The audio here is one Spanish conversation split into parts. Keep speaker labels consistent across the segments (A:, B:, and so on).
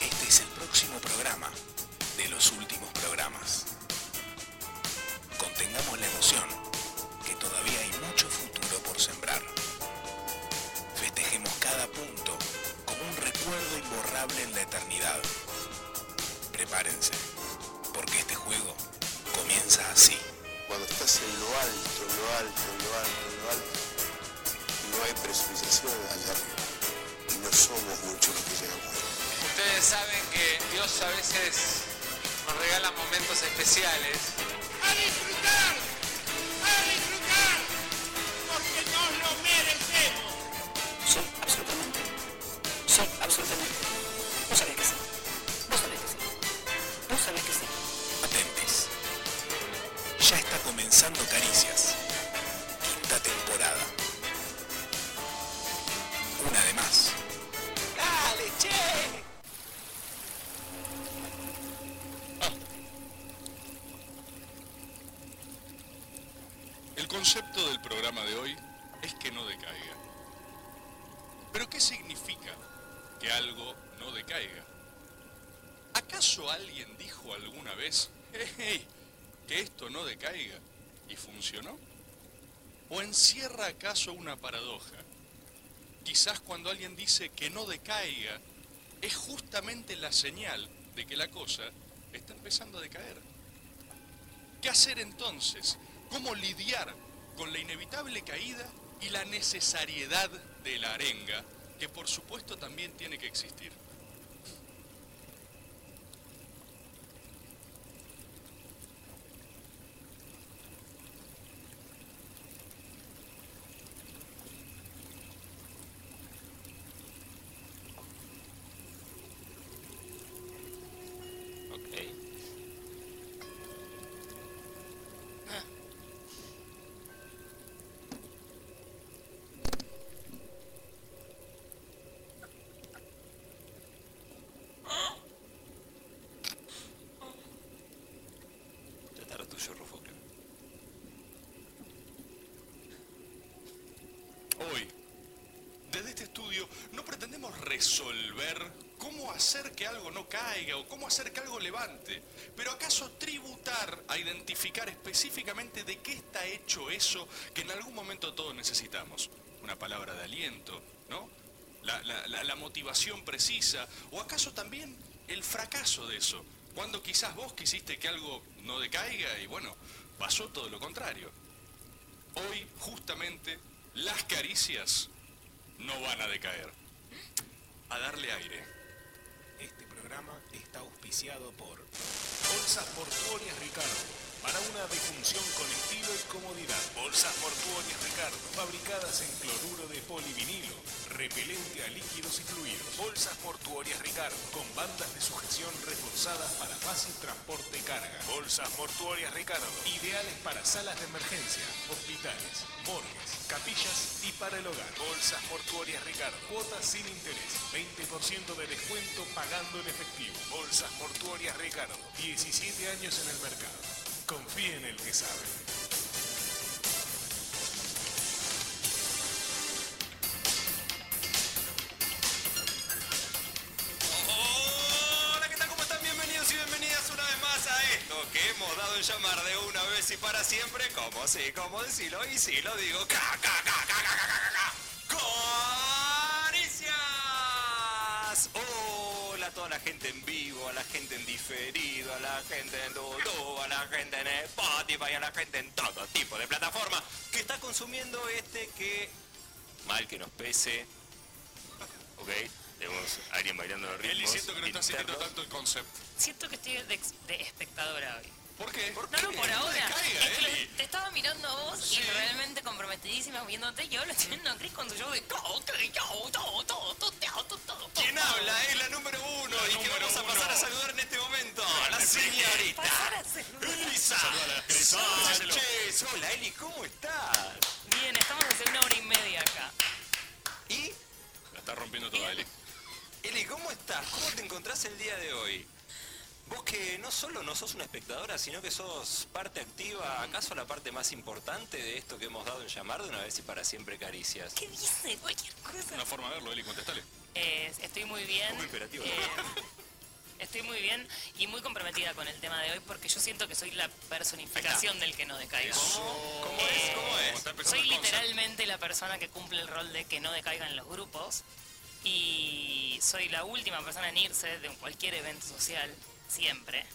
A: Este es el próximo programa de los últimos programas. Contengamos la emoción, que todavía hay mucho futuro por sembrar. Festejemos cada punto como un recuerdo imborrable en la eternidad. Prepárense, porque este juego comienza así.
B: Cuando estás en lo alto, en lo alto, en lo alto, en lo alto, no hay presurización allá arriba. Y no somos muchos los que llegamos.
C: Ustedes saben que Dios a veces nos regala momentos especiales.
D: ¡A disfrutar! ¡A disfrutar! Porque nos lo merecemos.
E: Sí, absolutamente. Sí, absolutamente. Vos sabés que sí. Vos sabés que sí. Vos sabés que sí.
A: Atentes. Ya está comenzando Caricias. Quinta temporada. Una de más.
D: ¡Dale, che!
F: El concepto del programa de hoy es que no decaiga. Pero ¿qué significa que algo no decaiga? ¿Acaso alguien dijo alguna vez, "Ey, que esto no decaiga? ¿Y funcionó? ¿O encierra acaso una paradoja? Quizás cuando alguien dice que no decaiga, es justamente la señal de que la cosa está empezando a decaer. ¿Qué hacer entonces? ¿Cómo lidiar con la inevitable caída y la necesariedad de la arenga, que por supuesto también tiene que existir?
G: Tratar tuyo, Rufo. creo.
F: Hoy, desde este estudio, no pretendemos resolver cómo hacer que algo no caiga o cómo hacer que algo levante, pero acaso tributar a identificar específicamente de qué está hecho eso que en algún momento todos necesitamos. Una palabra de aliento, ¿no? La, la- la- la motivación precisa, o acaso también el fracaso de eso, cuando quizás vos quisiste que algo no decaiga y bueno, pasó todo lo contrario. Hoy, justamente, las caricias no van a decaer. A darle aire.
A: Este programa está auspiciado por Bolsas Portuarias Ricardo. Para una defunción con estilo y comodidad. Bolsas Portuarias Ricardo. Fabricadas en cloruro de polivinilo. Repelente a líquidos y fluidos. Bolsas Portuarias Ricardo. Con bandas de sujeción reforzadas para fácil transporte y carga. Bolsas Portuarias Ricardo. Ideales para salas de emergencia, hospitales, morgues, capillas y para el hogar. Bolsas Portuarias Ricardo. Cuotas sin interés. 20% de descuento pagando en efectivo. Bolsas Portuarias Ricardo. 17 años en el mercado. Confíe en el que sabe.
G: Hola, ¿qué tal? ¿Cómo están? Bienvenidos y bienvenidas una vez más a esto que hemos dado en llamar de una vez y para siempre, como sí, como decirlo, y sí, lo digo, ca, ca, ca, ca, ca, ca, ca, ca, ca. ¡Caricias! Hola a toda la gente en vivo, a la gente en diferido, a la gente en Dudu, a la gente en Spotify, a la gente en todo tipo de plataforma que está consumiendo este que, mal que nos pese, ok, tenemos a alguien bailando el ritmo.
F: Eli, siento que no estás sintiendo tanto el concepto.
H: Siento que estoy de, ex- de espectadora hoy.
F: ¿Por qué?
H: No, no, por ahora.
F: Caiga,
H: Es que lo-
F: Eli.
H: te estaba mirando a vos y realmente comprometidísima viéndote. Y ahora estoy viendo a Chris con su show de todo, todo, todo, todo, todo, todo, todo.
G: ¿Quién habla? Es la número uno y que vamos a pasar a saludar en este momento. La señorita
H: Pasar a ser-
G: Elisa Sánchez. Hola Eli, ¿cómo estás?
H: Bien, estamos hace una hora y media acá.
G: Y
F: La está rompiendo toda, Eli.
G: Eli, ¿cómo estás? ¿Cómo te encontrás el día de hoy? Vos que no solo no sos una espectadora, sino que sos parte activa, acaso la parte más importante de esto que hemos dado en llamar de una vez y para siempre caricias.
H: ¿Qué dice? Cualquier cosa.
F: Una forma de verlo, Eli, contestale.
H: Eh, estoy muy bien.
G: Muy imperativo, ¿no?
H: Eh, Estoy muy bien y muy comprometida con el tema de hoy porque yo siento que soy la personificación del que no decaiga. Eh,
G: ¿Cómo es? ¿Cómo es?
H: Pues Soy literalmente la persona que cumple el rol de que no decaiga en los grupos y soy la última persona en irse de cualquier evento social, siempre.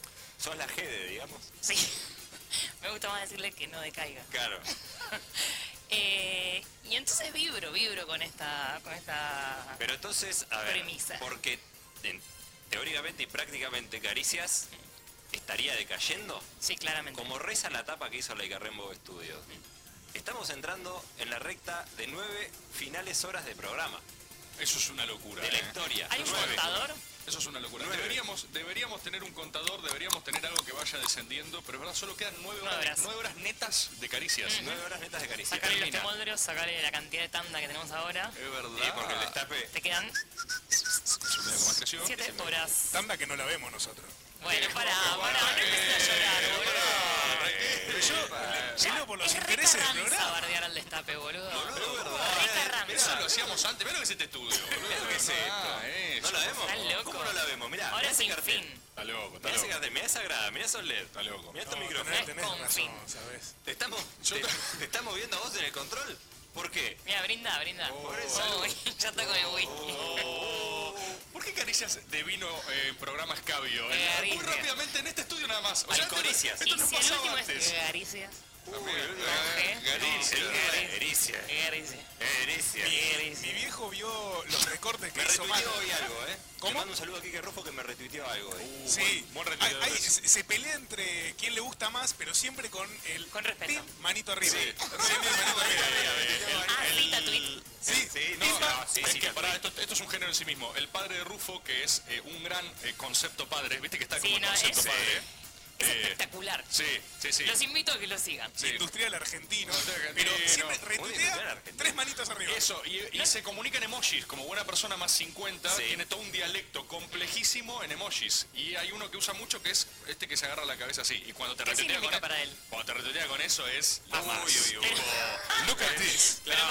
G: Sos la Gede, digamos.
H: Sí, me gusta más decirle que no decaiga.
G: Claro.
H: Eh, y entonces vibro, vibro con esta, con esta
G: Pero entonces, a ver,
H: Premisa.
G: porque en- teóricamente y prácticamente Caricias estaría decayendo,
H: Sí, claramente.
G: como reza la tapa que hizo la Icarrembo Studios. Estamos entrando en la recta de nueve finales horas de programa,
F: Eso es una locura.
G: de la
F: ¿eh?
G: historia.
H: ¿Hay un
G: Nueve.
H: contador?
F: Eso es una locura.
G: Nueve.
F: Deberíamos, deberíamos tener un contador, deberíamos tener algo que vaya descendiendo, pero es verdad, solo quedan nueve horas,
H: Nueve horas.
F: nueve horas netas de caricias.
G: Nueve horas netas de Caricias.
H: Sacarle los
F: termina.
H: temodrios, sacarle la cantidad de tanda que tenemos ahora.
F: Es verdad.
G: Sí, porque el destape...
H: Te quedan
F: Como más creció.
H: siete horas.
A: Tanda que no la vemos nosotros.
H: Bueno, pará, pará, no empecé a
D: Eh,
H: llorar, boludo.
A: Lleno por los
H: Es re
A: intereses del
H: carranza
A: programa.
H: bardear al destape, boludo.
G: Pero es verdad,
H: Re
G: eh,
H: carranza.
F: Eso lo hacíamos antes, pero que es este estudio, boludo.
G: ¿Qué es esto?
F: Ah, eso.
G: ¿No la vemos?
H: Están locos.
G: ¿Cómo no la vemos? Mirá, mirá
H: Ahora
G: ese
H: sin
G: cartel.
H: fin.
F: Está loco, está
G: Mirá ese
F: loco.
G: cartel, mirá esa grada, mirá esos LED.
F: Está loco.
G: Mirá estos
A: No,
G: micrófonos.
A: tenés-
H: No es
A: tenés
H: confín.
A: razón, ¿sabes?
G: Te estamos,
F: Yo
G: te,
F: ta-
G: te estamos viendo a vos en el control. ¿Por qué?
H: Mira, brinda, brinda. Oh, ya está con el whisky.
F: Oh, ¿Por qué caricias de vino eh, en programas cabio?
H: Eh,
F: Muy
H: caricias.
F: rápidamente en este estudio nada más. O esto-
G: Alcoricias.
F: Esto,
H: Y
F: no
H: si el
F: pasaba
H: último es
F: antes.
H: Garicias.
F: Eh,
H: G.
F: Caricias.
G: Ericia.
H: Garicias.
G: Ericia.
A: Mi viejo vio los recortes que
G: Me
A: hizo Mano.
G: retuiteó hoy algo, ¿eh?
A: ¿Cómo?
G: Le mando un saludo a Kike Rojo que me retuiteó algo. ¿eh?
A: Sí,
G: Buen
A: hay-
G: retuiteador
A: hay-
G: ese.
A: se se pelea entre quién le gusta más, pero siempre con el
H: Con respeto.
A: team manito arriba.
G: Sí.
A: Siempre el manito arriba.
H: Ah, cita tweet.
A: Sí,
G: Sí, no,
A: Team ma-
G: no, sí,
F: Es
G: sí,
F: que,
G: la-
F: pará, esto, esto es un género en sí mismo. El padre de Rufo, que es eh, un gran eh, concepto padre, viste que está
H: Sí,
F: como el
H: no,
F: concepto
H: es-
F: padre.
H: Es
F: Eh,
H: espectacular.
F: Sí, sí, sí.
H: Los invito a que lo sigan.
F: Sí.
A: industrial argentino,
F: Industrial argentino.
A: pero siempre
F: Muy
A: retuitea
G: industrial argentino.
A: tres manitos arriba.
F: Eso, y, y se comunican emojis, como buena persona más 50,
G: Sí.
F: tiene todo un dialecto complejísimo en emojis. Y hay uno que usa mucho que es este que se agarra la cabeza así. Y cuando te
H: ¿Qué
F: retuitea con
H: significa para él?
F: Cuando te retuitea con eso es la
H: Uy,
F: más.
H: uy, uy.
F: Tipo, Look at this. Claro.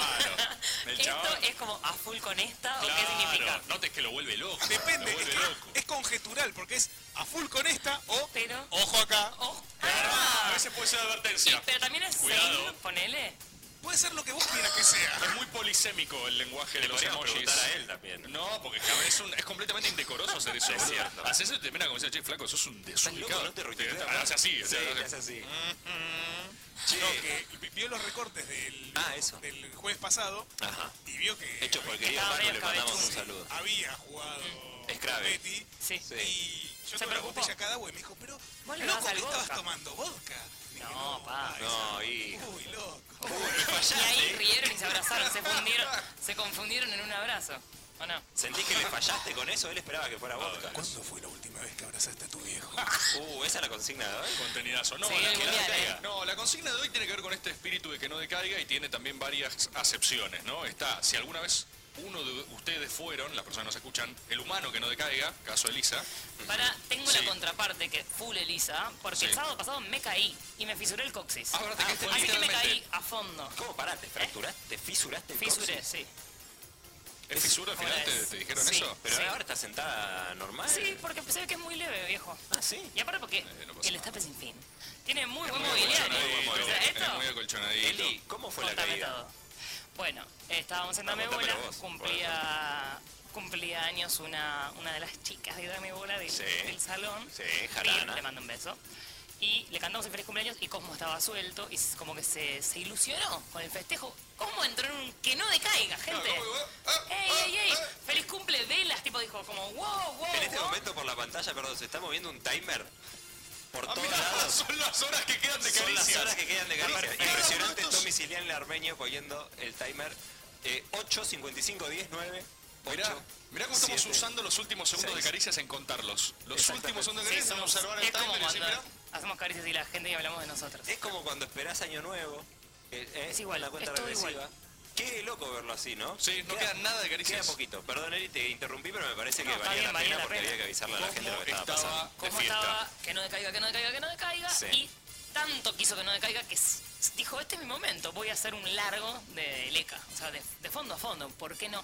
F: El
H: ¿Esto
F: chabón.
H: es como a full con esta o qué
F: claro.
H: significa?
F: Notes que lo vuelve loco.
A: Depende,
F: Lo
A: es,
F: vuelve
A: que
F: loco.
A: es conjetural, porque es a full con esta o
H: Pero-
A: ojo acá.
H: Oh,
F: Ah,
H: ah.
F: a veces puede ser
H: Y-
F: advertencia.
H: pero también es
F: Cuidado.
H: zen, ponele.
A: Puede ser lo que vos quieras que sea.
F: Es muy polisémico el lenguaje de los
G: Podríamos
F: emojis.
G: preguntar a él también.
F: No, porque cabrón, es, un- es completamente indecoroso hacer eso. boludo.
G: cierto.
F: Haces eso y te miran como diciendo, che, flaco, sos un
G: ¿Estás loco?
F: desubicado.
G: No te
F: Te-
G: retuiteas.
F: hace así, o
G: Sí,
F: sea, hace-
G: te hace así. Che,
A: No, que vi- vio los recortes del,
G: Ah, eso.
A: del jueves pasado
G: Ajá.
A: y vio que
G: Hecho por querido
H: Estaba
G: Manu,
H: medio
G: le mandamos un
H: cabezudo.
G: saludo.
A: había jugado
G: Scrabble.
A: Betty
H: Sí.
A: y yo
H: Se
A: tomé una
H: preocupó.
A: botella cada agua y me dijo, pero
H: Vos le
A: loco,
H: vas al
A: ¿qué estabas
H: vodka.
A: tomando? ¿Vodka? Le dije,
H: No, pa.
G: No, y...
A: Uy, loco.
H: Y ahí rieron y se abrazaron, se fundieron, se confundieron en un abrazo. ¿O no?
G: ¿Sentís que le fallaste con eso? Él esperaba que fuera vodka.
A: ¿Cuándo fue la última vez que abrazaste a tu viejo?
G: Uh, esa es la consigna de hoy.
F: Contenidazo. No,
H: Sí,
F: la,
H: el
F: que no
H: mundial,
F: decaiga.
H: eh.
F: No, la consigna de hoy tiene que ver con este espíritu de que no decaiga y tiene también varias acepciones, ¿no? Está, si alguna vez uno de ustedes fueron, las personas que nos escuchan, el humano que no decaiga, caso Elisa,
H: Para, tengo
F: Sí.
H: la contraparte que es full Elisa, porque
F: Sí.
H: el sábado pasado me caí y me fisuré el coxis.
F: Ah, verdad, te caíste
H: así que me
F: literalmente.
H: caí a fondo. ¿Eh?
G: ¿Cómo pará? ¿Te fracturaste? ¿Te fisuraste? el
H: Fisuré,
G: coxis?
H: sí.
F: ¿es fisura al final?
H: Ahora
F: ¿Te,
H: es-
F: te dijeron
H: sí.
F: eso?
G: Pero
H: Sí.
G: ahora está sentada normal.
H: Sí, porque pensé que es muy leve, viejo.
G: Ah, sí.
H: Y aparte porque
F: Eh, no pasa
H: el estape sin fin tiene muy buen
F: Muy
H: mobiliario.
F: acolchonadito,
H: O sea,
F: es
H: esto
F: muy acolchonadito.
G: Eli, ¿cómo fue la
H: contame
G: caída?
H: todo. Bueno, estábamos en Dame
G: No, contámelo
H: Bola,
G: vos,
H: cumplía, cumplía años una, una de las chicas de Dame Bola del,
G: Sí.
H: del salón.
G: Sí, Jarana.
H: Pim, Le mando un beso. Y le cantamos el feliz cumpleaños y Cosmo estaba suelto y s- como que se, se ilusionó con el festejo. Cosmo entró en un que no decaiga, gente.
G: Ah,
H: ¡Ey, ey, ey! ¡Feliz cumple velas! Tipo dijo como wow, wow,
G: En este
H: wow.
G: momento por la pantalla, perdón, se está moviendo un timer por
F: Ah,
G: todos
F: mirá,
G: lados.
F: son las horas que quedan de
G: Son las
F: caricias.
G: horas que quedan de caricias.
F: Perfecto.
G: Impresionante
F: Datos.
G: Tommy Silian el armenio poniendo el timer eh, 8, 55, 10, 9, 8.
F: Mirá, mirá cómo estamos
G: siete.
F: usando los últimos segundos
G: Seis.
F: de caricias en contarlos. Los
G: Exactamente.
F: últimos segundos de
H: Sí,
F: caricias en
H: somos-
F: observar el
H: es como
F: timer y decir,
H: cuando
F: mirá,
H: hacemos caricias y la gente y hablamos de nosotros.
G: Es como cuando esperás Año Nuevo. eh, eh,
H: Es igual,
G: La cuenta
H: es todo
G: regresiva.
H: igual.
G: Qué loco verlo así, ¿no?
F: Sí, no queda nada de caricias.
G: Queda poquito. Perdón, Eri, te interrumpí, pero me parece
H: No,
G: que
H: está
G: valía
H: bien,
G: la
H: valía
G: pena
H: la
G: porque
H: pena.
G: había que avisarle a la gente lo que
F: Cosmo
G: estaba pasando.
F: estaba
H: ¿Cómo estaba? Que no decaiga, que no decaiga, que no decaiga.
G: Sí.
H: Y tanto quiso que no decaiga que s- dijo, este es mi momento, voy a hacer un largo de leca. O sea, de, de fondo a fondo, ¿por qué no?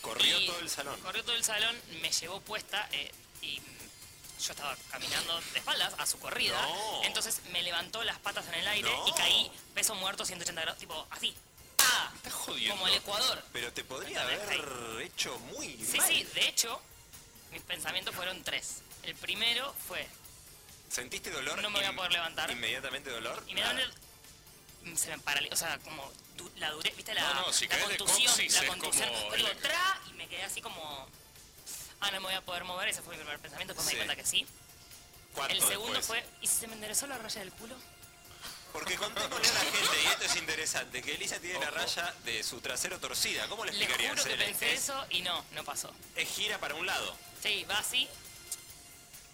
G: Corrió
H: Y
G: todo el salón.
H: Corrió todo el salón, me llevó puesta eh, y yo estaba caminando de espaldas a su corrida.
D: No.
H: Entonces me levantó las patas en el aire
D: No.
H: y caí peso muerto 180 grados, tipo así. ¡Ah! Como el Ecuador.
G: Pero te podría haber hecho muy
H: Sí,
G: mal.
H: sí, de hecho, mis pensamientos fueron tres. El primero fue,
G: ¿Sentiste dolor?
H: No me voy a
G: in-
H: poder levantar.
G: ¿Inmediatamente dolor? Ah,
H: y me daban
G: Nada.
H: el- se me paralizó, o sea, como du- la duré, viste la,
F: No, no, si
H: la
F: caes de
H: contusión,
F: coxis
H: la
F: es
H: contusión.
F: como
H: Fue tipo,
F: el-
H: tra, y me quedé así como, ah, no me voy a poder mover, ese fue mi primer pensamiento, después
G: Sí.
H: me di cuenta que sí.
G: ¿Cuánto
H: El segundo
G: después?
H: fue, ¿y si se me enderezó la raya del culo?
G: Porque contémosle a la gente, y este esto es interesante, que Elisa tiene la raya de su trasero torcida. ¿Cómo le
H: Les
G: explicarías?
H: juro que
G: Eh,
H: pensé
G: es,
H: eso y no, no pasó.
G: es gira para un lado.
H: Sí, va así,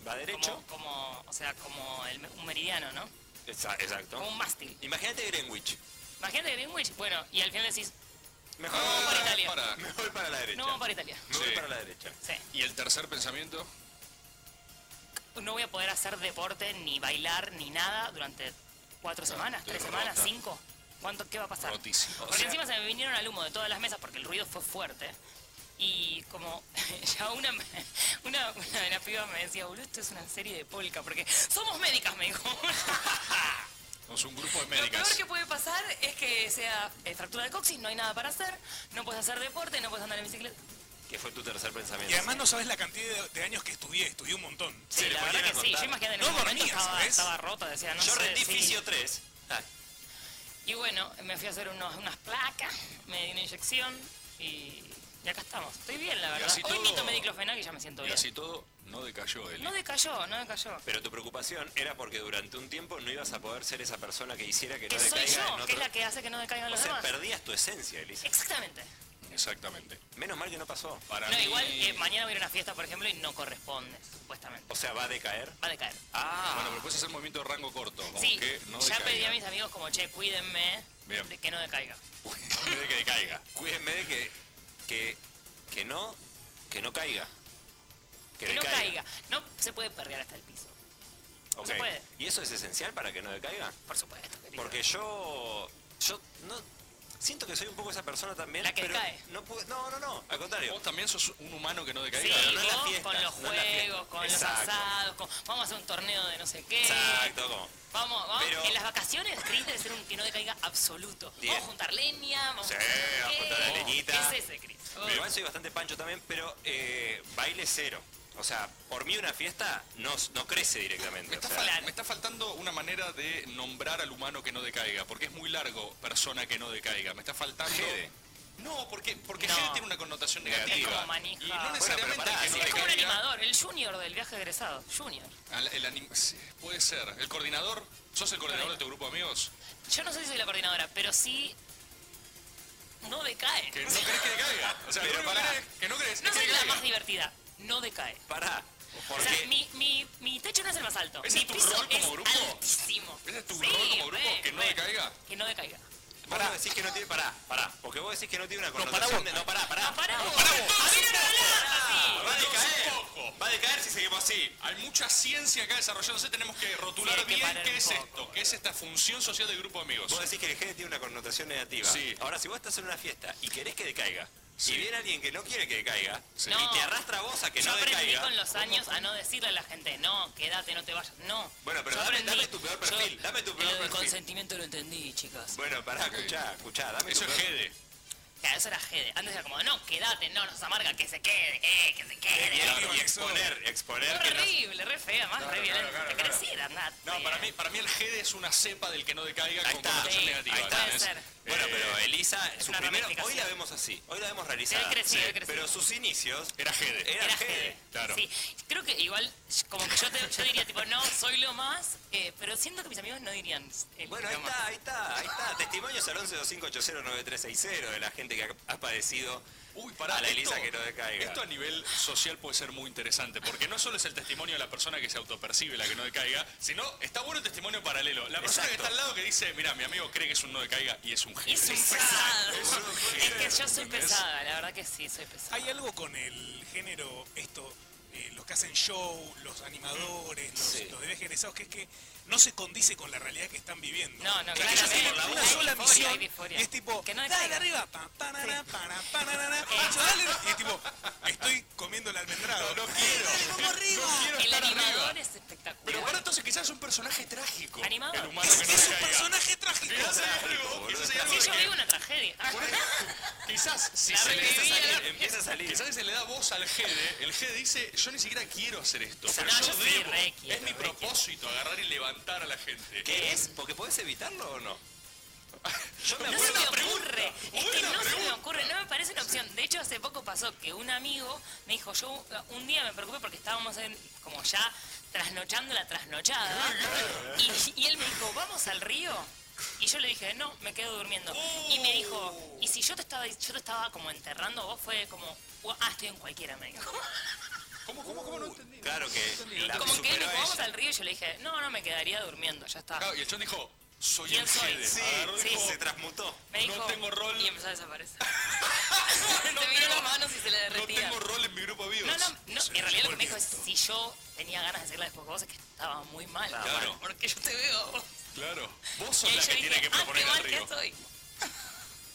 G: ¿Va derecho?
H: como, como, o sea, como el, un meridiano, ¿no?
G: Exa- Exacto.
H: Como un mástil.
G: Imagínate Greenwich.
H: Imagínate Greenwich, bueno, y al final decís,
G: Mejor
H: No,
G: me voy
H: para Italia.
G: para- Me voy para la derecha.
H: no vamos para Italia.
G: Me voy
F: Sí.
G: para la derecha.
H: Sí.
F: ¿Y el tercer pensamiento?
H: no voy a poder hacer deporte, ni bailar, ni nada durante cuatro semanas,
F: estoy
H: tres semanas,
F: rota.
H: cinco. ¿Cuánto, ¿Qué va a pasar?
F: Rotísimo.
H: Porque encima se me vinieron al humo de todas las mesas porque el ruido fue fuerte. Y como ya una, me- una, una de las pibas me decía, boludo, esto es una serie de polka, porque somos médicas, me dijo.
F: Somos un grupo de
H: Lo peor
F: médicas.
H: que puede pasar es que sea eh, fractura de coxis, no hay nada para hacer, no puedes hacer deporte, no puedes andar en bicicleta.
G: Que fue tu tercer pensamiento.
A: Y además no sabes la cantidad de, de años que estudié, estudié un montón.
H: Sí,
G: le
H: la
G: ponían a
H: verdad que sí.
G: contar.
H: Yo imagínate, en
A: No
H: un momento
A: dormías,
H: estaba,
A: ¿sabes?
H: estaba rota, decía, no
G: Yo
H: sé,
G: rendí
H: sí.
G: fisio 3. Ah,
H: Y bueno, me fui a hacer unos- unas placas, me di una inyección y, y acá estamos. Estoy bien, la
F: Y
H: verdad.
F: así
H: Hoy
F: todo-
H: mito me di clofenac y ya me siento
F: Y
H: bien.
F: así todo, no decayó él.
H: No decayó, no decayó.
G: pero tu preocupación era porque durante un tiempo no ibas a poder ser esa persona que hiciera que,
H: Que
G: no
H: soy
G: decaiga en
H: yo,
G: otro.
H: que es la que hace que no decaigan
G: O
H: los
G: sea,
H: demás.
G: perdías tu esencia, Elisa.
H: Exactamente.
F: Exactamente.
G: Menos mal que no pasó.
F: Para
H: No,
F: mí-
H: igual eh, mañana voy a ir a una fiesta, por ejemplo, y no corresponde, supuestamente.
G: O sea, va a decaer.
H: Va a decaer.
G: Ah,
F: Bueno, pero puedes hacer movimiento de rango corto. Como
H: sí,
F: que no
H: ya pedí a
F: decaiga.
H: mis amigos como, che, cuídenme
F: Bien.
H: de que no decaiga.
F: Antes de que decaiga.
G: cuídenme de que, que, que no, que no caiga.
H: Que,
G: Que,
H: no
G: decaiga.
H: caiga. No se puede perrear hasta el piso.
G: Ok.
H: se puede.
G: ¿Y eso es esencial para que no decaiga?
H: Por supuesto, querido.
G: Porque yo, yo no, siento que soy un poco esa persona también.
H: La que
G: pero
H: cae.
G: No, pude- no, no, no, al contrario.
F: Vos también sos un humano que no
H: Sí,
F: decaiga.
G: Claro, no en las
H: vos con
G: fiestas,
H: los
G: no en las
H: juegos,
G: fiestas.
H: con los
G: Exacto.
H: asados, con, vamos a hacer un torneo de no sé qué.
G: Exacto, como,
H: Vamos, vamos.
G: Pero-
H: En las vacaciones, Chris debe ser un que no decaiga absoluto.
G: Bien.
H: Vamos a juntar leña, vamos
G: Sí,
H: a hacer Oh, no sé
G: vamos a juntar la
H: qué.
G: leñita.
H: Es ese, Chris. Oh.
G: Igual soy bastante pancho también, pero eh, baile cero. O sea, por mí una fiesta no, no crece
F: Me
G: directamente. o
F: está,
G: sea,
F: fal-
H: Claro.
F: me está faltando una manera de nombrar al humano que no decaiga, porque es muy largo persona que no decaiga. Me está faltando.
G: Jede.
F: No, porque, porque
H: No.
F: Jede tiene una connotación negativa.
H: Es como
F: Y
H: manija.
F: no
H: Bueno,
F: necesariamente
G: pero pará,
F: el que
H: Sí,
F: no
H: es como un
F: decaiga-
H: animador, el junior del viaje de egresado. Junior.
F: Al- el anim- sí, puede ser. ¿El coordinador? ¿Sos el coordinador de tu grupo de amigos?
H: Yo no sé si soy la coordinadora, pero sí. No decae.
F: Que no crees que decaiga. O sea,
G: Pero
F: lo único
G: pará.
F: que crees- que no crees.
H: No
F: es que
H: soy la
F: decaiga.
H: más divertida. No decae.
G: Pará,
H: O sea,
G: porque
H: mi, mi, mi techo no es el más alto.
F: ¿Ese
H: mi
F: es tu
H: piso
F: rol como
H: es
F: grupo?
H: altísimo.
F: ¿Ese es tu
H: Sí,
F: rol como grupo?
H: re,
F: ¿Que no
H: re.
F: decaiga?
H: Que no decaiga.
G: vos no decís que no tiene, pará, pará, porque vos decís que no tiene una connotación de, no, pará, pará.
H: No, para vos.
F: para vos.
H: A mí no me hablás así.
G: Va a decaer,
F: Un poco.
G: va a decaer si seguimos así.
F: Hay mucha ciencia acá desarrollándose, tenemos que rotular
H: Sí, hay que
F: bien
H: parar
F: qué
H: un
F: es
H: poco,
F: esto, qué es esta función social del grupo de amigos.
G: Vos decís que el gene tiene una connotación negativa.
F: Sí.
G: Ahora, si vos estás en una fiesta y querés que decaiga,
F: Sí.
G: y viene alguien que no quiere que decaiga,
F: Sí.
G: y
H: No.
G: te arrastra a vos a que
H: Yo
G: no
H: aprendí
G: decaiga.
H: con los años a no decirle a la gente, no, quédate, no te vayas. No.
G: Bueno, pero
H: Yo
G: dame-
H: aprendí-
G: dame tu peor perfil,
H: yo-
G: dame tu peor
H: lo del
G: perfil.
H: consentimiento lo entendí, chicas.
G: Bueno, pará, escuchá, escuchá, dame
F: Eso
G: tu
F: es
G: peor-
F: Gede.
H: Claro, eso era Gede. Antes era como, no, quédate, no, nos amarga, que se quede, eh, que se quede.
G: Bien, Y exponer,
H: Fue
G: exponer que no...
H: horrible, re fea, más re
F: claro,
H: violenta.
F: claro,
H: Te
F: claro.
H: crecida, nada.
F: No, para mí, para mí el Gede es una cepa del que no decaiga
G: Ahí
F: con
G: está.
F: connotación
H: Sí,
F: negativa.
G: ahí está.
H: Puede
F: ¿entendés?
H: ser.
G: Bueno,
F: Eh,
G: pero Elisa, su
H: una
G: primero, hoy la
H: ramificación.
G: vemos así, hoy la vemos realizada.
H: He crecido, he crecido.
G: pero sus inicios
F: Era Gede.
G: era
H: Era
G: Gede.
H: Gede.
F: claro.
H: Sí, creo que igual, como que yo, te, yo diría, tipo, no, soy lo más, eh, pero siento que mis amigos no dirían. eh,
G: Bueno, ahí
H: lo más.
G: está, ahí está, ahí está. Testimonios al 1125809360 de la gente que ha, ha padecido
F: Uy, pará,
G: a la
F: esto-
G: Elisa que no decaiga.
F: Esto a nivel social puede ser muy interesante, porque no solo es el testimonio de la persona que se autopercibe la que no decaiga, sino está bueno el testimonio paralelo. La persona que
G: Exacto.
F: está al lado que dice, mira, mi amigo cree que es un no decaiga y es un Gede.
H: Es un pesado.
G: es un
H: Es que yo soy
F: ¿Entendés?
H: pesada, la verdad que sí, soy pesada.
A: Hay algo con el género, esto, eh, los que hacen show, los animadores, los,
G: Sí.
A: los de viajes egresados, que es que no se condice con la realidad que están viviendo.
H: No, no,
A: Que ellos
H: claramente.
A: hacen
H: Hay
A: una sola
H: disforia, hay
A: misión
H: disforia.
A: y es tipo,
H: Que no
A: dale
H: decaiga".
A: arriba, pa, pa, na, na, pa, na, pa, na, na, na, ocho, dale, y es tipo, estoy comiendo el almendrado.
G: No quiero.
A: Dale, vamos arriba.
F: Quiero
H: El
F: estar arriba.
H: animador
F: si
H: La
F: se le
H: reviví,
F: da-
H: la-
D: Empieza a salir.
F: Quizás se le da voz al Gede, el Gede dice, yo ni siquiera quiero hacer esto,
H: O sea,
F: pero
H: no,
F: yo,
H: yo sí,
F: debo.
H: re quiero,
F: es mi
H: re
F: propósito, agarrar y levantar a la gente.
D: ¿Qué es? Porque puedes evitarlo o no. Yo me
H: No se
D: acuerdo.
H: me ocurre, es que
F: Buena
H: Este, no se me
F: pregunta.
H: ocurre, no me parece una opción. De hecho, hace poco pasó que un amigo me dijo, yo un día me preocupé porque estábamos en, como ya trasnochando la trasnochada, y, y él me dijo, ¿vamos al río? Y yo le dije, no, me quedo durmiendo. Y me dijo, y si yo te estaba, yo te estaba como enterrando, vos fue como, "Ua, ah, estoy en cualquiera, me dijo.
F: ¿Cómo, cómo, cómo no entendí?
D: Claro que la
H: como que él me
D: superó
H: dijo,
D: a
H: vamos
D: ella.
H: al río, y yo le dije, no, no, me quedaría durmiendo, ya está.
F: Claro, Ah, y el chon dijo, soy
H: ¿Quién
F: el
H: soy?
F: Gede.
D: Sí,
F: Agarró y
H: Sí.
F: dijo,
D: se transmutó.
H: Me dijo,
F: tengo rol.
H: y empezó a desaparecer.
F: No
H: Se miró
F: tengo-
H: las manos y se le
F: no
H: derretía.
F: tengo rol en mi grupo de
H: No,
F: amigos.
H: no, no, en realidad lo que me dijo es si yo tenía ganas de hacerla después con vos es que estaba muy mal.
F: Claro.
H: Porque yo te veo.
F: Claro, vos
H: y
F: sos
H: ahí
F: la
H: yo
F: que
H: dije,
F: tiene que
H: ah,
F: proponer
H: qué
F: al
H: mal
F: río.
H: que soy.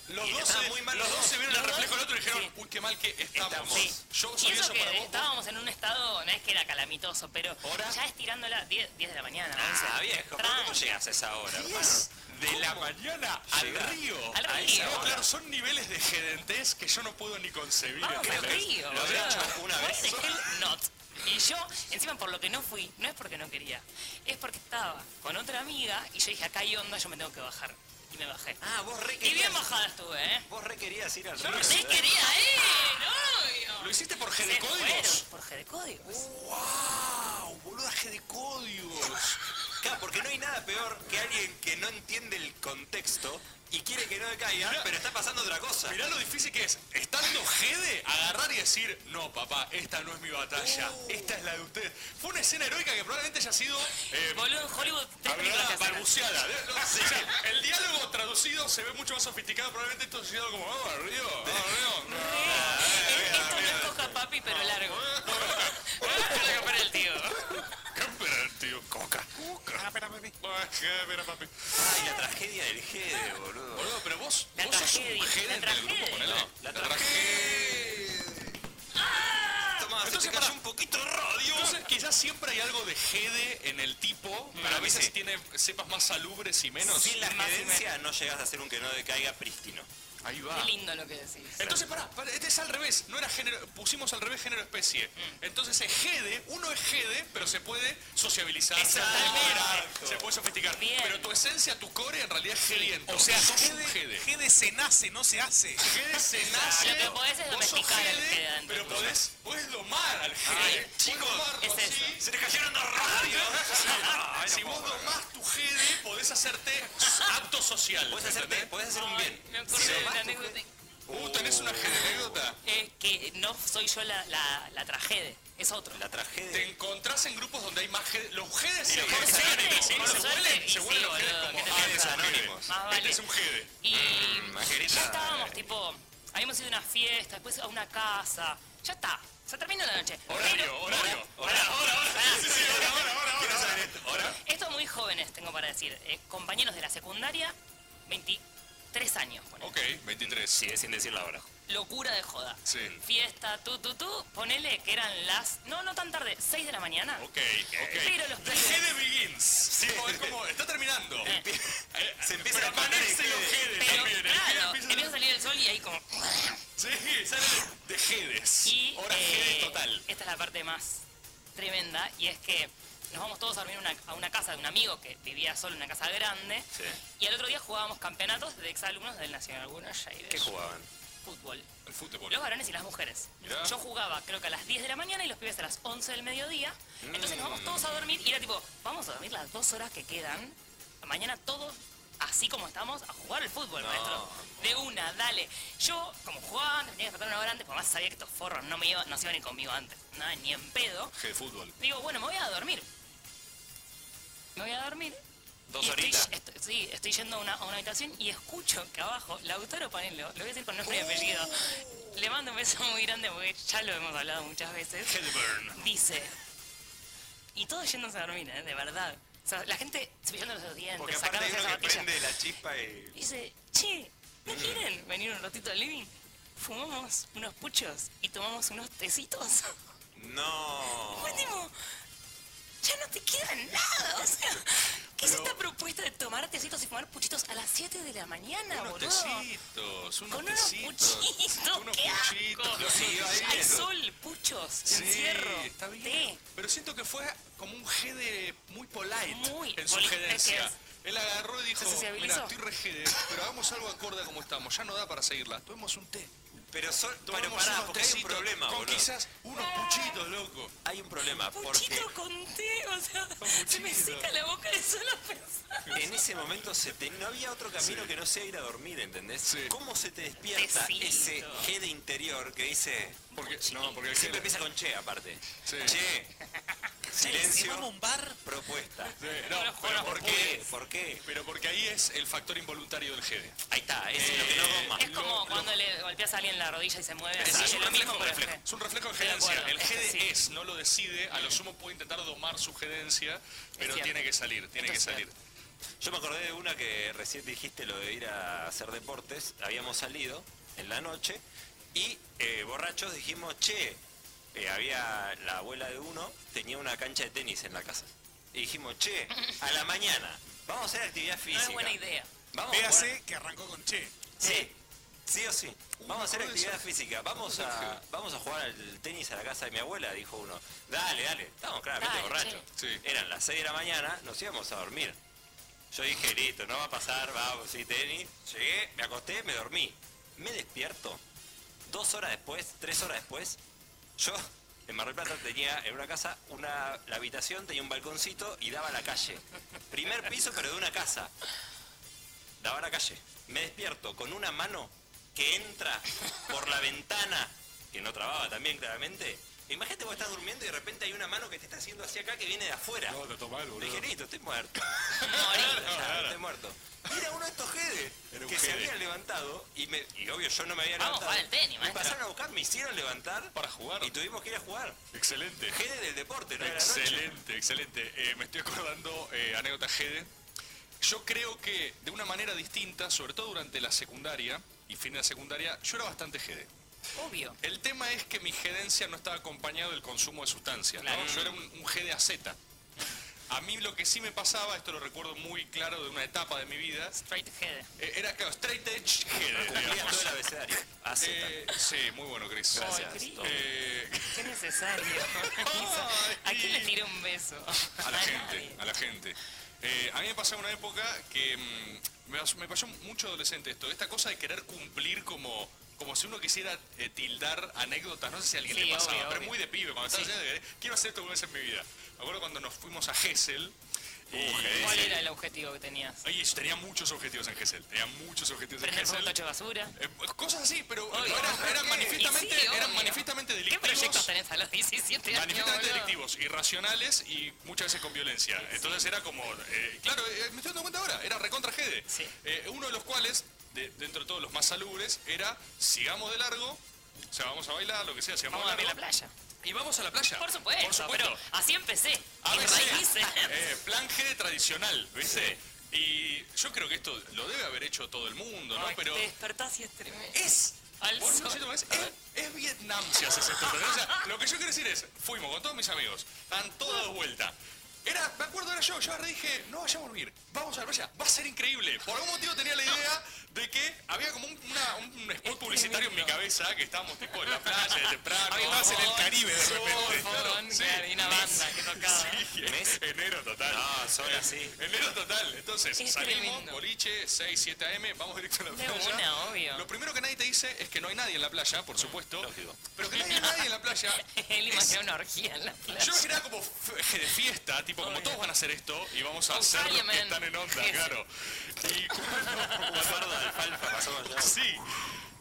F: Los
D: Y
F: dos,
D: estaban
F: se,
D: muy mal
F: los
D: los
F: dos
D: dos.
F: se vieron el
H: Los dos,
F: reflejo del otro y dijeron,
H: sí.
F: uy, qué mal que estamos.
H: Sí.
F: Yo
H: y
F: soy
H: eso,
F: eso,
H: que
F: para vos.
H: estábamos en un estado, no es que era calamitoso, pero
D: ¿Hora?
H: ya estirándola 10, 10 de la mañana, 11.
D: Ah, viejo, ¿pero ¿cómo
H: Tranqui.
D: llegas a esa hora? hermano?
F: De la mañana al
D: Llegar
F: río.
H: Al
D: a
H: río.
D: esa
F: No,
D: hora.
F: claro, son niveles de gedentez que yo no puedo ni concebir.
H: Vamos al
F: ¿entendés?
H: río.
D: Lo había
H: boludo.
D: hecho una
H: Why
D: vez.
H: the hell not? Y yo, encima por lo que no fui, no es porque no quería, es porque estaba con otra amiga y yo dije, acá hay onda, yo me tengo que bajar. Y me bajé.
D: Ah, vos re
H: y bien
D: querías,
H: bajada estuve, ¿eh?
D: vos re querías ir al
H: Yo
D: río.
H: no sé,
D: ¿verdad?
H: quería
A: ¿eh?
H: ir,
F: ¿Lo
H: obvio.
F: hiciste por
H: Se fueron
F: Gedecódigos?
H: por Gedecódigos.
F: ¡Wow! ¡Boluda Gedecódigos!
D: Claro, porque no hay nada peor que alguien que no entiende el contexto y quiere que no decaiga,
F: Mirá.
D: pero está pasando otra cosa.
F: Mirá lo difícil que es, estando Gede, agarrar y decir, no papá, esta no es mi batalla,
D: Uh.
F: esta es la de ustedes. Fue una escena heroica que probablemente haya sido... eh,
H: Boludo, en Hollywood, tres películas que
F: Hablada,
H: hacen.
F: balbuceada. de- no, o sea, el diálogo traducido se ve mucho más sofisticado, probablemente esto se sido como, "Oh, vamos al río, vamos al río.
H: Eh, Esto no es coca papi, pero largo. Para comprar el tío.
F: Campeón, tío, coca.
A: Ah, espera, papi.
F: Ay, Gede, papi.
D: Ay, la tragedia del Gede, boludo.
F: Boludo, pero vos,
H: La
F: vos sos un
H: tragedia,
F: Gede
H: la
F: entre el grupo,
H: tragedia.
F: ponele.
D: No, la Tomás, se
F: Ah. Entonces,
D: te cayó
F: pará.
D: un poquito de radio.
F: Entonces, quizás siempre hay algo de Gede en el tipo, pero a
D: mí
F: veces
D: Mm, sí.
F: tiene cepas más salubres y menos.
D: Sin la
H: Más y
D: gerencia no llegas a hacer un que no decaiga prístino.
F: Ahí
H: Qué
F: va.
H: lindo lo que decís.
F: Entonces, pará, pará, este es al revés, no era género, pusimos al revés género especie. Entonces es Gede, uno es Gede, pero se puede sociabilizar, se puede
H: Exactamente.
F: moderar, se puede sofisticar.
H: Bien.
F: Pero tu esencia, tu core, en realidad es gediento.
A: O sea,
F: sos un
A: Gede,
F: Gede.
A: Gede se nace, no se hace.
F: Gede se nace.
H: Lo que podés
F: vos
H: es
F: sos
H: domesticar al
F: Gede,
H: gediento.
F: Pero podés, podés domar al Gede.
D: chicos,
H: es eso.
F: Se le cayeron dos radios.
D: Ay, no
F: si vos
D: puedo
F: domás tu Gede, podés hacerte apto social.
D: Puedes hacerte, puedes hacer un
H: Ay,
D: bien.
H: Me acordé de una anécdota.
F: Uh, ¿tenés una Gede anécdota?
H: Es que no soy yo la, la, la tragedia, es otro.
D: La tragedia.
F: Te encontrás en grupos donde hay más Gede. Los Gedes se
D: los
F: vuelven.
D: Gedes
H: se
F: se vuelven,
H: ven, por
F: se
H: suerte,
F: vuelven,
H: y
F: se
H: sí,
F: vuelven los Gedes
H: boludo,
F: como,
H: ¿qué te
F: ah, este es
D: pasa?
F: un Gede.
D: Anónimos.
H: Más vale.
F: Este es un Mm, Gede.
H: Y
D: Margarita.
H: ya estábamos tipo, habíamos ido a una fiesta, después a una casa. Ya está, se terminó la noche.
F: Horario,
H: Pero-
F: horario.
H: Pará, pará.
F: Sí, sí, ahora, ahora, ahora, ahora. Ahora.
H: Estos muy jóvenes tengo para decir, eh, compañeros de la secundaria, 23 años. ponele.
F: Ok, 23.
D: Sigue sin decir la hora.
H: Locura de joda.
F: Sí.
H: Fiesta, tú, tú, tú, ponele que eran las, no, no tan tarde, 6 de la mañana.
F: Ok, ok.
H: Pero los
F: The
H: planes-
F: Gede begins. Sí, es como, está terminando.
H: Eh.
F: Eh,
D: Se empieza a
F: pero
D: partir
F: amanece
D: el
F: los
D: Gede.
F: Gedes
H: Pero
F: también. el Gede
H: claro,
F: empieza a-
H: empieza a salir el sol y ahí como...
F: Sí, sale de- de Gedes.
H: Y
F: Hora
H: eh,
F: Gede total.
H: esta es la parte más tremenda y es que nos vamos todos a dormir a una- a una casa de un amigo que vivía solo en una casa grande y al otro día jugábamos campeonatos de exalumnos del Nacional Buenos Aires.
D: ¿Qué jugaban?
H: Fútbol.
F: El fútbol.
H: Los varones y las mujeres.
F: Mirá.
H: Yo jugaba creo que a las 10 de la mañana y los pibes a las 11 del mediodía.
F: Mm.
H: Entonces nos vamos todos a dormir y era tipo, vamos a dormir las dos horas que quedan. Mañana todos, así como estamos, a jugar al fútbol, maestro. De una, dale. Yo, como jugaba antes, tenía que despertar una hora antes, porque más sabía que estos forros no, me iban, no se iban ni conmigo antes. Nada, ni en pedo.
F: Gede fútbol.
H: Digo, bueno, me voy a dormir. Me voy a dormir.
D: Dos
H: Y estoy-
D: horitas.
H: estoy- sí, estoy yendo a una, a una habitación y escucho que abajo, Lautaro Panelo, lo voy a decir con nombre y apellido, le mando un beso muy grande porque ya lo hemos hablado muchas veces,
F: Headburn.
H: dice, y todos yéndose a dormir, ¿eh? de verdad. O sea, la gente cepillándose los
D: Porque
H: dientes,
D: aparte hay
H: sacándose
D: uno
H: las
D: que
H: zapatillas.
D: prende la chispa y...
H: Y dice, che, ¿no quieren venir un ratito al living? Fumamos unos puchos y tomamos unos tecitos.
D: No.
H: Fue tipo, ya no te queda nada, o sea, ¿Qué es esta propuesta de tomar tecitos y fumar puchitos a las 7 de la mañana,
F: Unos
H: boludo?
F: tecitos, unos
H: Con unos
F: tecitos.
H: puchitos,
F: unos
H: qué
F: puchitos,
H: asco.
F: los iba
H: Hay
F: viendo.
H: sol, puchos,
F: Sí,
H: encierro,
F: está bien.
H: té.
F: Pero siento que fue como un G de muy polite
H: Muy
F: en su
H: poli-
F: gerencia.
H: es
F: Él agarró y dijo,
H: Se
F: mira,
H: sociabilizó.
F: estoy re GD, pero hagamos algo acorde a como estamos. Ya no da para seguirla. Tomemos un té.
G: Pero, son, pero
F: Tomemos
G: pará,
F: unos
G: porque hay un
F: tecitos
G: problema,
F: Con
G: boludo.
F: quizás unos puchitos, loco.
G: Hay un problema, porque
H: Puchito con té, o sea, se me
F: puchito.
H: seca la boca de solo pensar.
G: en ese momento se te- no había otro camino que no sea ir a dormir, ¿entendés?
F: Sí.
G: ¿Cómo se te despierta
H: Tecito.
G: ese G de interior que dice...
F: Porque, no, porque el
G: Siempre
F: G
G: empieza con che, aparte.
F: Sí.
G: Che,
A: Vamos a
G: silencio,
A: un bar.
G: propuesta.
F: de- no, pero
G: ¿Por
F: ¿por
G: qué?
F: qué?
G: ¿Por qué?
F: Pero porque ahí es el factor involuntario del Eh, GD.
G: Ahí está, es lo que no hago más.
H: Es como
F: lo- lo-
H: cuando le golpeas a alguien la rodilla y se mueve.
F: Es,
H: así,
F: un
H: lo mismo,
F: reflejo,
H: pero
F: reflejo.
H: es
F: Es un reflejo de
H: Estoy de
F: gerencia.
H: acuerdo,
F: el
H: es
F: GD
H: que sí.
F: es, no lo decide. A lo sumo puede intentar domar su gerencia, pero
H: cierto.
F: tiene que salir, tiene
H: Esto
F: que
H: es
F: salir.
G: Yo me acordé de una que recién dijiste lo de ir a hacer deportes. Habíamos salido en la noche y eh, borrachos dijimos, che, eh, había la abuela de uno, tenía una cancha de tenis en la casa. Y dijimos, che, a la mañana, vamos a hacer actividad
H: que no
G: física.
H: es buena idea.
G: Vamos a jugar-
A: Véase que arrancó con Che.
G: Sí, sí o sí. Vamos a hacer
F: acuerdo de
G: actividad física. Vamos a, vamos a jugar al tenis a la casa de mi abuela, dijo uno. Dale, dale. Estamos claramente
H: Dale,
G: borrachos.
F: che. Sí.
G: Eran las 6 de la mañana, nos íbamos a dormir. Yo dije, listo, no va a pasar, vamos, sí, tenis. Llegué, me acosté, me dormí. Me despierto. Dos horas después, tres horas después, yo en Mar del Plata tenía en una casa, una, la habitación tenía un balconcito y daba a la calle. Primer piso, pero de una casa daba a la calle. Me despierto con una mano que entra por la ventana, que no trababa también claramente. Imagínate vos estás durmiendo y de repente hay una mano que te está haciendo hacia acá que viene de afuera.
F: No, te tomás el boludo.
G: Dije, listo, estoy muerto.
F: Claro,
G: Ya,
F: claro.
G: estoy muerto. Y era uno de estos jedes
F: Era un
G: que se
F: jede.
G: habían levantado y, me, y obvio yo no me había
H: Vamos a
G: levantado.
H: jugar al tenis,
G: me
H: maestro.
G: pasaron a buscar, me hicieron levantar
F: Para jugar.
G: y tuvimos que ir a jugar.
F: Excelente.
G: Jede del deporte, no de la noche.
F: Excelente, excelente. Eh, me estoy acordando eh, anécdota GD. Yo creo que de una manera distinta, sobre todo durante la secundaria y fin de la secundaria, yo era bastante GD.
H: Obvio.
F: El tema es que mi gerencia no estaba acompañado del consumo de sustancias. ¿no?
H: Claro.
F: Yo era un, un G de AZ. A mí lo que sí me pasaba, esto lo recuerdo muy claro de una etapa de mi vida,
H: Straight head.
F: eh, era claro, straight edge GD,
G: Cumplía todo
F: digamos.
G: el abecedario. Así
F: Eh, sí, muy bueno, Chris.
H: Gracias. Ay, Chris.
F: Eh,
H: Qué necesario. ¿A quién le tiré un beso?
F: a la
H: nadie.
F: gente, a la gente. Eh, a mí me pasaba una época que mm, me, pasó, me pasó mucho adolescente esto, esta cosa de querer cumplir como, como si uno quisiera eh, tildar anécdotas, no sé si a alguien
H: Sí,
F: le pasaba,
H: obvio,
F: pero
H: obvio.
F: muy de pibe, cuando estaba lleno de, quiero hacer esto una vez en mi vida. Me acuerdo cuando nos fuimos a Gessel.
H: Uh,
F: y-
H: ¿Cuál era el objetivo que tenías?
F: Ay, yo tenía muchos objetivos en Gessel, tenía muchos objetivos en
H: ¿Prender un
F: Gessel.
H: tacho de basura?
F: Eh, cosas así, pero
H: Obvio.
F: no, eran, eran
H: ¿Qué?
F: manifiestamente,
H: Y sí,
F: eran
H: obvio.
F: manifiestamente
H: ¿Qué
F: delictivos.
H: proyectos tenés a los 17 años?
F: Manifiestamente
H: boludo?
F: delictivos, irracionales y muchas veces con violencia. Entonces era como. eh, claro, eh, me estoy dando cuenta ahora, era recontra Gede.
H: Sí.
F: Eh, uno de los cuales, de- dentro de todos los más salubres, era sigamos de largo, o sea, vamos a bailar, lo que sea, sigamos
H: Vamos a
F: de
H: ver la
F: largo.
H: playa.
F: Y vamos a la playa.
H: Por supuesto,
F: Por supuesto.
H: pero así empecé.
F: A ver,
H: Enraícé.
F: eh, plan G tradicional, ¿viste? Y yo creo que esto lo debe haber hecho todo el mundo, ¿no?
H: Ay,
F: Pero.
H: Te despertás y es tremendo.
F: Es.
H: Al
F: Vos no
H: sol.
F: siento más, es, es Vietnam si haces esto. ¿entendés? O sea, lo que yo quiero decir es, fuimos con todos mis amigos, estaban todos de vuelta. Era, me acuerdo, era yo, yo agarré y dije, no vayamos a dormir, vamos a la playa, va a ser increíble. Por algún motivo tenía la idea de que había como un, una- un spot publicitario en mi cabeza, que estábamos tipo en la playa, de temprano.
H: Había un
F: vamos
H: fogón,
F: en el Caribe de
H: sol,
F: repente.
H: fogón,
F: sí.
H: claro, y una banda que tocaba.
F: Sí, enero total.
G: No, son así.
F: Enero total. Entonces,
H: Es
F: salimos,
H: tremendo.
F: boliche, 6, 7 AM, vamos directo a la
H: De
F: playa.
H: una, obvio.
F: Lo primero que nadie te dice es que no hay nadie en la playa, por supuesto. Pero que no haya nadie en la playa.
H: Él imaginó una orgía en la playa.
F: Yo me imaginaba como f- de fiesta, tipo, como
H: Obvio.
F: todos van a hacer esto y vamos a hacer
H: Australia,
F: los que
H: man.
F: están en onda,
H: Sí.
F: claro. Y cuando,
G: Fardo de alfalfa pasó allá.
F: sí.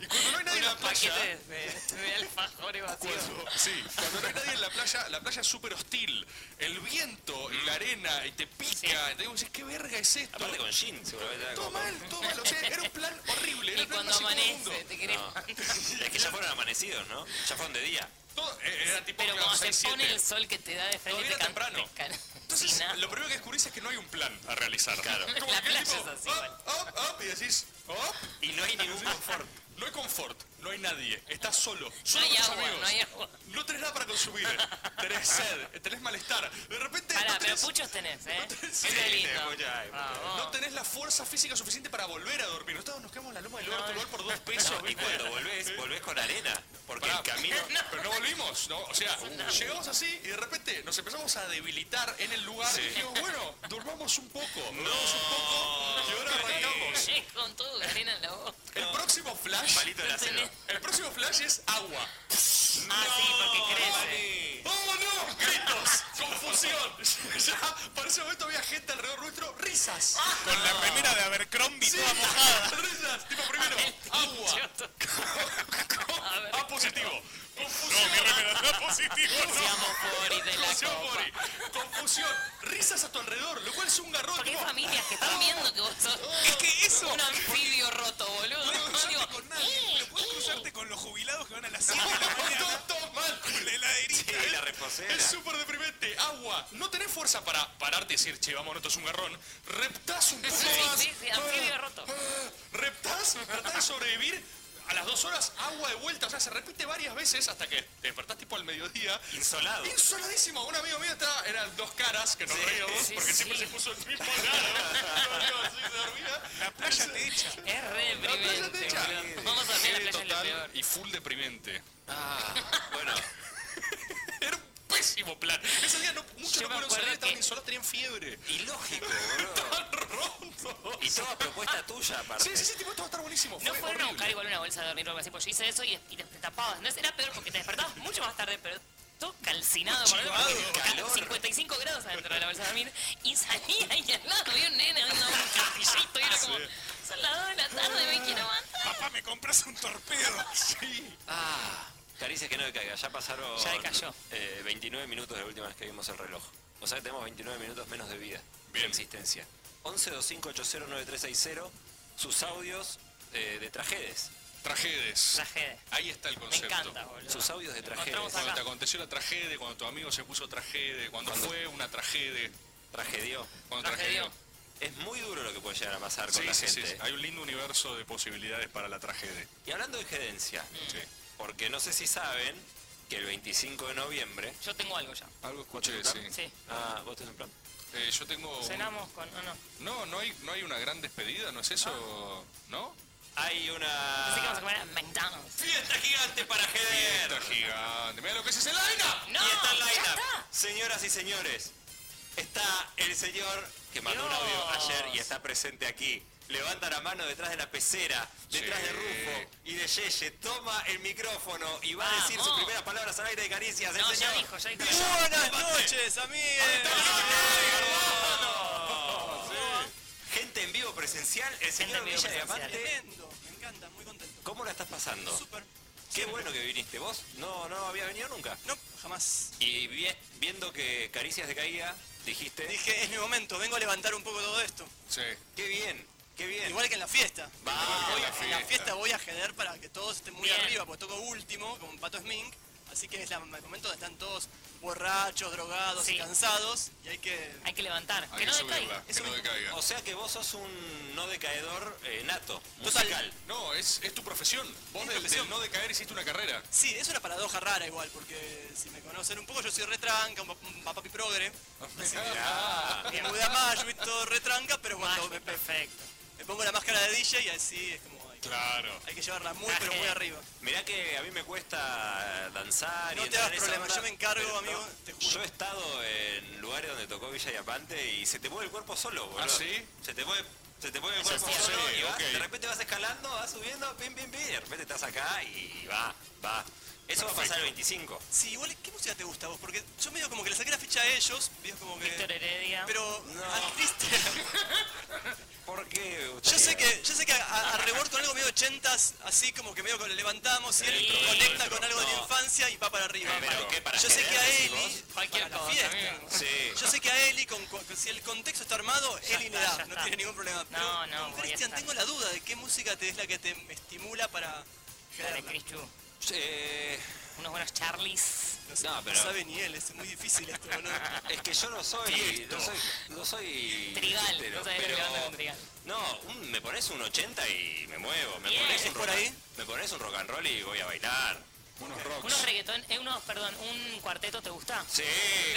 F: Y cuando no hay nadie en la
H: Unos
F: playa.
H: paquetes de, de alfajores vacíos.
F: Cuando, sí, cuando no hay nadie en la playa, la playa es súper hostil. El viento y la arena y te pica.
H: Sí.
F: Entonces vos decís, ¿qué verga es esto?
G: Aparte con jean, seguramente. era
F: Todo
G: como-
F: mal, todo mal. O sea, era un plan horrible. Era
H: Y
F: el plan
H: cuando
F: más inmundo del
H: amanece,
F: mundo.
H: te querés.
G: Es que ya fueron amanecidos, ¿no? Ya fueron de día.
F: Todo- eh, era tipo
H: Pero
F: claro,
H: cuando
F: seis,
H: se pone
F: siete.
H: el sol que te da de frente,
F: Todavía
H: te
F: era
H: can-
F: temprano.
H: te can-
F: Entonces,
H: nada.
F: lo primero que descubrís es que no hay un plan a realizar. Claro.
H: La playa es así, igual.
F: Op, op, y decís, op.
G: Y no hay ningún confort.
F: No hay confort, no hay nadie. Estás solo.
H: No
F: Solo
H: hay
F: con tus
H: agua,
F: amigos.
H: no hay agua.
F: No tenés nada para
D: subir, tenés sed, tenés malestar. De repente.
H: Pará,
D: no
H: pero
D: tenés-
H: puchos tenés, ¿eh?
D: Sí,
H: Eso es
D: te
H: lindo. Oh.
D: apoyás,
H: Vamos.
D: No tenés la fuerza física suficiente para volver a dormir. Nosotros nos quedamos en la loma del
H: No,
D: orto
H: no.
D: igual por dos pesos.
G: Y cuando volvés, volvés con arena. Porque el camino.
D: Pero no volvimos, ¿no? O sea, llegamos así y de repente nos empezamos a debilitar en el lugar. Y dijimos, bueno, durmamos un poco, durmamos un poco y ahora arrancamos.
H: Che, con todo la arena en la boca.
D: El próximo flash.
G: Palito de acero.
D: El próximo flash es agua.
H: Ah, sí, porque crece.
D: ¡Oh, no! ¡Gritos! ¡Confusión! ya, para ese momento había gente alrededor nuestro, risas.
A: Con la remera de Abercrombie
D: Sí,
A: toda mojada.
D: risas. Tipo primero, agua. Ah, A positivo.
A: No,
D: Confusión.
A: mi remera da positivo.
H: Seamos pobres de la
D: Confusión,
H: copa.
D: Bori. Confusión. Risas a tu alrededor, lo cual es un garrón.
H: Porque hay
D: tipo, ¡Ah!
H: familias que están viendo que vos sos
A: Es que eso.
H: un anfibio roto, boludo.
A: No puedes
H: Yo digo,
A: cruzarte con nadie. No puedes cruzarte con los jubilados que van a las 7 de la mañana.
D: Todo, todo mal.
A: Con la heladerita.
G: Sí, la reposera.
D: Es súper deprimente. Agua. No tenés fuerza para pararte y decir, che, vámonos, esto es un garrón. Reptás un poco
H: Sí,
D: más. Ah,
H: sí, sí, anfibio roto.
D: Reptás, tratás de sobrevivir. A las dos horas, agua de vuelta. O sea, se repite varias veces hasta que te despertás tipo al mediodía.
G: Insolado.
D: Insoladísimo. Un amigo mío estaba, eran dos caras que nos reíamos
H: sí,
D: porque
H: sí.
D: siempre se puso el mismo lado. No, no, sí, se dormía.
A: La playa te echa.
H: es re
D: La playa te
H: deprimente,
D: echa.
H: boludo. Vamos a hacer la playa es lo
F: Total
H: peor. Ah.
F: y full deprimente.
G: Bueno,
D: Era un pésimo plan. Ese día no, muchos
H: Yo
D: no pudieron
H: me acuerdo
D: salir, estaban
H: que-
D: insolados, tenían fiebre.
G: ilógico, boludo.
D: Rondo.
G: Y toda propuesta tuya, aparte.
D: Sí, sí, sí, tipo, esto va a estar buenísimo.
H: No
D: Fue
H: fueron a
D: horrible.
H: buscar igual una bolsa de dormir o algo así, porque yo hice eso y, y te, te tapabas. No era peor porque te despertabas mucho más tarde, pero todo calcinado por dentro, porque
G: calor.
H: 55 grados adentro de la bolsa de dormir. Y salía y al lado había un nene dando un chasquillito y era como, son las 2 de la tarde, me quiero matar.
A: Papá, me compras un torpedo.
G: Ah, caricias que no decaiga. Ya pasaron.
H: Ya decayó.
G: eh, 29 minutos de la última vez que vimos el reloj. O sea que tenemos 29 minutos menos de vida. De existencia. 1125809360. Sus audios eh, de tragedias.
F: Tragedes.
H: Tragedia.
F: Ahí está el
H: Me
F: concepto.
H: encanta, boludo.
G: Sus audios de tragedias.
H: Encontramos
F: Cuando te
H: acá.
F: aconteció la tragedia, cuando tu amigo se puso tragedia, cuando fue una tragedia,
G: Tragedió.
F: cuando
H: Tragedió.
F: tragedió.
G: Es muy duro lo que puede llegar a pasar con
F: Sí,
G: la
F: sí, sí,
G: gente.
F: sí. Hay un lindo universo de posibilidades para la tragedia.
G: Y hablando de gerencia,
H: Mm.
F: Sí.
G: porque no sé si saben que el 25 de noviembre.
H: Yo tengo algo ya.
F: Algo escuché, sí.
H: Sí.
G: Ah, ¿vos tenés un plan?
F: Eh, yo tengo. un-
H: Cenamos con. No, no.
F: No, no hay, no hay una gran despedida, ¿no es eso? ¿No?
G: Hay
H: Así Ah. que vamos a
G: una.
H: comer a McDonald's.
G: Fiesta gigante para
F: Fiesta
G: Geder.
F: gigante. Mira lo que es ese lineup.
H: ¡No!
G: y está el
H: ¡Ya
G: lineup.
H: está!
G: Señoras y señores, está el señor que mandó un audio
H: Dios.
G: ayer y está presente aquí. Levanta la mano detrás de la pecera, detrás
F: Sí.
G: de Rufo y de Yeye. Toma el micrófono y va a decir
H: Vamos.
G: sus primeras palabras al aire de caricias. El
H: No, ya
G: señor.
H: dijo, ya dijo.
G: Buenas noches.
I: noches, amigos.
G: Gente en vivo presencial, el señor
H: en vivo
G: Villa
H: presencial.
G: Diamante.
I: Tremendo, me encanta, muy contento.
G: ¿Cómo la estás pasando?
I: Súper.
G: Qué bueno que viniste. ¿Vos no, no había venido nunca?
I: No, jamás.
G: Y vi- viendo que Caricias de Caída, dijiste...
I: Dije, es mi momento, vengo a levantar un poco todo esto.
F: Sí.
G: ¡Qué bien! ¡Qué bien!
I: Igual que en la fiesta.
G: Va,
I: Voy-
G: la
I: en la fiesta voy a jeder para que todos estén muy
H: Bien.
I: arriba, porque toco último, como Pato Smink. Así que es la- el momento donde están todos borrachos, drogados
H: Sí.
I: y cansados. Y hay que...
H: Hay que levantar.
F: Hay
H: que
F: que,
H: no decaiga.
F: subirla, que no decaiga.
G: O sea que vos sos un no decaedor eh, nato,
I: Total.
G: musical.
F: No, es, es tu profesión. Vos
I: Es
F: del-
I: profesión.
F: del no decaer hiciste una carrera.
I: Sí, es una paradoja rara igual, porque si me conocen un poco, yo soy retranca, un, pap- un papi progre. Me mudé a Mayo todo retranca, pero cuando me,
H: Mayo, perfecto.
I: me pongo la máscara de DJ y así es como... Hay que,
F: Claro.
I: hay que llevarla muy, pero muy arriba.
G: Mirá que a mí me cuesta danzar
I: No
G: y
I: te
G: entrar
I: hagas
G: en esa
I: problema,
G: onda,
I: yo me encargo,
G: pero
I: amigo, te juro.
G: Yo he estado en lugares donde tocó Villa Diamante y se te mueve el cuerpo solo, boludo.
F: ¿Ah, sí?
G: Se te mueve, se te mueve el
H: Eso
G: cuerpo
H: es
G: solo
F: cierto.
G: y vas,
F: Sí, ok.
G: de repente vas escalando, vas subiendo, pim, pim, pim, y de repente estás acá y va, va. Eso va a pasar el 25.
I: Sí, igual, ¿qué música te gusta a vos? Porque yo medio como que le saqué la ficha a ellos, medio como que...
H: Víctor Heredia.
I: Pero,
G: No.
I: ah, ¿viste?
G: ¿Por qué?
I: yo sé
G: Gustavo?
I: que, yo sé que a, a- a Rebord con algo medio ochentas, así como que medio que lo levantamos y él
H: Dentro,
I: conecta
G: dentro.
I: con algo de la
G: No. Eh,
I: infancia y va para arriba.
G: ¿Pero qué? ¿Para
I: yo sé que a
G: Geder, decís
I: Eli,
G: vos?
H: Cualquier
I: para la
H: cosa,
I: fiesta,
H: amigo.
G: Sí.
I: yo sé que a Eli, con, cu- si el contexto está armado, Eli
H: está,
I: le
H: ya
I: da, no
H: está.
I: tiene ningún problema. Pero
H: No, no,
I: con
H: voy a
I: Cristian
H: estar.
I: tengo la duda de qué música te es la que te estimula para...
H: Dale,
I: quedarla.
H: Crichu.
G: Eh,
H: Unos buenos Charlies.
I: No, sé,
G: No,
I: no
G: Ah, pero-
I: sabe ni él, es muy difícil esto, boludo.
G: Es que yo no soy. No soy. No soy
H: Trigal.
G: fiestero,
H: No sabés lo que onda con Trigal.
G: No, un- me pones un 80 y me muevo. Me
H: Bien.
G: pones
H: ¿Es
G: un
I: por
G: rock and-
I: ahí?
G: Me pones un rock and roll y voy a bailar.
F: Unos rocks.
H: Unos reggaetón, eh, unos, perdón, un cuarteto, ¿te gusta?
G: Sí,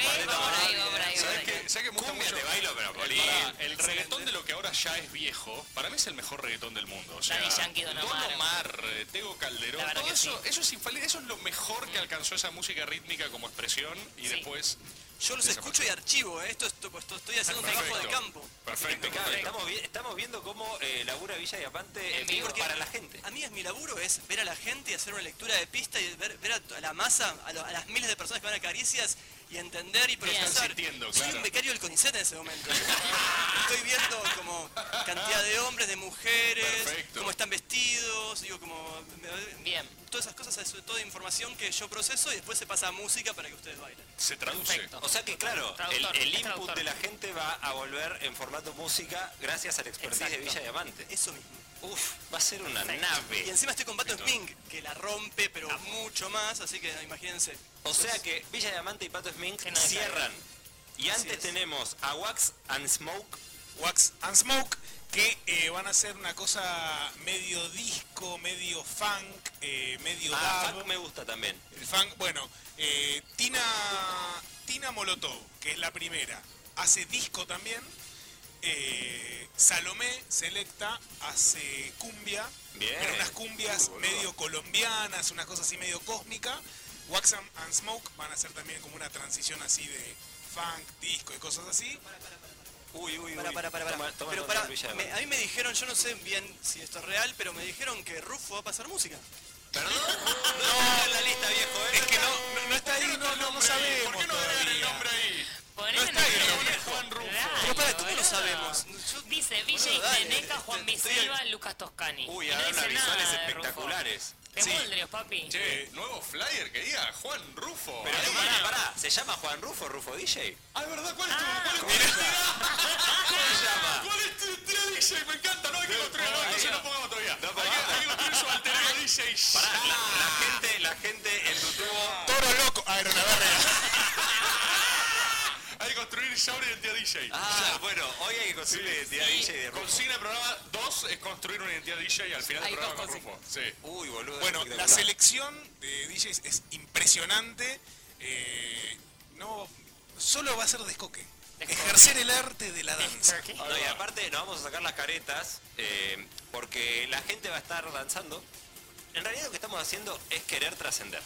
H: cuarteto. Va por ahí, va por ahí, va por
F: ¿Sabes
H: ahí.
F: qué? ¿Sabes qué me gusta
G: Cumbia
F: mucho?
G: te bailo, pero
F: El-
G: Polín.
F: pará, El, reggaetón de lo que ahora ya es viejo, para mí es el mejor reggaetón del mundo. O sea,
H: Daddy Yankee, Don Omar.
F: Don Omar, eh, Tego Calderón,
H: La verdad
F: todo
H: que Mm.
F: eso, eso es infalible, eso es lo mejor que alcanzó esa música rítmica como expresión y después...
I: Yo los escucho y archivo, eh, esto, es- esto- esto- estoy haciendo un trabajo de campo.
F: Perfecto,
G: Impecable.
F: perfecto.
G: Estamos, vi- estamos viendo cómo eh, labura Villa y Apante
I: vivo. Porque-
G: para la gente.
I: A mí es mi laburo, es ver a la gente y hacer una lectura de pista y ver, ver a, t- a la masa, a, lo- a las miles de personas que van a caricias y entender y procesar.
F: sintiendo,
I: Soy
F: claro.
I: un becario del CONICET en ese momento. Estoy viendo como cantidad de hombres, de mujeres,
F: Perfecto.
I: cómo están vestidos, digo como... me-
H: Bien.
I: Todas esas cosas es toda información que yo proceso y después se pasa a música para que ustedes bailen.
F: Se traduce.
H: Perfecto.
G: O sea que, claro, el,
H: Traductor,
G: el
H: es
G: input
H: traductor.
G: de la gente va a volver en formato música gracias al expertise de
H: Exacto.
G: Villa Diamante.
I: Eso mismo.
G: Uf, va a ser una
I: Y
G: nave.
I: encima estoy con Pato Smink, que la rompe, pero mucho más, así que imagínense.
G: O sea que Villa Diamante y Pato Smink
H: Que no decae.
G: cierran. Y
I: Así
G: antes
I: es.
G: tenemos a Wax and Smoke.
A: Wax and Smoke, que eh, van a hacer una cosa medio disco, medio funk, eh, medio
G: Ah,
A: dub.
G: Fuck me gusta también.
A: El funk, bueno, eh, Tina, Tina Molotov, que es la primera, hace disco también. Eh, Salomé Selecta hace cumbia,
G: Bien.
A: pero unas cumbias medio colombianas, una cosa así medio cósmica. Wax and, and Smoke van a hacer también como una transición así de funk, disco y cosas así.
G: Uy, uy, uy.
I: Para, para, para, para.
G: Toma- toma
I: pero
G: nota,
I: para,
G: Villa
I: me-
G: Diamante.
I: a mí me dijeron, yo no sé bien si esto es real, pero me dijeron que Rufo va a pasar música.
G: ¿Perdón? No, en la lista, viejo. ¿eh?
A: Es que no, no, no está ahí, no, no, no sabemos.
F: ¿Por qué no agregan el
A: todavía.
F: nombre ahí?
H: Ponelo
F: No
H: en
F: está ahí,
H: el-
F: lo pone Juan Rufo.
H: Dale,
I: Pero para, ¿cómo lo
H: boludo.
I: sabemos? Yo-
H: Dice Villa
I: Boludo, dale,
H: Iteneca, Juan
I: estoy- estoy-
H: Biselva, Lucas Toscani.
G: Uy,
H: Y no
G: habrá
H: dice
G: unas
H: nada
G: visuales
H: de Rufo.
G: espectaculares.
H: Te
A: Sí.
H: moldrios, papi.
F: Che, nuevo flyer que diga Juan Rufo.
G: Pero
F: Ahí.
G: pará, pará. ¿Se llama Juan Rufo, Rufo DJ?
F: Ah, es verdad, ¿cuál es tu
H: Ah.
F: cuál es tu
G: Mirá.
F: ¿Cómo
G: se llama?
F: ¿Cuál es tu tía DJ? Me encanta, no hay que construir, no, entonces no pongamos todavía.
G: No
F: hay,
G: pongamos.
F: que, hay que construir su alter ego DJ.
G: Pará, la, la gente, la gente en tu tubo.
F: Ah.
A: Toro loco, aeronavarra.
F: Hay que construir ya una identidad DJ.
G: Ah, bueno, hoy hay que conseguir la identidad DJ de Rufo.
F: Consigna del programa 2 es construir una identidad DJ al final del programa con Rufo. Sí.
G: Uy, boludo.
A: Bueno, la
G: espectacular.
A: selección de DJs es impresionante. Eh, no, solo va a ser descoque.
H: Descoque.
A: Ejercer el arte de la danza.
H: Turkey.
G: No, y aparte nos vamos a sacar las caretas eh, porque la gente va a estar danzando. En realidad lo que estamos haciendo es querer trascender,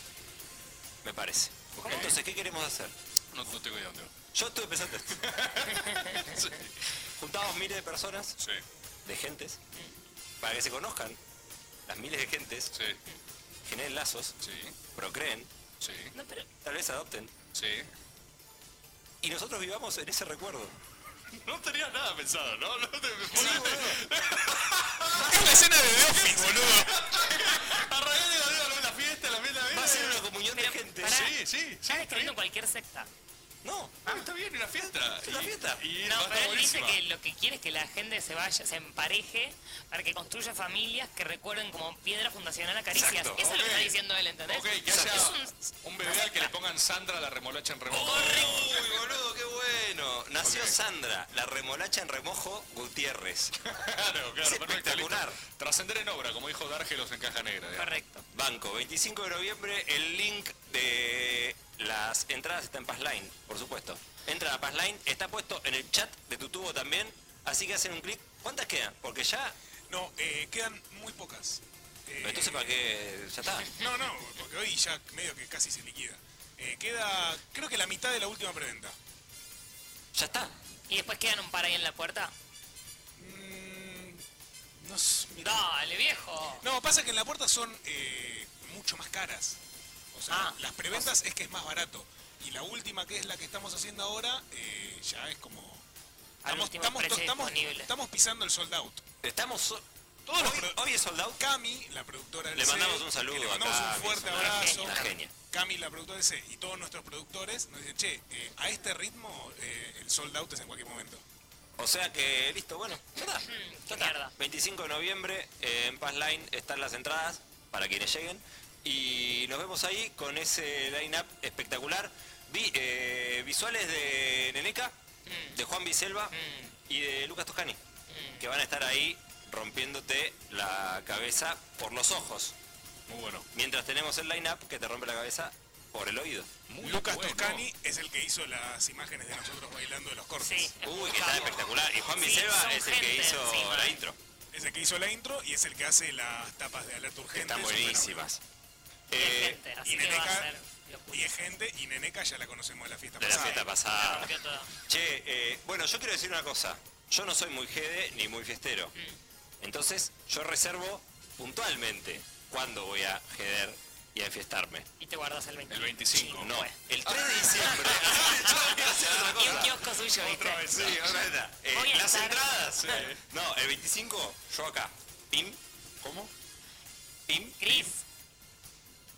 G: me parece. Entonces, ¿qué queremos hacer?
F: No, no tengo idea dónde va.
G: Yo estuve pensando esto.
F: Sí.
G: Juntamos miles de personas,
F: Sí.
G: de gentes, para que se conozcan. Las miles de gentes
F: Sí.
G: generen lazos,
F: Sí.
G: procreen,
F: Sí.
H: No, pero
G: tal vez adopten.
F: Sí.
G: Y nosotros vivamos en ese recuerdo.
F: No tenía nada pensado, ¿no? No te
A: Es la escena de The Office, boludo.
F: Arraigale la vida, la fiesta, la fiesta, la
G: Va a ser una
F: fiesta.
G: comunión de
H: Pero,
G: gente.
H: pará.
F: Sí, sí, sí,
H: estás
F: está
H: escribiendo
F: bien.
H: en cualquier secta.
G: No,
F: Ah, está bien, una fiesta.
G: Es una
F: Y-
G: fiesta.
F: Y
H: No,
F: va a estar
H: pero él dice
F: buenísima.
H: que lo que quiere es que la gente se vaya, se empareje para que construya familias que recuerden como piedra fundacional a caricias.
G: Exacto,
H: Eso es
F: ok.
H: lo que está diciendo él, ¿entendés?
F: Ok, que
H: Es
F: haya
H: un-
F: un bebé al que le pongan Sandra la remolacha en remojo.
G: Uy, boludo, qué bueno. Nació Sandra, la remolacha en remojo Gutiérrez.
F: claro, claro, perfecto.
G: Espectacular.
F: listo. Trascender en obra, como dijo Dargelos en Caja Negra. digamos.
H: Correcto.
G: Banco, 25 de noviembre, el link de las entradas está en Passline, por supuesto. Entra a Passline, está puesto en el chat de tu tubo también, así que hacen un clic. ¿Cuántas quedan? Porque ya...
A: No, eh, quedan muy pocas. Eh,
G: Entonces, ¿para qué? Ya está.
A: No, no, porque hoy ya medio que casi se liquida. Eh, queda, creo que la mitad de la última preventa.
G: Ya está.
H: Y después quedan un par ahí en la puerta.
A: Mm, no, s- mira.
H: Dale, viejo.
A: No, pasa que en la puerta son eh, mucho más caras. O sea,
H: Ah.
A: las preventas es que es más barato. Y la última, que es la que estamos haciendo ahora, eh, ya es como...
H: Al
A: Estamos,
H: último
A: estamos,
H: precio
A: estamos,
H: disponible.
A: estamos pisando el sold out.
G: Estamos... so-
A: Todos los
G: hoy,
A: pro-
G: hoy es sold out.
A: Cami, la productora del
G: Le
A: C,
G: mandamos un saludo
A: que Le mandamos
G: acá,
A: un
G: que es
A: fuerte
G: una
A: abrazo.
G: genia, una genia.
A: Cami, la productora del C, y todos nuestros productores nos dicen, che, eh, a este ritmo eh, el sold out es en cualquier momento.
G: O sea que, listo, bueno, ya está.
H: Qué mierda.
G: 25 de noviembre eh, en Paz Line están las entradas para quienes lleguen. Y nos vemos ahí con ese line-up espectacular. Vi- eh, visuales de Neneca, de Juan Viselva y de Lucas Toscani, que van a estar ahí rompiéndote la cabeza por los ojos.
F: Muy bueno.
G: Mientras tenemos el line-up que te rompe la cabeza por el oído.
A: Lucas Toscani es el que hizo las imágenes de nosotros bailando de los cortes.
G: Uy, que está espectacular. Y Juan Viceva es el que hizo la intro.
A: Es el que hizo la intro y es el que hace las tapas de alerta urgente.
G: Están buenísimas.
A: Eh,
H: así
A: y
H: que va a
A: Neneca,
H: ser
A: y es gente, y Neneca ya la conocemos de la fiesta
G: De la
A: pasada.
G: fiesta pasada. Che, eh, bueno, yo quiero decir una cosa. Yo no soy muy jede ni muy fiestero.
H: Mm.
G: Entonces, yo reservo puntualmente cuándo voy a jeder y a enfiestarme.
H: Y te guardas el 20.
G: El 25. No, el 3 de diciembre.
H: y un kiosco suyo, ¿viste?
G: Sí, ahora está. Eh,
H: Voy a
G: las
H: estar-
G: entradas. eh, No, el 25, yo acá. Pim. ¿Cómo? Pim.
H: Cris.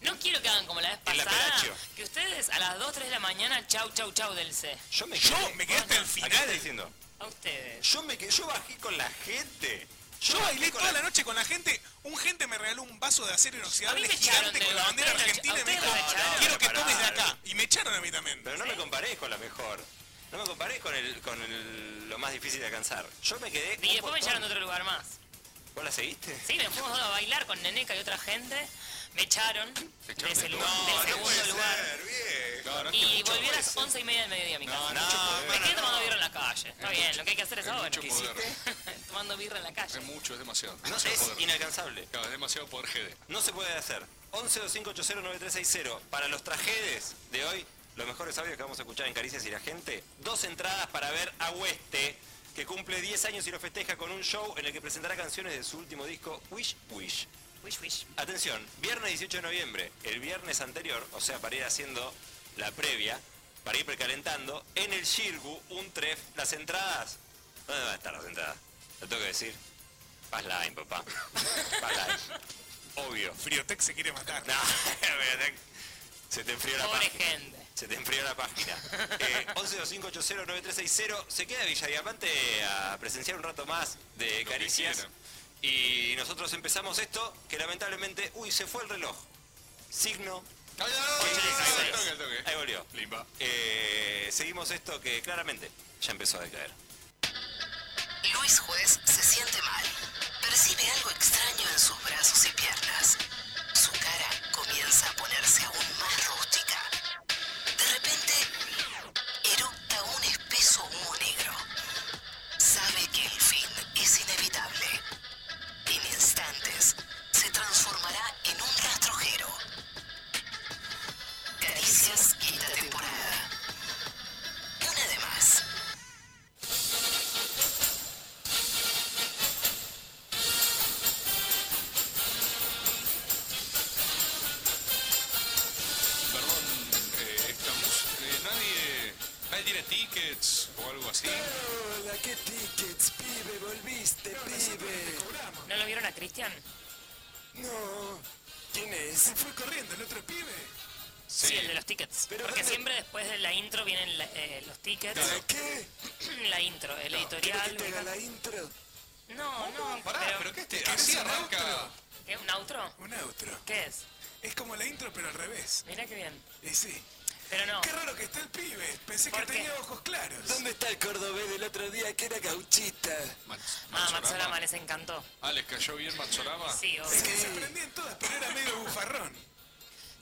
H: No quiero que hagan como la vez
G: El
H: pasada.
G: apelacho.
H: Que ustedes a las 2, 3 de la mañana, chau, chau, chau del C.
G: Yo me quedé, me quedé hasta el final. diciendo?
H: A ustedes.
G: Yo me quedé, yo bajé con la gente.
A: Yo bailé toda la noche con la gente. Un gente me regaló un vaso de acero
G: A
A: inoxidable
G: mí me echaron
A: gigante
G: de
A: con la bandera
G: banda,
A: argentina y me
G: a
A: dijo,
G: ustedes los echaron.
A: quiero que
G: Pará. eh.
A: tomes de acá. Y me echaron a mí también.
G: Pero no me comparé con la mejor. No me comparé con el con el- lo más difícil de alcanzar. Yo me quedé.
H: Y después me echaron de otro lugar más.
G: ¿Vos la seguiste?
H: Sí, me fuimos a bailar con Neneca y otra gente. Me echaron de ese lugar,
G: No,
H: del
G: no
H: segundo
G: puede
H: lugar.
G: ser, bien. No, no es que
H: y
G: mucho
H: volví a
G: puede
H: las
G: ser.
H: 11 y media del mediodía a mi casa.
G: no,
H: me
G: no,
H: quedé
G: no.
H: tomando birra en la calle. Está
F: Es
H: bien,
F: mucho-
H: lo que hay que hacer es
F: es
H: ahora.
F: mucho poder.
H: tomando birra en la calle.
F: Es mucho, es demasiado.
G: No,
F: Demasiado
G: es
F: poder.
G: inalcanzable.
F: Claro, es demasiado poder GD.
G: No se puede hacer. 1125809360. Para los trajedes de hoy, los mejores audios que vamos a escuchar en Caricias y la gente. Dos entradas para ver a Hueste, que cumple 10 años y lo festeja con un show en el que presentará canciones de su último disco, Wish Wish.
H: Wish Wish.
G: Atención, viernes 18 de noviembre, el viernes anterior, o sea, para ir haciendo la previa, para ir precalentando, en el Shirgu, un tref, las entradas. ¿Dónde van a estar las entradas? Lo tengo que decir. Paz line, papá. Paz line. Obvio.
A: Friotec se quiere matar.
G: No, Friotec. Se te enfrió la
H: Pobre
G: página.
H: gente.
G: Se te enfrió la página. Eh, 1125809360. Se queda Villa Diamante a presenciar un rato más de Caricias. Y nosotros empezamos esto, que lamentablemente, uy, se fue el reloj. Signo.
F: Al
G: 86.
F: toque, al toque.
G: Ahí volvió.
F: Limba.
G: Eh, seguimos esto que claramente ya empezó a decaer.
E: Luis Juez se siente mal. Percibe algo extraño en sus brazos y piernas. Su cara comienza a ponerse aún más rústica. De repente, eructa un espeso humo negro. Sabe que el fin es inevitable. En instantes, se transformará en un rastrojero. Caricias quinta temporada. Una de más.
F: Perdón, eh, esta música. eh, nadie. Nadie tiene tickets o algo así.
J: Hola, qué tickets, pibe, volviste, pibe.
H: ¿No lo vieron a Cristian?
J: No, ¿quién es? Se fue corriendo el otro pibe.
H: Sí, el de los tickets. Porque siempre después de la intro vienen la- eh, los tickets.
J: Claro. qué?
H: La intro, el
J: ¿Quieres
H: editorial.
J: que te haga la intro?
H: No, no,
F: Pará, pero, que este. Así arranca.
H: ¿Qué, ¿Un outro?
A: Un outro.
H: ¿Qué es?
A: Es como la intro, pero al revés.
H: Mira qué bien.
A: Y sí.
H: Pero no.
A: Qué raro que está el pibe. Pensé que tenía ojos claros.
J: ¿Dónde está el cordobés del otro día que era gauchista?
H: Ah, Matsorama les encantó.
F: Ah, les cayó bien Matsorama.
H: Sí, obvio.
A: Es que se prendían todas, pero era medio bufarrón.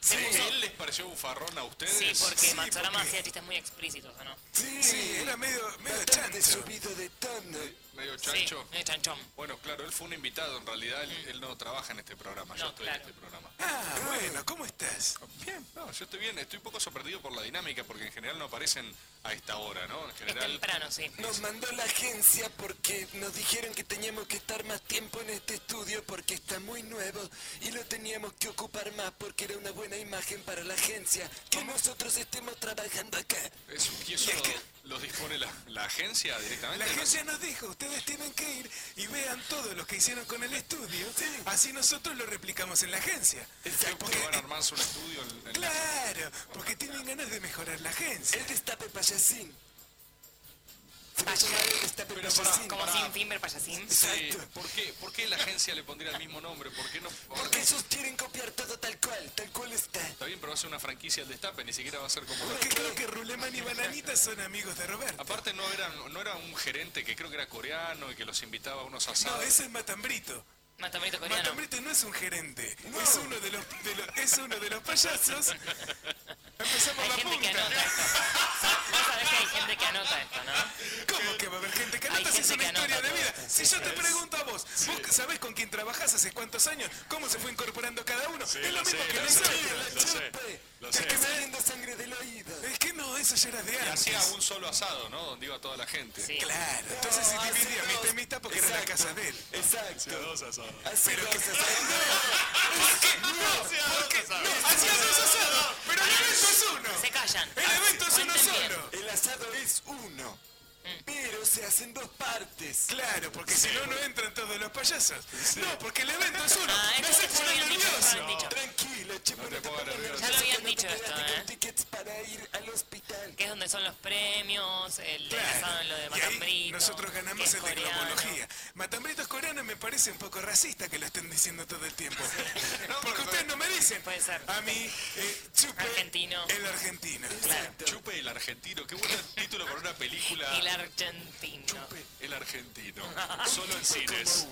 F: Sí,
H: puso-
F: ¿Él les pareció bufarrón a ustedes?
H: Sí, porque Matsorama hacía chistes muy explícitos, ¿o no?
J: Sí,
A: era medio, medio
J: bastante subido de tono.
F: Medio chancho.
H: medio chanchón.
F: Bueno, claro, él fue un invitado. En realidad, él, él no trabaja en este programa. yo
H: No,
F: estoy
H: claro.
F: en este programa.
A: Ah, bueno, ¿cómo estás?
F: Bien, no, yo estoy bien. Estoy un poco sorprendido por la dinámica porque en general no aparecen a esta hora, ¿no? En
H: Es
F: general.
H: temprano, sí.
J: Nos mandó la agencia porque nos dijeron que teníamos que estar más tiempo en este estudio porque está muy nuevo y lo teníamos que ocupar más porque era una buena imagen para la agencia que nosotros estemos trabajando acá.
F: Eso, ¿Y eso lo dispone la, la agencia directamente?
A: La
F: ¿no?
A: agencia nos dijo, ustedes tienen que ir y vean todo lo que hicieron con el estudio. Así nosotros lo replicamos en la agencia.
F: Porque van a armarse un estudio en, en-
A: Claro, porque tienen ganas de mejorar la agencia.
J: El destape payasín. Se va a llamar el destape
F: Pero pará,
J: payasín.
H: Como
F: pará.
H: sin Timber Payasín.
F: Sí,
J: Exacto.
F: ¿por, qué, ¿Por qué la agencia le pondría el mismo nombre? ¿Por qué no?
J: Porque ellos quieren copiar todo tal cual, tal cual está.
F: Está bien, pero va a ser una franquicia al destape, ni siquiera va a ser como...
A: Porque creo que Ruleman y Bananita son amigos de Roberto.
F: Aparte no era, no era un gerente que creo que era coreano y que los invitaba a unos
A: No,
F: asados.
A: ese es Matambrito.
H: Matambrito coreano.
A: Matambrete no es un gerente, es, uno de los, de los- es uno de los payasos. Empezamos la punta.
H: Vos sabés que hay gente que anota esto, ¿no?
A: ¿Cómo que va a haber gente que anota si es una
H: gente que
A: historia
H: anota
A: de vida?
H: todo.
A: Si
H: Sí,
A: yo te
H: sí.
A: pregunto a vos, ¿vos sabés con quién trabajás hace cuántos años? ¿Cómo se fue incorporando cada uno? es lo
F: lo
A: mismo
F: sé,
A: que
F: lo
A: nosotros.
F: sé, lo sé, lo sé.
A: que saliendo sangre del oído. Es que no, eso ya era de
F: Y
A: antes.
F: hacía un solo asado, ¿no? Donde iba toda la gente.
A: Claro, entonces se dividía mitad y mitad porque era la casa de él.
J: Exacto.
F: Hacía dos asados.
A: Pero que se ¿Por qué? No, ¿por qué? No, hacía dos asados, pero el evento es uno.
H: Se callan.
A: El evento es uno
H: Cuenten bien. Mm.
A: solo.
J: El asado es uno, pero se hacen dos partes.
A: Claro, porque si no, no entran todos los payasos. No, porque el evento es uno.
H: Ah,
A: Me
H: esto
A: hace
H: ya lo
A: poner
H: habían dicho, ya lo habían
A: nervioso.
H: dicho.
J: Tranquilo, chepo, no te
F: pongas
J: pongas
F: nervioso.
H: Ya lo habían
J: nervioso,
H: dicho
J: que no te
H: esto,
J: quedaste
H: ¿eh?
J: con tickets para ir al hospital.
H: Que es donde son los premios, el
A: Claro.
H: asado en lo de
A: Y ahí
H: Matambrito.
A: nosotros
H: que
A: ganamos
H: es
A: en
H: coreano.
A: tecnología. Matambritos coreanos me parece un poco racista que lo estén diciendo todo el tiempo. Porque ustedes no me dicen.
H: Puede ser.
A: A mí, eh, chupe
H: Argentino.
A: el argentino.
H: Claro.
F: Chupe el argentino, qué buen título para una película.
H: Y el argentino. Ah.
F: Chupe el argentino. Solo en cines.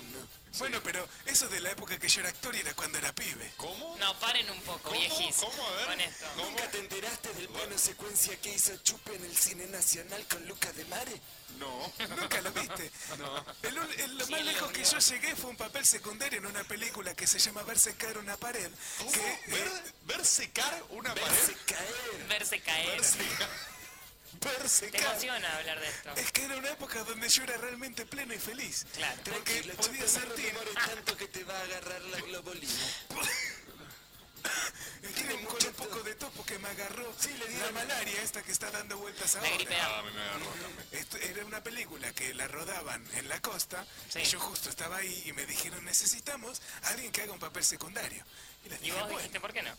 A: Bueno, pero eso es de la época que yo era actor y era cuando era pibe.
F: ¿Cómo?
H: No, paren un poco, viejís.
F: ¿Cómo? A ver.
H: Con esto.
J: ¿Nunca te enteraste del plano secuencia que hizo Chupe en el cine nacional con Lucas de Mare?
F: No.
A: Nunca lo viste. El ul- el- lo más lejos que yo llegué fue un papel secundario en una película que se llama Ver secar una pared. Que, eh,
F: ¿Ver, ver secar una pared?
J: Se caer.
H: Verse caer.
A: ver
H: Te
A: secar.
H: emociona hablar de esto.
A: Es que era una época donde yo era realmente pleno y feliz.
H: Claro.
A: Porque
J: Tranquilo, Chupe,
A: podía
J: no
A: sentir.
J: demores tanto que te va a agarrar la globolina.
A: Tiene un color poco de topo que me agarró. Sí, le di la malaria esta que está dando vueltas
H: La gripe
A: ahora.
H: A.
F: Ah, a mí me agarró también.
A: Esto era una película que la rodaban en la costa
H: Sí.
A: y yo justo estaba ahí y me dijeron necesitamos a alguien que haga un papel secundario. Y les
H: Y
A: dije,
H: vos
A: bueno,
H: dijiste, ¿por qué no?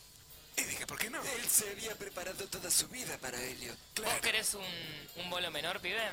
A: y dije, ¿por qué no?
J: Él se había preparado toda su vida para ello.
H: ¿Vos
A: Claro.
H: querés un, un bolo menor, pibe? ¿Eh?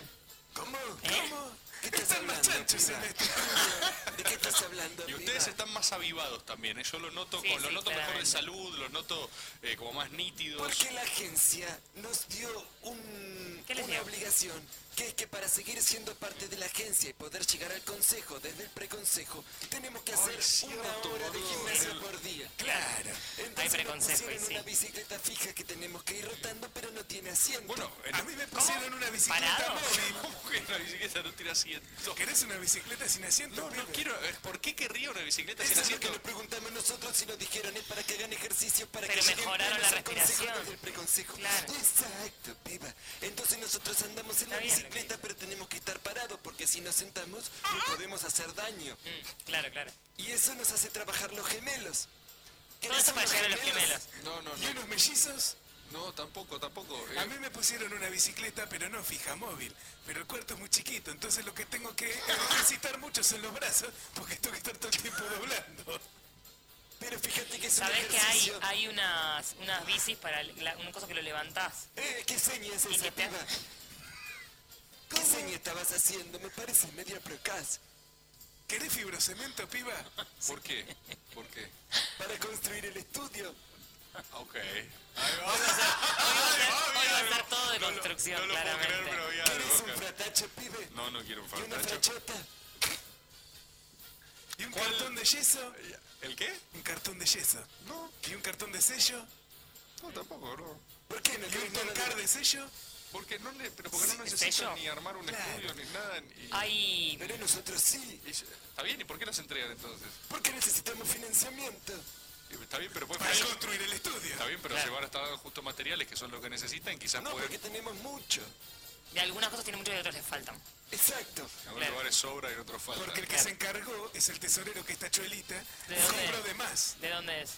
J: ¿Cómo?
A: ¿Cómo?
J: ¿Qué estás
A: Están más
J: hablando,
A: chanchos en
J: piba?
A: este.
J: ¿De qué estás hablando?
F: Y
J: piba?
F: ustedes están más avivados también, ¿eh? yo los noto,
H: Sí,
F: con- los
H: sí,
F: noto mejor de
H: claramente.
F: salud, los noto eh, como más nítidos.
J: Porque la agencia nos dio un,
H: ¿Qué les
J: una
H: dio?
J: obligación, que es que para seguir siendo parte de la agencia y poder llegar al consejo desde el preconsejo, tenemos que hacer una hora de gimnasia por día.
A: Claro.
H: Hay
J: Entonces nos
H: preconsejo y
J: pusieron
H: sí.
J: una bicicleta fija que tenemos que ir rotando, pero no tiene asiento. Ah,
F: Bueno, en-
A: A mí me pusieron una bicicleta
H: ¿Parado?
A: móvil.
F: ¿cómo que una bicicleta no tiene asiento?
A: ¿Querés una bicicleta sin asiento?
F: No, no
A: pibe?
F: quiero, eh, ¿por qué querría una bicicleta sin
J: Eso es lo que
F: asiento?
J: nos preguntamos nosotros y nos dijeron es para que hagan ejercicio, para
H: Pero
J: que lleguen
H: mejoraron
J: plenos
H: la
J: al consejo
H: respiración.
J: desde el preconsejo.
H: Claro.
J: Exacto, piba. Entonces nosotros andamos en
H: Está
J: la
H: bien lo que
J: bicicleta, pero tenemos que estar parados porque si nos sentamos nos podemos hacer daño.
H: Mm, claro, claro.
J: Y eso nos hace trabajar los gemelos.
H: Todo eso para llegar a los gemelos.
F: No, no,
A: ¿Y
F: no,
A: unos mellizos?
F: no, tampoco, tampoco. eh.
A: A mí me pusieron una bicicleta, pero no fija móvil. Pero el cuarto es muy chiquito, entonces lo que tengo que eh, ejercitar mucho son los brazos, porque tengo que estar todo el tiempo doblando.
J: Pero fíjate que es un
H: Sabés que hay,
J: ejercicio.
H: hay unas, unas bicis para la- una cosa que lo levantás.
J: Eh, ¿Qué seña es
H: Y que
J: esa,
H: te-
J: piba? ¿Qué seña estabas haciendo? Me parece media procas.
A: ¿Querés fibrocemento, piba?
F: ¿Por qué? ¿Por qué?
J: Para construir el estudio.
F: Ah, Ok.
H: Hoy va a ser,
F: Ah,
H: hoy va a
F: mira,
H: ser todo de
F: no lo-
H: construcción,
F: no lo puedo
H: claramente.
F: creer, pero vi algo
J: ¿Quieres un
F: acá.
J: fratacho, pibe?
F: No, no quiero un
J: ¿Y una
F: fantacho.
J: frachota?
A: ¿Y un
F: ¿Cuál?
A: cartón de yeso?
F: ¿El qué?
A: Un cartón de yeso.
F: No,
A: ¿Y un cartón de sello?
F: no, tampoco, no.
J: ¿Por qué
A: ¿Y
J: no
A: un
J: querés nada de-
A: toncar de sello?
F: Porque no, le, pero porque no
H: Sí,
F: necesitan
H: sello.
F: ni armar un
A: Claro.
F: estudio ni nada. ni-
H: Hay,
J: Pero nosotros sí,
F: y- Está bien, ¿y por qué las entregan entonces?
J: porque necesitamos financiamiento.
F: Está bien, pero pueden
A: Para
F: llevar-
A: construir el estudio.
F: Está bien, pero
H: Claro.
F: se van a estar dando justo materiales que son lo que necesitan, quizás
J: No,
F: pueden.
J: porque tenemos mucho.
H: de algunas cosas tienen mucho y de otras les faltan.
J: Exacto.
F: En algunos
H: Claro.
F: lugares sobra y en otros falta.
A: Porque el que se encargó es el tesorero que está chuelita
H: ¿De
A: y
H: dónde?
A: compró de más,
H: ¿De dónde es?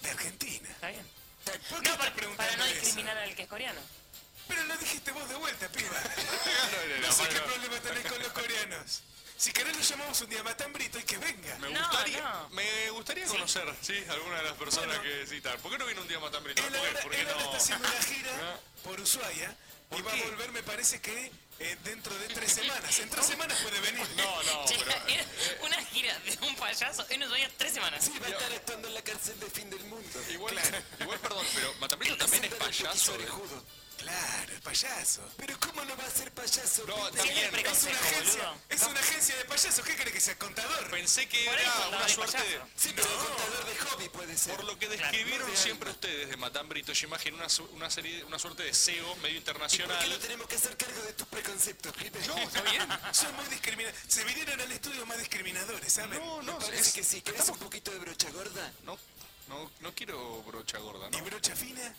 A: de Argentina.
H: ¿Está bien?
A: ¿Por qué
H: No,
A: estás
H: para, para
A: preguntando
H: no
A: eso?
H: discriminar al que es coreano.
A: Pero lo dijiste vos de vuelta, piba.
F: no,
A: No sé
F: para
A: qué
F: no.
A: problema tenés con los coreanos. Si querés lo llamamos un día Matambrito y que venga.
F: Me
H: No,
F: gustaría,
H: no.
F: Me gustaría conocer, sí, alguna de las personas que citan. ¿Por qué no viene un día más tan brillante?
A: Él ahora,
F: ¿Por qué
A: él ahora
F: no?
A: está
F: ¿Eh?
A: haciendo una gira
F: No.
A: por Ushuaia y
F: ¿Por
A: va
F: qué?
A: a volver, me parece que eh, dentro de tres semanas. En tres semanas puede venir.
F: No, no,
H: Che,
F: pero.
H: era una gira de un payaso en Ushuaia tres semanas.
J: Sí, va a estar actuando en la cárcel de fin del mundo.
F: Igual, igual, perdón, pero Matambrito también es
J: Preséntale un
F: payaso.
J: poquito
F: ¿eh?
J: orejudo.
A: Claro, el payaso.
J: Pero ¿cómo no va a ser payaso?
A: No,
J: Pepe?
A: es una agencia, es una agencia de payasos. ¿Qué crees que sea contador? Pensé que
F: Por era eso, una no, el suerte payaso. de-
J: Sí, pero contador de hobby puede ser.
F: Por lo que describieron siempre ustedes de Matambre y Toshima, que en una, su- una serie, una suerte de CEO medio internacional.
J: ¿Por qué no tenemos que hacer cargo de tus preconceptos, Pepe?
F: No, está bien.
A: Son muy discriminadores. Se vinieron al estudio más discriminadores, ¿saben?
F: No,
J: Me
F: no,
J: parece
F: es-
J: que sí. ¿Querés un poquito de brocha gorda?
F: No, no, no quiero brocha gorda, ¿no?
A: ¿Y brocha fina?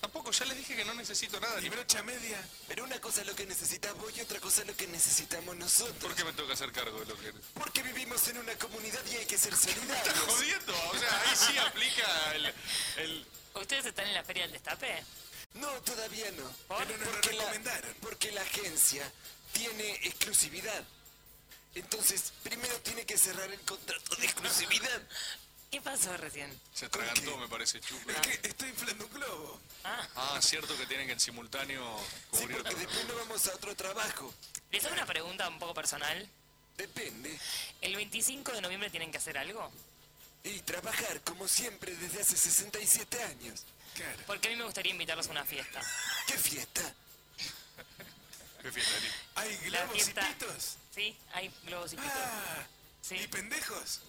F: Tampoco, ya les dije que no necesito nada.
A: ¿Y brocha media?
J: Pero una cosa es lo que necesitas vos y otra cosa es lo que necesitamos nosotros.
F: ¿Por qué me tengo que hacer cargo de lo que...
J: Porque vivimos en una comunidad y hay que ser
F: ¡Estás
J: solidarios.
F: jodiendo! O sea, ahí sí aplica el... el-
H: ¿Ustedes están en la feria del destape?
J: No, todavía no.
H: ¿Por?
J: Pero nos lo recomendaron. porque la agencia tiene exclusividad. Entonces, primero tiene que cerrar el contrato de exclusividad.
H: ¿Qué pasó recién?
F: Se atragantó, me parece, chulo.
J: eh,
A: Estoy inflando un globo.
F: Ah, cierto que tienen que en simultáneo
J: Sí,
F: cubrir
J: porque
F: todo.
J: después no vamos a otro trabajo.
H: Les hago una pregunta un poco personal.
J: Depende.
H: ¿El 25 de noviembre tienen que hacer algo?
J: Y trabajar, como siempre, desde hace 67 años.
A: Claro.
H: Porque a mí me gustaría invitarlos a una fiesta.
J: ¿Qué fiesta?
F: ¿Qué fiesta, Eli?
A: ¿Hay
H: La
A: globos y
H: fiesta.
A: pitos?
H: Sí, hay globos y pitos.
A: Ah,
H: Sí.
A: ¿Y pendejos?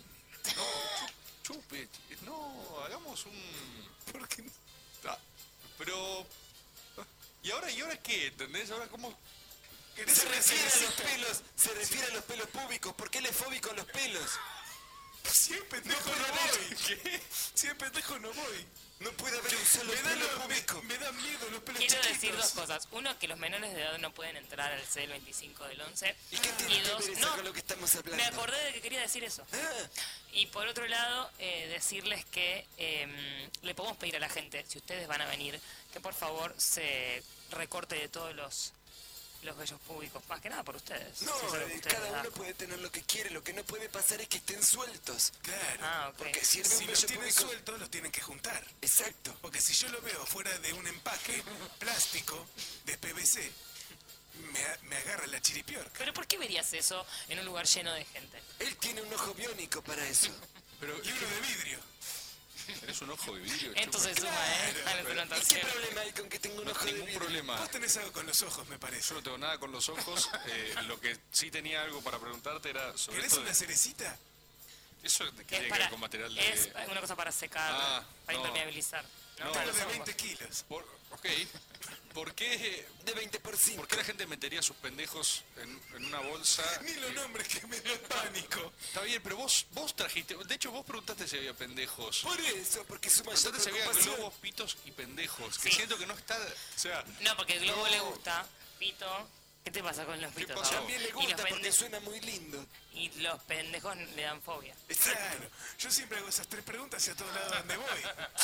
F: Chupe, ch- Pues, eh, no, hagamos un...
A: ¿Por qué no?
F: Ah, Pero... ah, ¿Y ahora, ¿Y ahora qué? ¿Entendés? ¿Ahora cómo...?
A: ¿Querés
J: Se
A: una
J: refiere a los
A: cerecita?
J: pelos, se refiere a los pelos públicos, porque él es fóbico a los pelos.
A: Si es pendejo no voy. Si es pendejo no voy.
J: No puede haber un solo
A: Me da,
J: pelo
A: lo-
J: público.
A: me, me da miedo los pelos
H: Quiero
A: chiquitos.
H: decir dos cosas. Uno, que los menores de edad no pueden entrar al C del 25 del 11.
J: ¿Y qué tiene que
H: dos,
J: ver eso
H: no,
J: con lo que estamos hablando?
H: me acordé de que quería decir eso.
J: Ah,
H: Y por otro lado, eh, decirles que eh, le podemos pedir a la gente, si ustedes van a venir, que por favor se recorte de todos los, los bellos públicos. Más que nada por ustedes.
J: no,
H: si es algo que
J: eh,
H: ustedes
J: cada
H: dan.
J: uno puede tener lo que quiere, lo que no puede pasar es que estén sueltos.
A: Claro.
H: Ah, ok.
J: Porque sirve
A: Si
J: un
A: los
J: bello
A: tienen
J: público.
A: sueltos, los tienen que juntar.
J: Exacto.
A: Porque si yo lo veo fuera de un empaque plástico de PVC, me, a- me agarra la chiripiorca.
H: Pero ¿por qué verías eso en un lugar lleno de gente?
J: Él tiene un ojo biónico para eso.
F: Pero
A: Y uno de vidrio.
F: eres un ojo de vidrio, chupe.
H: Entonces suma, ¿eh? A la
J: ¿Y qué
H: confrontación.
J: problema hay con que tenga un
F: No
J: ojo de
F: ningún
J: vidrio?
F: problema.
A: Vos tenés algo con los ojos, me parece.
F: Yo no tengo nada con los ojos. eh, lo que sí tenía algo para preguntarte era sobre
A: ¿Querés
F: esto
A: una
F: de,
A: cerecita?
F: eso que tiene
H: Que es
F: que ver
H: para,
F: con material de
H: es una cosa para secar,
F: Ah,
H: para
F: no.
H: impermeabilizar.
F: No,
H: Para
A: Algo
H: los
A: de
H: ojos.
A: 20 kilos.
F: Por, ok. ¿Por qué,
J: De 20 por 5.
F: ¿Por qué la gente metería a sus pendejos en, en una bolsa?
A: Ni los nombres que me da pánico.
F: Está bien, pero vos vos trajiste, de hecho vos preguntaste si había pendejos.
J: Por eso, porque su mayor
F: Preguntaste si había
J: preocupación...
F: globos, pitos y pendejos, que
H: Sí.
F: siento que no está, o sea,
H: No, porque el globo
F: No.
H: le gusta. Pito. ¿Qué te pasa con los
F: ¿Qué
H: pitos?
F: pasó?
H: ahora?
J: También le
H: y, los
J: gusta porque
H: pende-
J: suena muy lindo.
H: y los pendejos le dan fobia.
A: Claro. Yo siempre hago esas tres preguntas y a todos lados donde voy.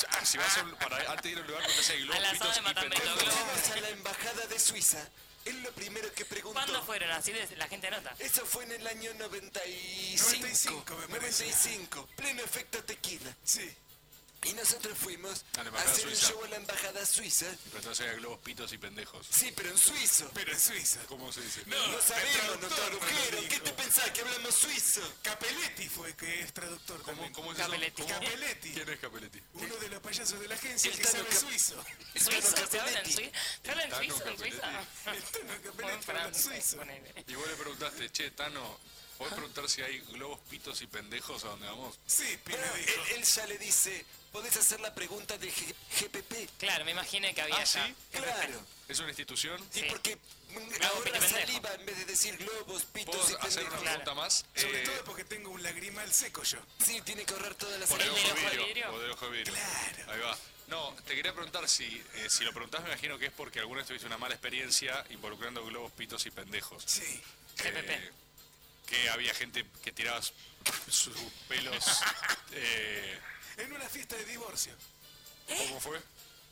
F: ah, si vas a un- para antes de ir a un lugar donde hay globos,
H: Al asado
F: pitos
H: de
F: y
H: Matambre,
F: pendejos.
H: los globos.
J: Fuimos a la embajada de Suiza. Es lo primero que preguntó.
H: ¿Cuándo fueron? Así de- la gente nota.
J: Eso fue en el año 95.
A: 95, me parece.
J: 95, pleno efecto tequila.
A: Sí.
J: Y nosotros fuimos
F: A la
J: a
F: embajada
J: hacer un
F: suiza.
J: show a la embajada suiza.
F: Pero entonces había globos, pitos y pendejos.
J: Sí, pero en suizo.
A: Pero en Suiza.
F: ¿Cómo se dice?
A: No,
J: No sabemos,
A: el
J: nos
A: traductor nos
J: tradujeron.
A: lo
J: ¿Qué te
A: dijo.
J: pensás? ¿Que hablamos suizo?
A: Capelletti fue que es traductor
F: ¿Cómo,
A: también.
F: cómo es
H: Capelletti.
F: eso? ¿Cómo?
A: Capelletti.
F: ¿Quién es Capelletti?
A: Uno de los payasos de la agencia
J: El
A: que
J: Tano
A: sabe
J: Cap-
A: suizo.
H: ¿Suizo? ¿Se habla en
J: Capelletti.
H: Suiza? ¿Se habla en
F: Tano
H: suizo en Suiza?
A: El Tano Capelletti
H: Bueno,
A: habla suizo.
H: ponele.
F: Y vos le preguntaste, che, Tano, ¿podés preguntar si hay globos, pitos y pendejos a donde vamos?
A: Sí, pero
J: Bueno,
A: dijo.
J: él, él ya le dice, podés hacer la pregunta de G- GPP.
H: Claro, me imaginé que había
F: Ah,
H: ya.
F: ¿sí?
J: Claro.
F: ¿Es una institución?
J: Y
H: Sí.
J: porque mm,
H: Globo, pito,
J: ahora
H: pendejo.
J: saliva en vez de decir globos,
F: ¿Puedo
J: pitos y
F: hacer una
J: pendejos.
H: Claro.
F: pregunta más?
A: Sobre
F: Eh,
A: todo porque tengo un lagrimal seco yo.
J: Sí, tiene que ahorrar todas las
F: por el
H: ¿El
F: ojo
H: del ojo de
F: de vidrio.
H: vidrio?
F: por el ojo de vidrio.
A: Claro.
F: Ahí va. No, te quería preguntar si, eh, si lo preguntás, me imagino que es porque alguna vez tuviste una mala experiencia involucrando globos, pitos y pendejos. Eh,
A: Sí.
H: GPP.
F: que había gente que tiraba su- sus pelos. eh,
A: En una fiesta de divorcio.
H: ¿Eh?
F: ¿Cómo fue?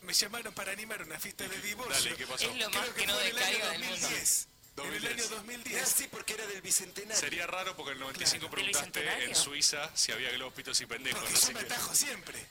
A: Me llamaron para animar una fiesta de divorcio.
F: Dale, ¿qué pasó?
H: Es lo más
A: Creo que,
H: que no
A: fue en el año
H: decaiga del mundo.
A: 2010. En el año
F: 2010.
J: Ah,
A: 2010.
J: sí, porque era del bicentenario.
F: Sería raro porque en el 95
H: Claro. ¿Del
F: preguntaste en
H: bicentenario?
F: Suiza si había globos, pitos y pendejos.
A: Porque
F: así
A: yo me
F: que-
A: atajo siempre.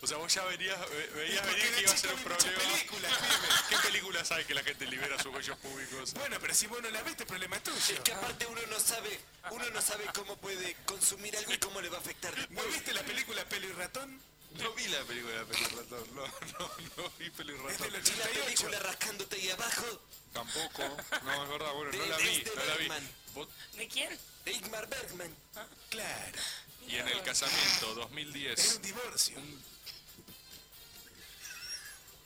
F: O sea, vos ya verías, ve-
A: Y
F: veías
A: porque
F: venir
A: de
F: que iba a ser
A: chico
F: un
A: vi muchas
F: problema.
A: películas,
F: ¿Qué películas hay que la gente libera sus bellos públicos?
A: Bueno, pero si vos no la ves, el problema es tuyo.
J: Que aparte uno no sabe, uno no sabe cómo puede consumir algo y cómo le va a afectar
A: ¿No
J: después.
A: viste la película Pelo y Ratón?
F: No vi la película Pelirratón, no, no, no vi Pelirratón.
J: Y la película rascándote ahí abajo.
F: Tampoco, no, es verdad, bueno, no
J: De-
F: la
J: de
F: vi,
J: este
F: no la vi.
J: Bergman.
F: Vos-
H: ¿De quién?
J: De Igmar Bergman. Claro.
F: Y en el casamiento 2010.
J: Era un divorcio.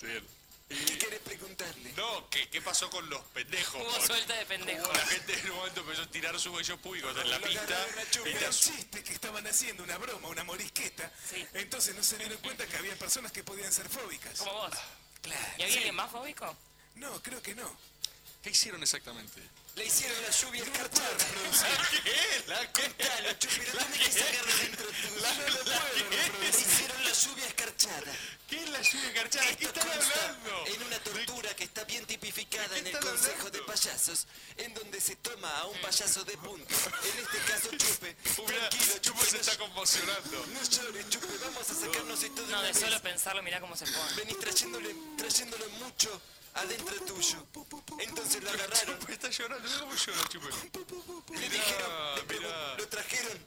F: Bien.
J: ¿Qué querés preguntarle?
F: No, ¿qué, qué pasó con los pendejos?
H: Hubo
F: Con-
H: suelta de pendejos.
F: con La gente en un momento empezó a tirar sus bellos públicos en la
J: Lo agarró
F: pista.
J: de la chupa.
F: y te
J: Era un
F: as-
J: chiste que estaban haciendo, una broma, una morisqueta. Entonces no se dieron cuenta que había personas que podían ser fóbicas.
H: Como vos.
J: Claro.
H: ¿Y había alguien más fóbico?
J: No, creo que no.
F: ¿Qué hicieron exactamente?
J: Le hicieron la lluvia escarchada. ¿La
F: qué? ¿La qué?
J: Contalo, Chupiro, tenés que sacarlo dentro tuyo. No lo puedo reproducir. Le hicieron la lluvia escarchada.
F: ¿Qué es la lluvia escarchada?
J: ¿Qué están hablando? En una tortura que está bien tipificada en el Consejo de Payasos, en donde se toma a un payaso de punto. En este caso, Chupe. Tranquilo, Chupe.
F: Se está conmocionando.
J: No llores, Chupe. Vamos a sacarnos esto de
H: No,
J: una
H: de
J: vez.
H: solo pensarlo, mirá cómo se pone.
J: Venís trayéndole, trayéndolo mucho adentro tuyo. Entonces lo agarraron.
F: Chupe está llorando, ¿cómo llora Chupe?
J: Le dijeron, le pregun- lo trajeron,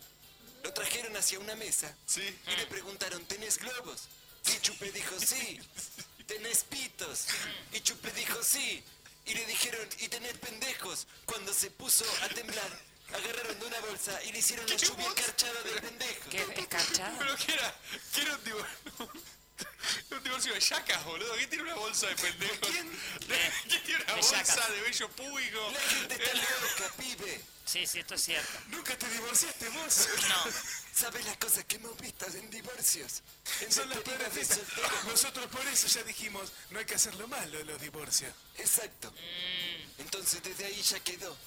J: lo trajeron hacia una mesa. Y le preguntaron, ¿tenés globos? Y Chupe dijo, sí. ¿Tenés pitos? Y Chupe dijo, sí. Y le dijeron, ¿y tenés pendejos? Cuando se puso a temblar, agarraron de una bolsa y le hicieron la lluvia encarchada de pendejos.
H: ¿Qué escarchada?
F: Pero que era, que era un divorcio. Un divorcio de yacas, boludo. ¿Quién tiene una bolsa de pendejos? ¿Quién, tiene una
H: de
F: bolsa
H: yacas.
F: de bello público?
H: Sí, sí, esto es cierto.
J: Nunca te divorciaste vos.
H: No.
J: ¿Sabes las cosas que hemos visto en divorcios? Son las peores Nosotros por eso ya dijimos, no hay que hacerlo malo de los divorcios. Exacto. Entonces desde ahí ya quedó.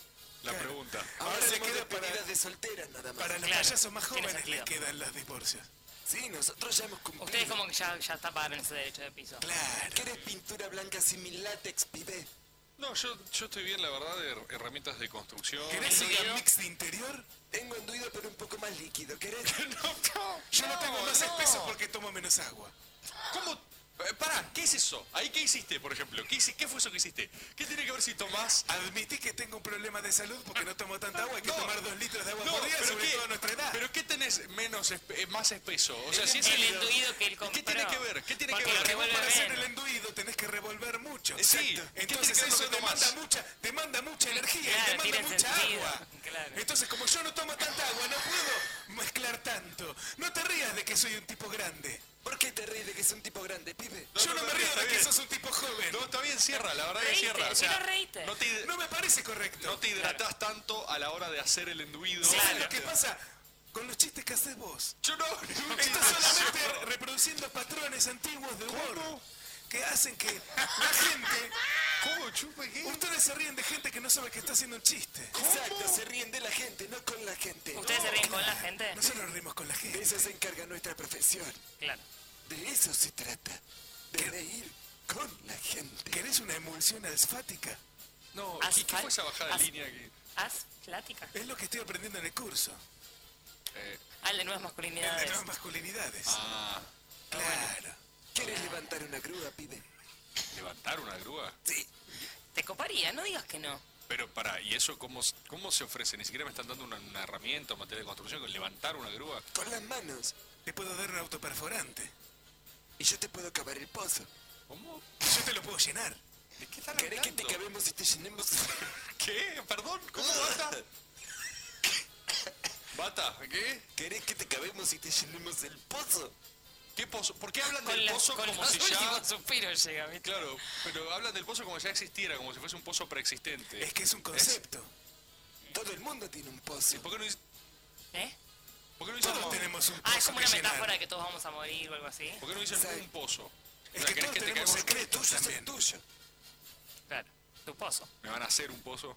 F: La pregunta.
J: Ahora,
A: Ahora
J: le
A: le
J: hacemos
A: queda
J: despedidas
A: para-
J: de solteras nada más.
A: Para los payasos más jóvenes les
H: sentido.
A: quedan los divorcios.
J: Sí, nosotros ya hemos cumplido.
H: Ustedes como que ya, ya taparon ese derecho de piso.
J: Claro. ¿Querés pintura blanca sin mi látex, pibe?
F: No, yo, yo estoy bien, la verdad, de her- herramientas de construcción.
J: ¿Querés
F: Sí,
J: un mix de interior? Tengo enduido pero un poco más líquido, ¿querés?
A: Yo lo
F: No,
A: tengo más
F: no.
A: espeso porque tomo menos agua.
F: ¿Cómo? Eh, Pará, ¿qué es eso? ¿Ahí qué hiciste, por ejemplo? ¿Qué, hici- qué fue eso que hiciste? ¿Qué tiene que ver si tomás?
A: Admití que tengo un problema de salud porque no tomo tanta agua. Hay que
F: No.
A: tomar dos litros de agua
F: No,
A: por día,
F: pero
A: sobre
F: qué,
A: todo a nuestra edad.
F: pero qué tenés menos espe- eh, más espeso? O sea, si es
H: el enduido que él
F: ¿Qué
H: compró.
F: tiene que ver? ¿Qué tiene que
H: Porque
F: ver? Eh,
H: lo
A: Porque vos para hacer
H: menos.
A: el enduido tenés que revolver mucho.
F: Sí, ¿qué
A: Entonces
F: tiene que ver
A: eso
F: lo que tomás?
A: demanda mucha, demanda mucha energía
H: Claro,
A: y demanda
H: tiene
A: mucha
H: sentido.
A: agua.
H: Claro.
A: Entonces, como yo no tomo tanta agua, no puedo mezclar tanto. No te rías de que soy un tipo grande.
J: ¿Por qué te reís de que es un tipo grande, pibe?
A: yo no,
F: no,
A: me
F: no,
A: río
F: está
A: de que
F: bien.
A: sos un tipo joven.
F: No, está bien, cierra, la verdad que
H: Reíte,
F: cierra. O sea,
H: pero reíte.
F: no te,
A: No me parece correcto.
F: no te hidratás tanto a la hora de hacer el enduido.
A: ¿Sabes
H: Claro.
A: lo que pasa con los chistes que haces vos?
F: Yo no,
A: Estás solamente reproduciendo patrones antiguos de humor que hacen que la gente...
F: ¿Cómo chupa qué?
A: Ustedes se ríen de gente que no sabe que está haciendo un chiste.
J: Exacto, se ríen de la gente, no con la gente.
H: ¿Ustedes se ríen con la gente?
A: Nosotros nos rimos con la
J: De
A: gente.
J: eso se encarga nuestra profesión.
H: Claro.
J: De eso se trata. De reír con la gente.
A: ¿Querés una emulsión asfática?
F: No,
H: Haz
F: ¿y qué fue
H: fal-
F: esa bajada
H: haz-
F: de línea que
H: Haz plática.
A: Es lo que estoy aprendiendo en el curso.
F: eh,
H: Ah, el de nuevas
A: El de
H: masculinidades.
A: nuevas masculinidades.
F: ah,
A: Claro.
J: ¿Quieres levantar una grúa, pibe?
F: levantar una grúa?
J: Sí.
H: Te coparía, no digas que no.
F: Pero para, ¿y eso cómo, s- cómo se ofrece? Ni siquiera me están dando una, una herramienta o material de construcción con levantar una grúa.
J: Con las manos.
A: Te puedo dar un autoperforante.
J: Y yo te puedo cavar el pozo.
F: ¿Cómo?
A: Yo te lo puedo llenar.
F: ¿De qué están
J: ¿Querés que te
F: hablando?
J: cabemos y te llenemos?
F: ¿Qué? ¿Perdón? ¿Cómo bata? ¿Bata? ¿Qué?
J: ¿Querés que te cabemos y te llenemos el pozo?
F: ¿Qué pozo? ¿Por qué hablan
H: Con,
F: del
H: la,
F: pozo
H: con
F: como
H: los
F: si ya...
H: últimos suspiros llega, ¿viste?
F: Claro, pero hablan del pozo como si ya existiera, como si fuese un pozo preexistente.
A: Es que es un concepto.
J: Todo el mundo tiene un
F: ¿Y
J: pozo.
F: por qué no dice-
H: ¿Eh?
F: por qué no dicen
A: Todos
F: un-
A: tenemos un
H: Ah, es
A: pozo
H: como
A: que
H: una
A: llenar.
H: metáfora de que todos vamos a morir o algo así.
F: ¿Por qué no dicen
J: Exacto.
F: un pozo? O
A: Es
F: sea,
A: que
F: ¿querés
A: todos
F: que te
A: tenemos
F: caigamos-
A: secretos
J: Tuyo es el
A: también.
J: tuyo.
H: Claro. Tu pozo.
F: ¿Me van a hacer un pozo?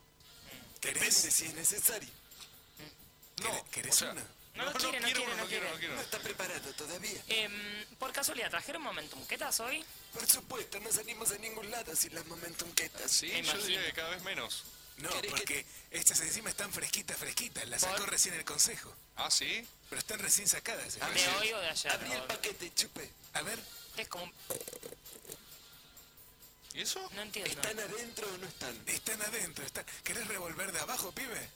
J: Depende si es necesario.
H: Mm.
F: No.
A: ¿Querés
F: o sea,
A: una?
H: No, no quiere, no quiere,
F: no
H: no
F: quiero, no
H: quiere.
F: quiero.
J: No está preparado todavía.
H: Em, por casualidad, ¿trajeron Momentum Quetas hoy?
J: Por supuesto, no salimos a ningún lado sin las momentum quetas.
F: Sí,
H: Me
F: yo diría
H: imagino.
F: que cada vez menos.
A: No,
J: ¿Querés que-
A: porque estas encima están fresquitas, fresquitas. Las sacó
H: ¿Por?
A: recién el consejo.
F: ¿Ah, sí?
A: Pero están recién sacadas.
J: Ah,
A: ¿eh?
H: ¿De hoy o de ayer?
J: Abrí el
H: O-
J: paquete, chupe.
A: A ver,
H: Es como un...
F: ¿Y eso?
H: No entiendo.
J: ¿Están adentro o no están?
A: están adentro. Están... ¿Querés revolver de abajo, pibe?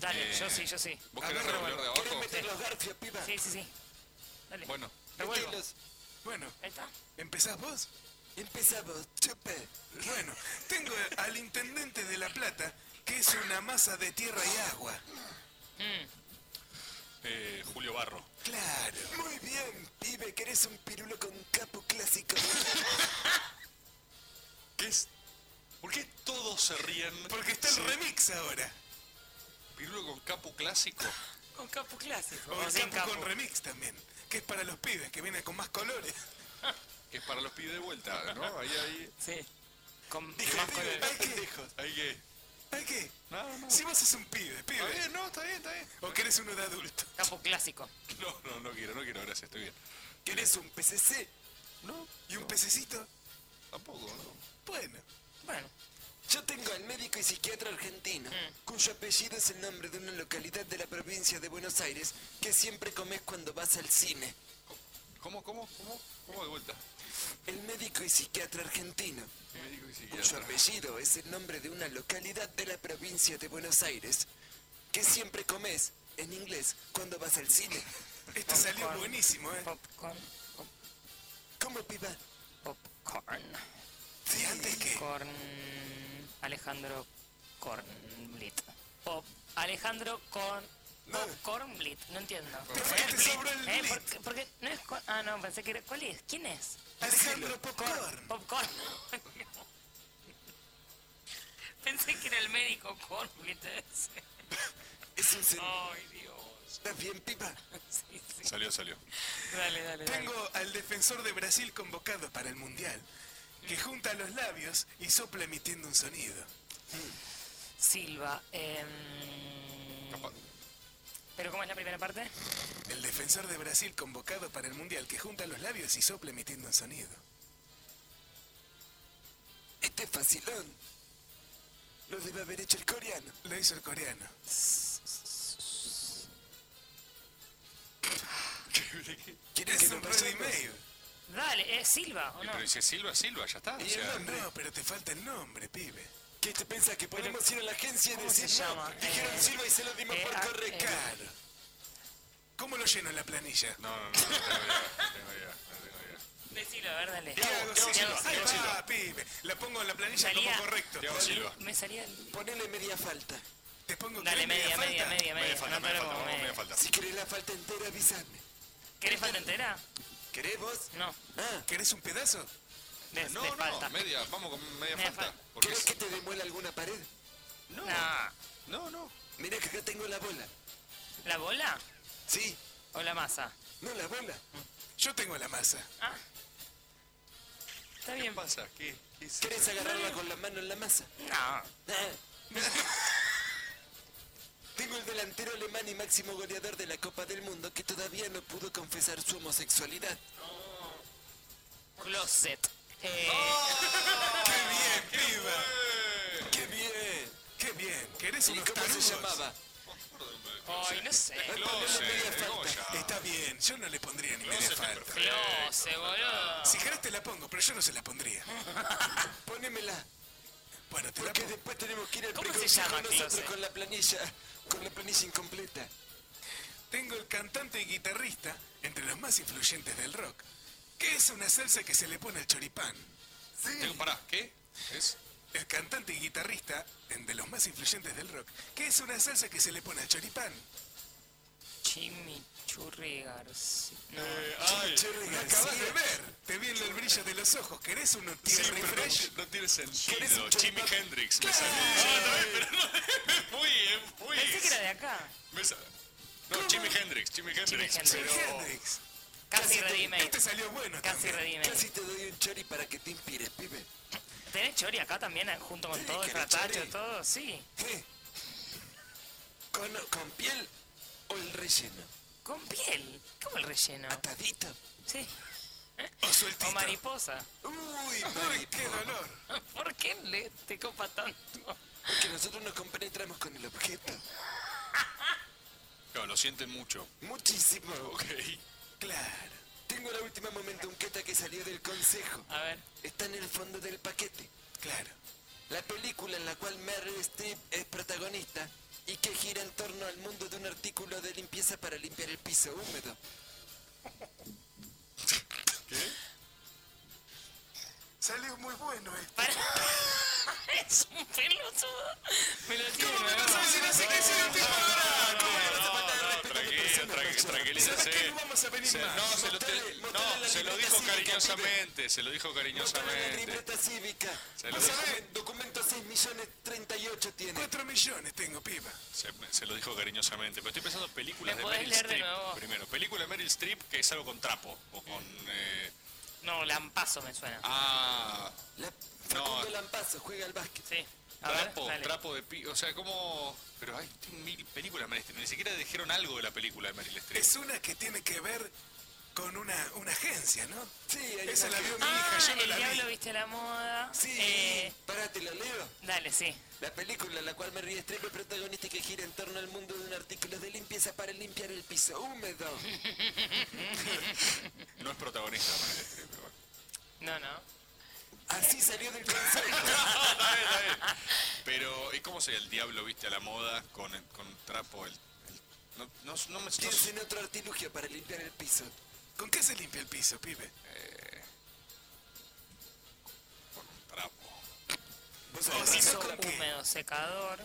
H: Dale,
F: Eh,
H: yo sí, yo sí.
F: ¿Vos
A: A
F: querés
A: ver,
F: revolver de
A: Roberto,
F: abajo?
J: ¿Querés meter los garfias, piba?
H: Sí, sí, sí. Dale.
F: Bueno,
H: Revuelvo.
A: Metelos. Bueno,
H: Ahí está.
A: ¿empezás vos? Empezá vos, chupe. Bueno, tengo al intendente de La Plata, que es una masa de tierra y agua.
F: Eh, Julio Barro.
A: Claro.
J: Muy bien, pibe, que eres un pirulo con capo clásico.
F: ¿Qué es? ¿Por qué todos se ríen?
A: Porque está el remix ahora.
F: Pirulo con capo clásico.
H: Con capo clásico.
A: O
H: O sin
A: el capo
H: capo.
A: con remix también, que es para los pibes, que viene con más colores.
F: Que es para los pibes de vuelta, ¿no? Ahí, ahí.
H: Sí. Con
A: Dije,
H: más
A: pibe,
H: colores.
A: ¿hay qué?
F: Ahí que.
A: ¿Hay qué?
F: No, no.
A: Si vos sos un pibe,
F: Está
A: pibe.
F: bien, no, está bien, está bien.
A: O que eres uno de adulto.
H: Capo clásico.
F: No, no, no quiero, no quiero, gracias, estoy bien.
A: Que eres un PCC.
F: No,
A: ¿Y un pececito?
F: tampoco, no.
A: Bueno.
H: Bueno.
J: Yo tengo al médico y psiquiatra argentino, cuyo apellido es el nombre de una localidad de la provincia de Buenos Aires que siempre comes cuando vas al cine.
F: ¿Cómo, cómo, cómo? ¿Cómo de vuelta?
J: El médico y psiquiatra argentino,
F: Médico y
J: cuyo
F: psiquiatra.
J: apellido es el nombre de una localidad de la provincia de Buenos Aires que siempre comes, en inglés, cuando vas al cine.
A: Este salió
H: Popcorn.
A: buenísimo, ¿eh?
H: Popcorn.
J: ¿Cómo, piba?
H: Popcorn.
A: Sí, antes que...
H: Corn. Alejandro Cornblit. Pop. Alejandro Corn. Popcornblit. No entiendo.
A: ¿por qué te sobró el
H: Eh,
A: blit?
H: ¿por qué- por qué? no es cor- Ah, no, pensé que era. ¿Cuál es? ¿Quién es?
A: Alejandro Popcorn.
H: Popcorn. Pensé que era el médico Cornblit ese.
J: ¿Es un cine?
H: Ay, Dios.
J: ¿Estás bien, piba?
H: Sí, sí.
F: Salió, salió.
H: Dale, dale, dale.
A: Tengo al defensor de Brasil convocado para el Mundial,
H: Mm.
A: que junta los labios y sopla emitiendo un sonido.
H: Silva. em,
F: Capaz.
H: ¿Pero cómo es la primera parte?
A: El defensor de Brasil convocado para el Mundial, que junta los labios y sopla emitiendo un sonido.
J: Este es facilón. Lo debe haber hecho el coreano.
A: Lo hizo el coreano.
J: ¿Quieren
A: Es
J: que
A: un
J: nos
A: ready
J: vayamos?
A: made.
H: Dale, eh, ¿es Silva o
F: Y
H: no?
F: pero dice Silva, Silva, ya está. O
J: el
F: sea,
J: nombre?
A: No, pero te falta el nombre, pibe.
J: ¿Qué te pensás? ¿Que podemos ir a la agencia y
H: ¿Cómo se
J: decir no?
H: llama?
J: Dijeron
H: Eh,
J: Silva y se lo dimos
H: eh,
J: por
H: ah,
J: correcto.
H: eh.
A: Claro. ¿Cómo lo lleno en la planilla?
F: no, no, no, no tengo idea, no tengo idea, no tengo idea.
H: Decilo, a ver, dale.
A: Diego
H: Diego
A: Silva.
H: Silva.
A: Ahí va, pibe. La pongo en la planilla
H: Salía-
A: como correcto.
F: Diego Silva.
H: Me salía el...
J: Ponele media falta.
A: Te pongo
H: Dale,
A: tres,
H: media, media,
A: falta.
H: media, media.
F: Media falta,
H: Anotalo
F: media falta,
H: como
F: vamos,
H: media.
F: media falta.
J: Si querés la falta entera, avísame.
H: ¿Querés falta entera?
J: ¿Querés vos?
H: No,
J: Ah,
A: ¿Querés un pedazo?
H: de,
F: No,
H: de
F: no,
H: falta.
F: media, vamos con media,
H: Media
F: falta.
H: falta.
F: Porque
J: ¿querés
F: es-
J: que te demuela alguna pared?
F: No,
H: Nah.
F: no, no.
J: Mirá que acá tengo la bola.
H: ¿La bola
J: Sí,
H: o la masa?
J: no la bola.
A: Yo tengo la masa.
H: Ah. Está
F: ¿Qué
H: bien.
F: pasa? ¿Qué? ¿Qué es
J: ¿Querés agarrarla con la mano en la masa?
H: No.
J: Ah. Tengo el delantero alemán y máximo goleador de la Copa del Mundo que todavía no pudo confesar su homosexualidad.
H: Closet. Eh,
A: ¡Oh! ¡Qué bien, piba!
J: ¡Qué bien!
A: ¡Qué bien! ¿Querés
J: ¿Y
A: unos
J: cómo se
A: tarugos?
J: llamaba? eh,
H: Ay, no sé.
J: Ponele media
F: Closet,
J: falta.
F: Goya.
A: Está bien, yo no le pondría ni media
F: Closet está
A: falta.
F: perfecto.
H: Closet, boludo.
A: Si querés te la pongo, pero yo no se la pondría.
J: Ponémela.
A: Bueno, te la
J: Porque
A: pongo.
J: después tenemos que ir al
H: ¿Cómo se
J: preconcejo
H: llama,
J: nosotros
H: Close?
J: con la planilla, con la planilla incompleta.
A: Tengo el cantante y guitarrista entre los más influyentes del rock, que es una salsa que se le pone al choripán.
F: Tengo, pará, ¿qué? ¿Es?
A: El cantante y guitarrista en- de los más influyentes del rock, que es una salsa que se le pone al choripán.
H: Chimichurri García. No.
F: ay,
J: Cherry
A: Lo Eh, acabas de
J: García.
A: ver. Te vi en el brillo de los ojos. ¿Querés uno tierra y fresh?
F: no, tiene
J: ¿Querés
F: sentido.
J: un
F: Jimi
J: choripán?
F: Hendrix me salió. muy, eh, muy.
H: Pensé que era de acá.
F: me sa- No, Jimi Hendrix, Jimi Hendrix.
H: Hendrix.
A: Jimi
F: pero-
A: Hendrix.
H: Casi
J: Casi
H: redime.
A: Este salió bueno
H: Casi
A: también.
H: redime.
J: Casi te doy un chori para que te inspires, pibe.
H: ¿Tenés chori acá también, eh, junto con
J: Sí,
H: todo el
J: ¿querés
H: ratacho,
J: chori?
H: todo? Sí.
J: ¿Qué? ¿Con, con piel o el relleno?
H: Con piel. ¿Cómo el relleno?
J: ¿Atadito?
H: Sí.
A: O sueltito.
H: O mariposa.
J: Uy,
A: Ay,
J: madre,
A: ¡Qué dolor!
H: ¿Por qué le te copa tanto?
J: porque nosotros nos compenetramos con el objeto.
F: Claro, lo sienten mucho.
J: Muchísimo.
F: Ok.
A: Claro.
J: Tengo la última momento un queta que salió del consejo.
H: A ver.
J: Está en el fondo del paquete.
A: Claro.
J: La película en la cual Meryl Streep es protagonista y que gira en torno al mundo de un artículo de limpieza para limpiar el piso húmedo. salió muy bueno
A: este.
J: esto.
H: es un pelotudo. Me lo tiene.
A: ¿Cómo me vas a decir así que si no te pagará? ¿Cómo me vas a faltar el respeto?
F: Tranquilo, tranquilo,
A: ¿Sabes
F: tranquilícese.
A: qué? No vamos a venir
F: Se-
A: más.
F: No, se lo, te-
A: Mostrale-
F: no,
A: mostrale la
F: se lo
A: libreta
F: dijo
A: cívica,
F: cariñosamente, se lo dijo cariñosamente.
J: Libreta cívica.
F: Se lo
J: Vos
F: dijo.
J: sabés, documento 6 millones 38 tiene.
A: 4 millones tengo, piba.
F: Se, se lo dijo cariñosamente, pero estoy pensando en películas de
H: ¿Me podés
F: Meryl
H: leer de
F: Streep.
H: nuevo?
F: Primero, película de Meryl Streep que es algo con trapo. O con. eh,
H: No, Lampazo me suena.
F: ah.
J: La-
F: No,
J: Facundo Lampazo juega al básquet.
H: Sí. A ver,
F: trapo,
H: dale.
F: trapo de pi. O sea, como. Pero hay mil películas de Meryl Streep. Ni siquiera dijeron algo de la película de Meryl Streep.
A: Es una que tiene que ver con una, una agencia, ¿no?
J: Sí, ahí
A: Esa
J: está.
A: la vio mi
H: Ah,
A: hija, yo no
H: el
A: la vi.
H: diablo viste la moda.
J: Sí,
H: Eh,
J: pará, te lo leo.
H: dale, sí.
J: La película en la cual Mary Streep es protagonista y que gira en torno al mundo de un artículo de limpieza para limpiar el piso húmedo.
F: No es protagonista de Meryl Streep. pero bueno.
H: No, no.
J: Así salió del concepto.
F: Está bien, está bien. Pero, ¿y cómo se el diablo viste a la moda con, con trapo? El, el- no, no, no me. no-
J: Piensa en otro artilugio para limpiar el piso. Eh,
A: ¿Con qué se limpia el piso, pibe?
F: con un trapo. Pues
J: Vos
A: Oh,
J: sabés,
A: sí,
J: eso
A: no,
J: con
A: ¿qué?
H: Húmedo secador.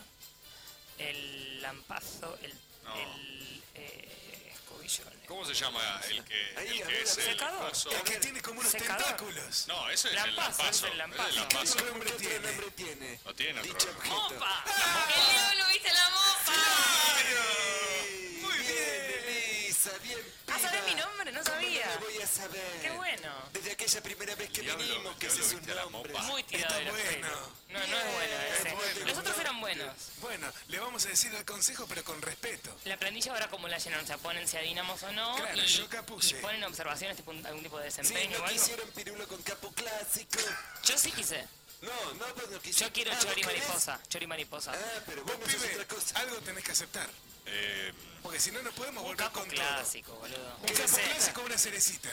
H: El lampazo. El.
F: No.
H: el eh, escobillón.
F: ¿Cómo se llama el que,
J: Ahí,
F: el
J: a
F: que
J: ver,
F: es
J: a
H: ver.
F: el
H: Secador.
F: coso?
A: El que tiene como unos
H: Secador.
A: tentáculos.
F: No, ese es el
H: Lampazo,
F: lampazo.
H: es el lampazo.
F: es el
J: ¿Qué
F: lampazo.
J: otro
A: nombre
J: nombre
A: tiene?
J: tiene? nombre tiene?
F: No tiene otro
J: Dicho
F: nombre.
J: objeto.
H: ¡Mopa! ¡El diablo viste la mopa!
J: Muy bien, Elisa, bien.
H: Ah, ¿sabés
J: piba.
H: mi nombre? No
J: ¿Cómo
H: sabía.
J: lo voy a saber.
H: ¡Qué bueno!
J: Desde aquella primera vez que
F: Diablo,
J: vinimos, que
F: diablo,
J: se sus
F: viste a la
J: nombres.
F: mopa.
H: Muy tirado de
A: Está
H: los
A: bueno.
H: pelos. No, no es este. bueno ese.
A: bueno,
H: Los otros
A: ¿no?
H: eran buenos.
A: Bueno, le vamos a decir al consejo, pero con respeto.
H: La planilla ahora como la llenan, o sea, ponen si adivinamos o no.
A: Claro,
H: y,
A: yo capuse.
H: y ponen observaciones, tipo un- algún tipo de
J: Sí,
H: desempeño o
J: no
H: algo.
J: quisieron pirulo con capo clásico.
H: Yo sí quise.
J: No, no, vos no quisiste.
H: Yo quiero
J: Ah, ¿vos
H: chori
J: querés?
H: mariposa. Chori mariposa.
J: Ah, pero
A: Vos,
J: vos no sos
A: pibe,
J: otra cosa.
A: algo tenés que aceptar.
F: Eh,
A: Porque si no, no podemos
H: un
A: volver
H: capo
A: con
H: clásico, boludo.
A: todo. Un capo
H: Sí.
A: clásico, una cerecita.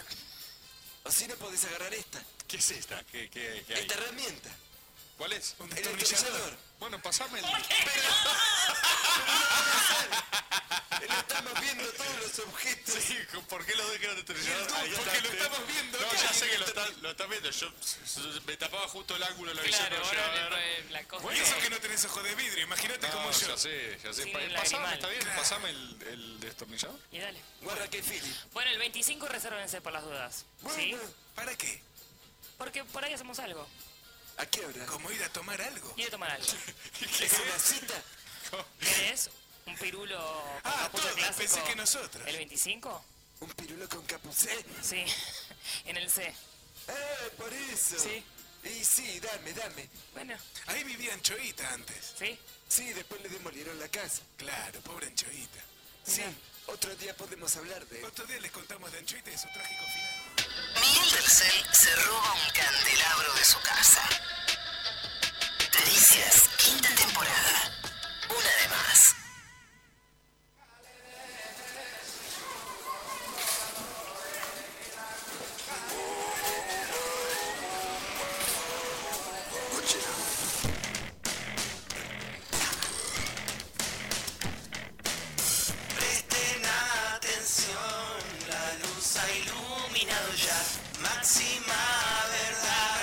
J: O si no podés agarrar esta.
F: ¿Qué es esta? ¿Qué, qué, qué hay?
J: Esta herramienta.
F: ¿Cuál es?
A: Un
J: El
A: destornillador.
J: destornillador.
F: Bueno, pasame el...
J: Lo estamos viendo todos los objetos.
F: Sí, ¿por qué lo dejan determinado?
J: Ahí está.
F: Porque lo estamos viendo. No, ya sé que lo
J: Está-
F: están, lo están viendo. Yo me tapaba justo el ángulo de la visión.
H: Claro,
F: no
H: ahora
F: llegaba a ver.
H: le- la cosa.
A: Y eso que no tenés ojos de vidrio, imagínate como
F: No,
A: yo.
F: ya sé, ya sé.
H: Sin
F: Pa-
H: el
F: Pasame,
H: lagrimal.
F: está bien, pasame el, el destornillador.
H: Y dale.
J: Guarda que Philip.
H: Bueno, el 25 resérvense por las dudas. ¿Sí?
A: ¿Para qué?
H: Porque por ahí hacemos algo.
J: ¿A qué hora?
A: Como ir a tomar algo.
H: Y de tomar algo.
J: ¿Es una cita?
H: ¿Querés un pirulo con
A: Ah,
H: capucha
A: todos,
H: clásico?
A: pensé que nosotros.
H: ¿El 25?
J: ¿Un pirulo con capucé?
H: Sí. en el C.
J: ¡Eh, por eso!
H: Sí.
J: Y sí, dame, dame.
H: Bueno,
A: Ahí vivía Anchoita antes.
H: ¿sí?
J: Sí, después le demolieron la casa.
A: Claro, pobre Anchoita.
J: Sí, otro día podemos hablar de...
A: Otro día les contamos de Anchoita y su trágico final.
E: Miguel del Cel se roba un candelabro de su casa. Caricias, quinta temporada. Una de más.
D: Presten atención, la luz ha iluminado ya. Máxima verdad.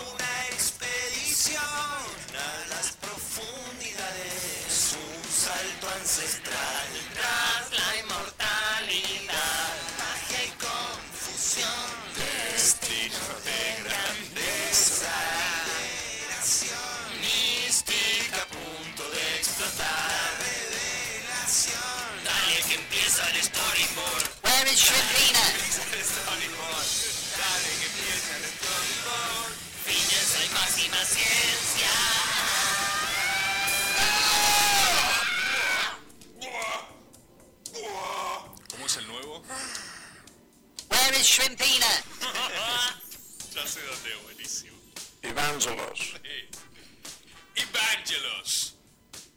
D: Una expedición a las profundidades. Un salto ancestral tras la inmortalidad. Magia y confusión. Destino de grandeza. Liberación mística a punto de explotar. revelación. Dale que empieza el storyboard. Storyboard. Dale que empieza el storyboard. Fíjense hay más y más ciencia.
F: ¿Cómo es el nuevo? Ya sé dónde, buenísimo.
B: Evangelos.
F: Evangelos.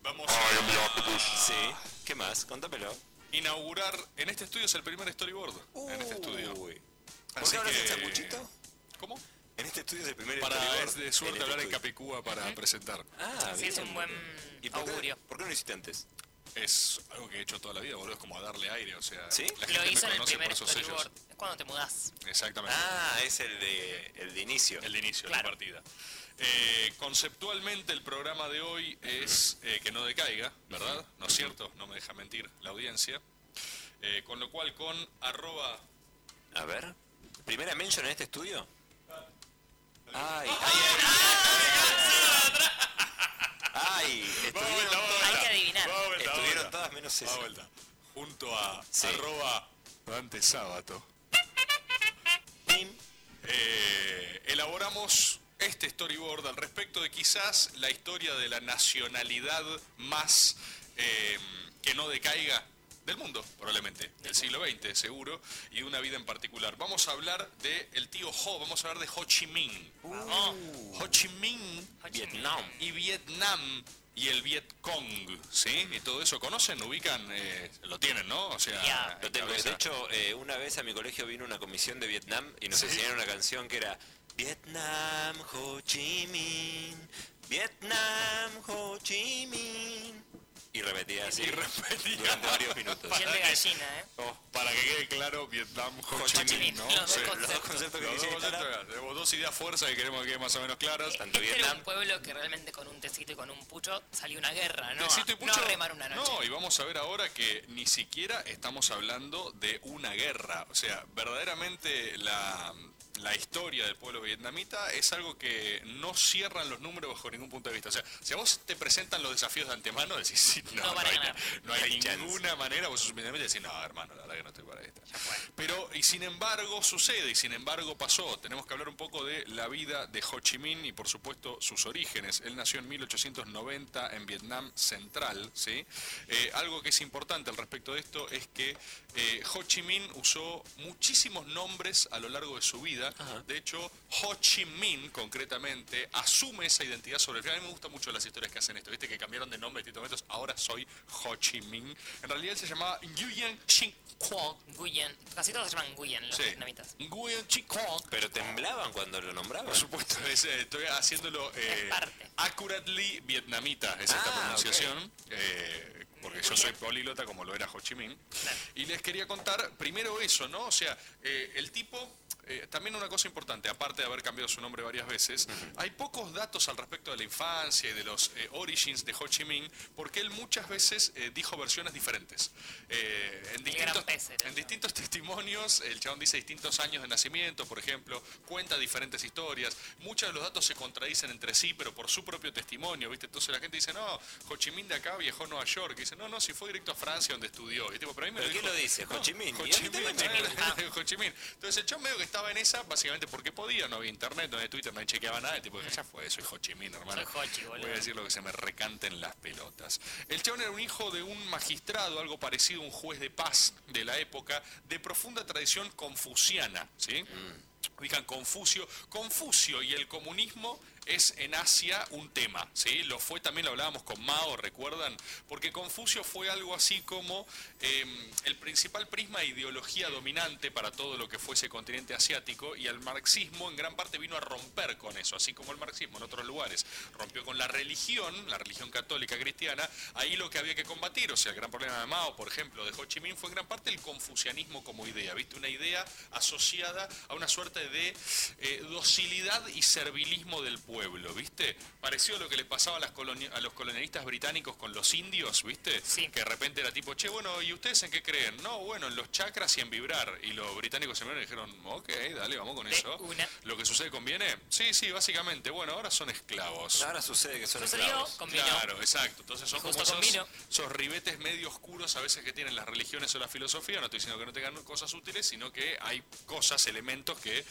F: Vamos
B: Ay, mi
F: a
B: octopus.
G: Sí. ¿Qué más? Contámelo.
F: inaugurar. En este estudio es el primer storyboard. en este estudio.
G: ¿Por qué hablas en sanguchito?
F: Sacuchito? ¿Cómo?
G: En este estudio es el primer
F: Para
G: storyboard
F: es de suerte
G: este
F: hablar en
G: estudio.
F: Capicúa para presentar.
G: Ah,
H: Sí, es
G: bien.
H: un buen
G: ¿Y por qué,
H: augurio.
G: por qué no lo hiciste antes?
F: Es algo que he hecho toda la vida, boludo. Es como a darle aire, o sea. La gente
H: Lo hizo en
F: me
H: el
F: conoce por
H: primer
F: esos sellos.
H: storyboard. Es cuando te mudás.
F: Exactamente.
G: Ah, es el de, el de inicio.
F: El de inicio,
H: Claro.
F: la partida. Eh, conceptualmente el programa de hoy es eh, que no decaiga, ¿verdad? ¿No es cierto? No me deja mentir la audiencia. Eh, con lo cual, con arroba...
G: A ver. ¿Primera mention en este estudio? Ay, ay, ay. Ay, estuvieron
F: Ah,
H: Hay que adivinar.
G: Estuvieron todas menos esa.
F: Junto a arroba Dante Sábato. Eh, elaboramos este storyboard al respecto de quizás la historia de la nacionalidad más eh, que no decaiga del mundo, probablemente, del siglo XX, seguro, y de una vida en particular. Vamos a hablar de el tío Ho, vamos a hablar de Ho Chi Minh. Ho Chi Minh,
G: Vietnam.
F: Y Vietnam. Y el Viet Cong, ¿sí? Y todo eso, ¿conocen? ¿Ubican? Eh, lo tienen, ¿no? O sea, en
G: Lo tengo.
F: cabeza.
G: De hecho, eh, una vez a mi colegio vino una comisión de Vietnam y nos enseñaron una canción que era Vietnam, Ho Chi Minh, Vietnam, Ho Chi Minh. Y repetía así. durante varios minutos.
H: Piel de gallina, ¿eh?
F: Oh, para que quede claro, Vietnam, Ho Chi
H: Chi
F: Minh,
H: Minh,
F: ¿no?
H: los dos
F: Sí,
H: conceptos.
F: Los dos conceptos, Tenemos dos ideas fuerza que queremos que queden más o menos claras.
H: Este era un pueblo que realmente con un tecito y con un pucho salió una guerra, ¿no?
F: Tecito y pucho.
H: No remar una noche.
F: No, y vamos a ver ahora que ni siquiera estamos hablando de una guerra. O sea, verdaderamente la, la historia del pueblo vietnamita es algo que no cierran los números bajo ningún punto de vista. O sea, si a vos te presentan los desafíos de antemano, decís, sí, no,
H: No
F: no,
H: van a
F: hay,
H: ganar.
F: no hay
H: No hay chance.
F: ninguna manera, vos sos un vietnamita y decís, no, hermano, la verdad que no estoy para esta. Pero, y sin embargo, sucede, y sin embargo pasó. Tenemos que hablar un poco de la vida de Ho Chi Minh y, por supuesto, sus orígenes. Él nació en 1890 en Vietnam Central, ¿sí? Eh, algo que es importante al respecto de esto es que eh, Ho Chi Minh usó muchísimos nombres a lo largo de su vida. De hecho, Ho Chi Minh, concretamente, asume esa identidad sobre el final. A mí me gustan mucho las historias que hacen esto, ¿viste? Que cambiaron de nombre en distintos momentos. Ahora soy Ho Chi Minh. En realidad, él se llamaba Nguyen Chinh Quang.
H: Nguyen. Casi todos se llaman Nguyen los
F: Sí.
H: vietnamitas.
F: Nguyen Chinh Quang.
G: Pero temblaban cuando lo nombraban.
F: Por supuesto, es, eh, estoy haciéndolo eh, accurately vietnamita, es esta
G: Ah,
F: pronunciación, eh, porque yo soy políglota como lo era Ho Chi Minh. Y les quería contar primero eso, ¿no? O sea, eh, el tipo, eh, también una cosa importante, aparte de haber cambiado su nombre varias veces, hay pocos datos al respecto de la infancia y de los eh, origins de Ho Chi Minh, porque él muchas veces eh, dijo versiones diferentes. Eh, en distintos, en distintos testimonios, el chabón dice distintos años de nacimiento, por ejemplo, cuenta diferentes historias. Muchos de los datos se contradicen entre sí, pero por su propio testimonio, ¿viste? Entonces la gente dice, no, Ho Chi Minh de acá viajó a Nueva York. Y dice, no, no, si fue directo a Francia donde estudió. Y tipo, pero a mí me
G: ¿Pero quién
F: dijo,
G: lo dice?
F: no,
G: Ho Chi Minh.
F: Ho
G: ¿Y este
F: Chi
G: dónde está
F: Minh,
G: Ho Chi Minh?
F: ah, Ho Chi Minh. Entonces el chabón medio que estaba en esa, básicamente porque podía, no había internet, no había Twitter, no chequeaba nada. El tipo, ya fue, soy Ho Chi Minh, hermano.
H: Soy Ho Chi, boludo.
F: Voy a decir lo que se me recanten las pelotas. El chabón era un hijo de un magistrado, algo parecido a un juez de paz de la época, de profunda tradición confuciana, ¿sí?
G: Mm.
F: Ubican Confucio. Confucio y el comunismo es en Asia un tema, ¿sí? Lo fue también, lo hablábamos con Mao, ¿recuerdan? Porque Confucio fue algo así como eh, el principal prisma de ideología dominante para todo lo que fuese continente asiático y el marxismo en gran parte vino a romper con eso, así como el marxismo en otros lugares. Rompió con la religión, la religión católica cristiana, ahí lo que había que combatir, o sea, el gran problema de Mao, por ejemplo, de Ho Chi Minh fue en gran parte el confucianismo como idea, ¿viste? Una idea asociada a una suerte de eh, docilidad y servilismo del pueblo, ¿viste? Parecido a lo que le pasaba a, las coloni- a los colonialistas británicos con los indios, ¿viste? Que de repente era tipo, che, bueno, ¿y ustedes en qué creen? No, bueno, en los chakras y en vibrar. Y los británicos se miraron y dijeron, ok, dale, vamos con eso. ¿Lo que sucede conviene? Sí, sí, básicamente. Bueno, ahora son esclavos.
G: Ahora sucede que son
H: Sucedió, esclavos. convino.
F: Claro, exacto. Entonces son
H: Y
F: como
H: justo
F: esos,
H: convino.
F: esos ribetes medio oscuros a veces que tienen las religiones o la filosofía. No estoy diciendo que no tengan cosas útiles, sino que hay cosas, elementos que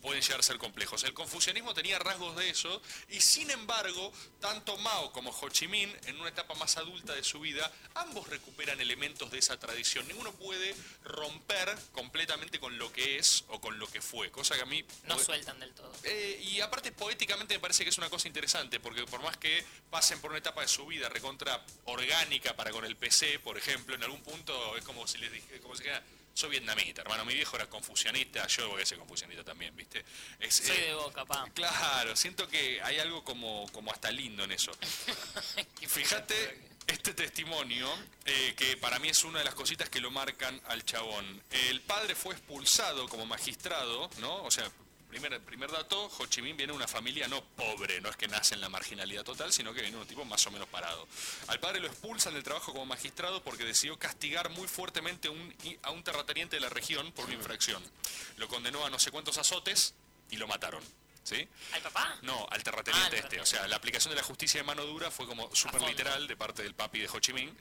F: pueden llegar a ser complejos. El confucianismo tenía rasgos de eso y sin embargo, tanto Mao como Ho Chi Minh, en una etapa más adulta de su vida, ambos recuperan elementos de esa tradición. Ninguno puede romper completamente con lo que es o con lo que fue, cosa que a mí...
H: No
F: puede-
H: sueltan del todo.
F: eh, y aparte poéticamente me parece que es una cosa interesante, porque por más que pasen por una etapa de su vida recontra orgánica para con el PC, por ejemplo, en algún punto es como si les dije, como si dijera, soy vietnamita, hermano, mi viejo era confucianista, yo voy a ser confucianista también, ¿viste? Es,
H: Soy
F: eh,
H: de boca, pa.
F: Claro, siento que hay algo como, como hasta lindo en eso. Fíjate este testimonio, eh, que para mí es una de las cositas que lo marcan al chabón. El padre fue expulsado como magistrado, ¿no? O sea, primer, primer dato, Ho Chi Minh viene de una familia no pobre, no es que nace en la marginalidad total, sino que viene de un tipo más o menos parado. Al padre lo expulsan del trabajo como magistrado porque decidió castigar muy fuertemente un- a un terrateniente de la región por una infracción. Lo condenó a no sé cuántos azotes y lo mataron. ¿Sí?
H: ¿Al papá?
F: No, al terrateniente este. O sea, la aplicación de la justicia de mano dura fue como súper literal de parte del papi de Ho Chi Minh.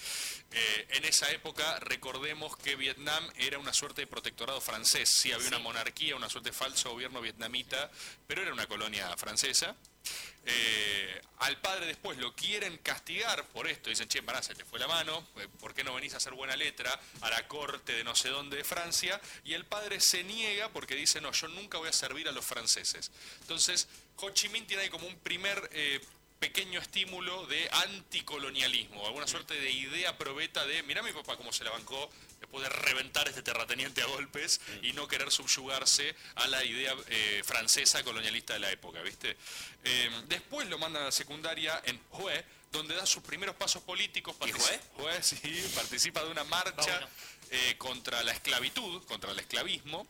F: Eh, en esa época, recordemos que Vietnam era una suerte de protectorado francés. Sí, había una monarquía, una suerte de falso gobierno vietnamita, pero era una colonia francesa. Eh, al padre después lo quieren castigar por esto. Dicen, che, pará, se te fue la mano, eh, ¿por qué no venís a hacer buena letra a la corte de no sé dónde de Francia? Y el padre se niega porque dice, no, yo nunca voy a servir a los franceses. Entonces, Ho Chi Minh tiene ahí como un primer eh, pequeño estímulo de anticolonialismo, alguna suerte de idea probeta de, mirá mi papá cómo se la bancó después de reventar este terrateniente a golpes y no querer subyugarse a la idea eh, francesa colonialista de la época, ¿viste? Eh, después lo mandan a la secundaria en Hue, donde da sus primeros pasos políticos. Hue? Hue, sí, participa de una marcha eh, contra la esclavitud, contra el esclavismo.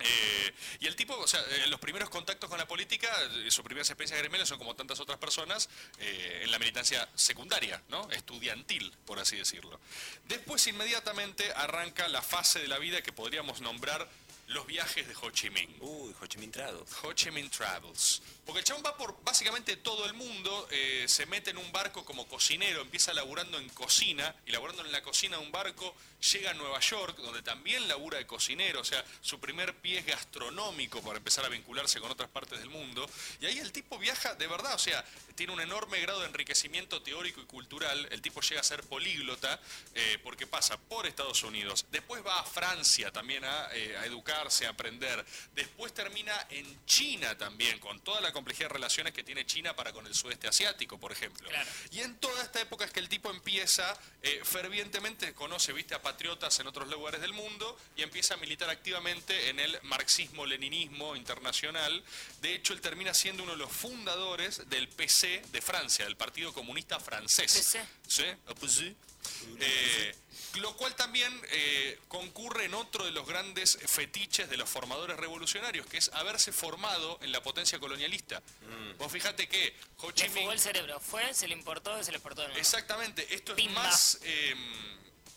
F: Eh, y el tipo, o sea, eh, los primeros contactos con la política, eh, sus primeras experiencias gremiales son como tantas otras personas eh, en la militancia secundaria, ¿no? Estudiantil, por así decirlo. Después, inmediatamente, arranca la fase de la vida que podríamos nombrar los viajes de Ho Chi Minh.
G: Uy, Ho Chi Minh Travels.
F: Ho Chi Minh Travels. Porque el chabón va por básicamente todo el mundo, eh, se mete en un barco como cocinero, empieza laburando en cocina, y laburando en la cocina de un barco, llega a Nueva York, donde también labura de cocinero, o sea, su primer pie es gastronómico para empezar a vincularse con otras partes del mundo. Y ahí el tipo viaja de verdad, o sea, tiene un enorme grado de enriquecimiento teórico y cultural, el tipo llega a ser políglota, eh, porque pasa por Estados Unidos, después va a Francia también a, eh, a educarse, a aprender, después termina en China también, con toda la complejidad de relaciones que tiene China para con el sudeste asiático, por ejemplo. Y en toda esta época es que el tipo empieza eh, fervientemente, conoce, viste, a patriotas en otros lugares del mundo y empieza a militar activamente en el marxismo-leninismo internacional. De hecho, él termina siendo uno de los fundadores del PC de Francia, del Partido Comunista Francés.
H: PC.
F: ¿Sí? Ah, pues sí. Eh, lo cual también eh, concurre en otro de los grandes fetiches de los formadores revolucionarios, que es haberse formado en la potencia colonialista. Vos fijate que Ho Chi
H: Le
F: Minh...
H: fugó el cerebro. Fue, se le importó y se le exportó de nuevo.
F: Exactamente, esto es
H: Pimba.
F: más eh,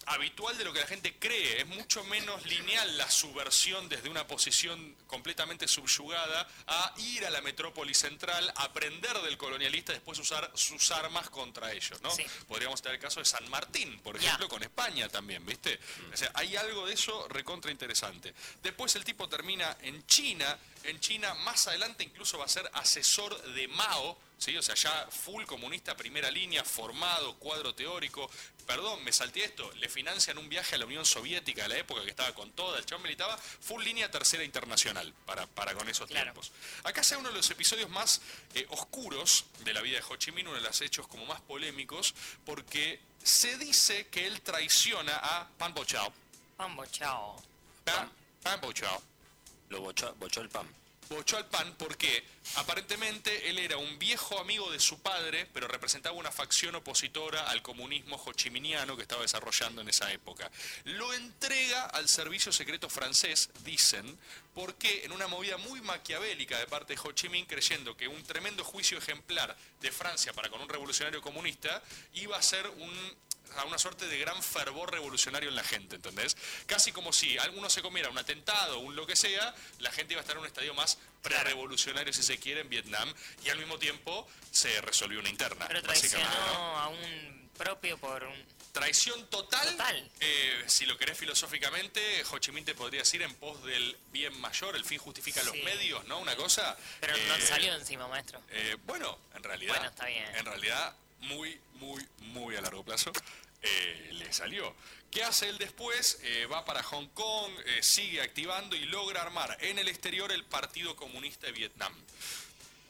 F: habitual de lo que la gente cree, es mucho menos lineal la subversión desde una posición completamente subyugada a ir a la metrópoli central, aprender del colonialista y después usar sus armas contra ellos, ¿no? Podríamos tener el caso de San Martín, por ejemplo, con España también, ¿viste? O sea, hay algo de eso recontra interesante. Después el tipo termina en China, en China más adelante incluso va a ser asesor de Mao, ¿sí? O sea, ya full comunista, primera línea, formado, cuadro teórico. Perdón, me salté esto. Le financian un viaje a la Unión Soviética a la época que estaba con toda. El chabón militaba full línea tercera internacional para, para con esos tiempos. Acá sea uno de los episodios más eh, oscuros de la vida de Ho Chi Minh, uno de los hechos como más polémicos, porque se dice que él traiciona a Pan Bo Chao.
H: Pan Bochao.
F: Pan, Pan Bo Chao.
G: Lo bochó, bochó el pan.
F: Bochó al pan porque aparentemente él era un viejo amigo de su padre, pero representaba una facción opositora al comunismo hochiminiano que estaba desarrollando en esa época. Lo entrega al servicio secreto francés, dicen, porque en una movida muy maquiavélica de parte de Ho Chi Minh, creyendo que un tremendo juicio ejemplar de Francia para con un revolucionario comunista iba a ser un a una suerte de gran fervor revolucionario en la gente, ¿entendés? Casi como si alguno se comiera un atentado, un lo que sea, la gente iba a estar en un estadio más pre-revolucionario, si se quiere, en Vietnam, y al mismo tiempo se resolvió una interna.
H: Pero
F: básicamente, ¿no?
H: traicionó a un propio por un...
F: Traición total. Eh, si lo querés filosóficamente, Ho Chi Minh te podría decir en pos del bien mayor, el fin justifica los
H: Sí.
F: medios, ¿no? Una cosa.
H: Pero no
F: eh,
H: salió encima, maestro.
F: eh, bueno, en realidad.
H: Bueno, está bien.
F: En realidad, muy, muy, muy a largo plazo. eh, le salió. ¿Qué hace él después? Eh, va para Hong Kong, eh, sigue activando y logra armar en el exterior el Partido Comunista de Vietnam.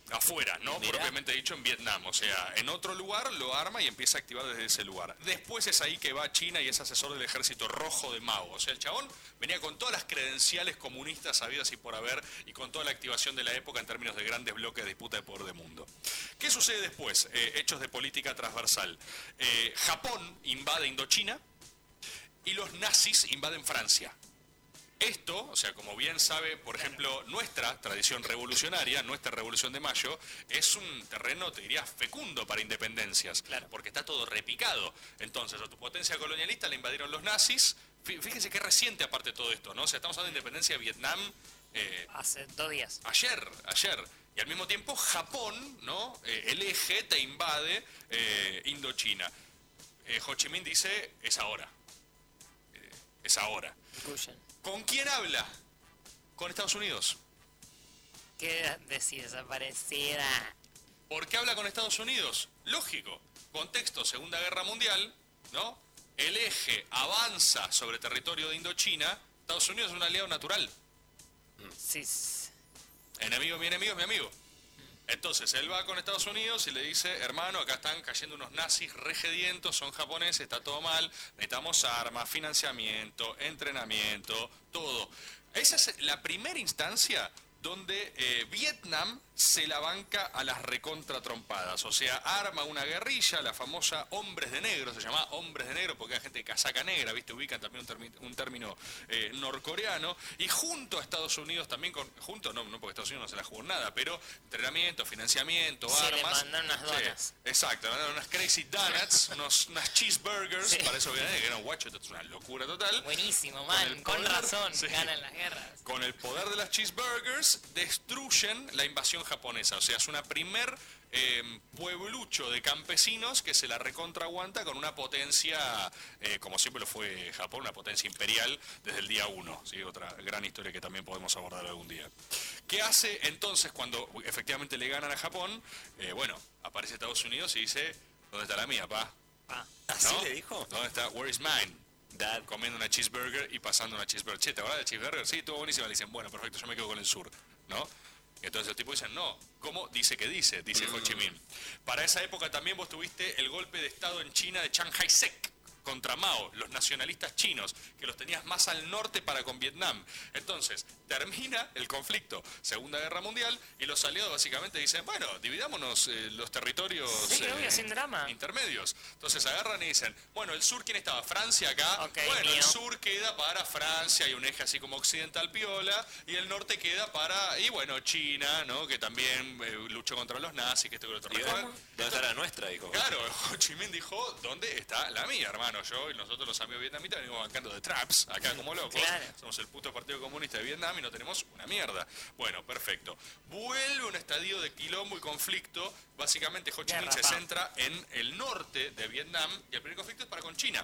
F: afuera, no
G: Mirá.
F: propiamente dicho en Vietnam, o sea, en otro lugar lo arma y empieza a activar desde ese lugar. Después es ahí que va a China y es asesor del ejército rojo de Mao, o sea, el chabón venía con todas las credenciales comunistas sabidas y por haber y con toda la activación de la época en términos de grandes bloques de disputa de poder de mundo. ¿Qué sucede después? Eh, hechos de política transversal. Eh, Japón invade Indochina y los nazis invaden Francia. Esto, o sea, como bien sabe, por ejemplo, nuestra tradición revolucionaria, nuestra revolución de mayo, es un terreno, te diría, fecundo para independencias, porque está todo repicado. Entonces, a tu potencia colonialista la invadieron los nazis. Fí- Fíjense qué reciente aparte todo esto, ¿no? O sea, estamos hablando de independencia de Vietnam. eh,
H: Hace dos días.
F: Ayer, ayer. Y al mismo tiempo, Japón, ¿no? Eh, el eje te invade eh, Indochina. Eh, Ho Chi Minh dice, es ahora. Eh, es ahora. ¿Con quién habla? Con Estados Unidos.
H: Queda decir desaparecida.
F: ¿Por qué habla con Estados Unidos? Lógico. Contexto, Segunda Guerra Mundial, ¿no? El eje avanza sobre territorio de Indochina. Estados Unidos es un aliado natural.
H: Sí.
F: Enemigo, mi enemigo es mi amigo. Entonces, él va con Estados Unidos y le dice, hermano, acá están cayendo unos nazis regedientos, son japoneses, está todo mal, necesitamos armas, financiamiento, entrenamiento, todo. Esa es la primera instancia donde eh, Vietnam se la banca a las recontratrompadas. O sea, arma una guerrilla, la famosa Hombres de Negro, se llama Hombres de Negro porque hay gente de casaca negra, ¿viste? Ubican también un, termi- un término eh, norcoreano. Y junto a Estados Unidos también, con, junto, no, no porque Estados Unidos no se la jugó en nada, pero entrenamiento, financiamiento,
H: Se le
F: armas.
H: mandaron unas
F: Sí,
H: donas.
F: exacto, le mandaron unas crazy donuts, unos, unas cheeseburgers, para eso que era, que era un guacho, esto es una locura total.
H: Buenísimo,
F: Con
H: man.
F: el
H: Con
F: poder-
H: razón.
F: sí.
H: Ganan las guerras.
F: Con el poder de las cheeseburgers destruyen la invasión japonesa. O sea, es una primer eh, pueblucho de campesinos que se la recontraguanta con una potencia, eh, como siempre lo fue Japón, una potencia imperial desde el día 1. ¿sí? Otra gran historia que también podemos abordar algún día. ¿Qué hace entonces cuando efectivamente le ganan a Japón? Eh, bueno, aparece Estados Unidos y dice, ¿dónde está la mía, pa? ¿Así le dijo? ¿Dónde está? Where is mine? Dad. Comiendo una cheeseburger y pasando una cheeseburger. Che, ¿te acordás de cheeseburger? Sí, estuvo buenísima. Le dicen, bueno, perfecto, yo me quedo con el sur, ¿no? Y entonces el tipo dice, no, ¿cómo? Dice que dice, dice Ho Chi Minh. Para esa época también vos tuviste el golpe de Estado en China de Chiang Kai-shek contra Mao, los nacionalistas chinos, que los tenías más al norte para con Vietnam. Entonces, termina el conflicto, Segunda Guerra Mundial, y los aliados básicamente dicen, bueno, dividámonos eh, los territorios eh,
H: Sí, obvio, sin drama.
F: intermedios. Entonces agarran y dicen, bueno, el sur, ¿quién estaba? Francia acá. bueno, el
H: mío.
F: sur queda para Francia y un eje así como occidental piola, y el norte queda para, y bueno, China, ¿no? Que también eh, luchó contra los nazis, que esto que lo otro. ¿Recuerdan?
G: ¿Dónde está la nuestra? Dijo.
F: Claro, Ho Chi Minh dijo, ¿dónde está la mía, hermano? Yo y nosotros los amigos vietnamitas venimos bancando de traps, acá como locos.
H: Claro.
F: Somos el puto Partido Comunista de Vietnam y no tenemos una mierda. Bueno, perfecto. Vuelve un estadio de quilombo y conflicto. Básicamente Ho Chi Minh
H: Guerra,
F: se
H: pa.
F: centra en el norte de Vietnam y el primer conflicto es para con China.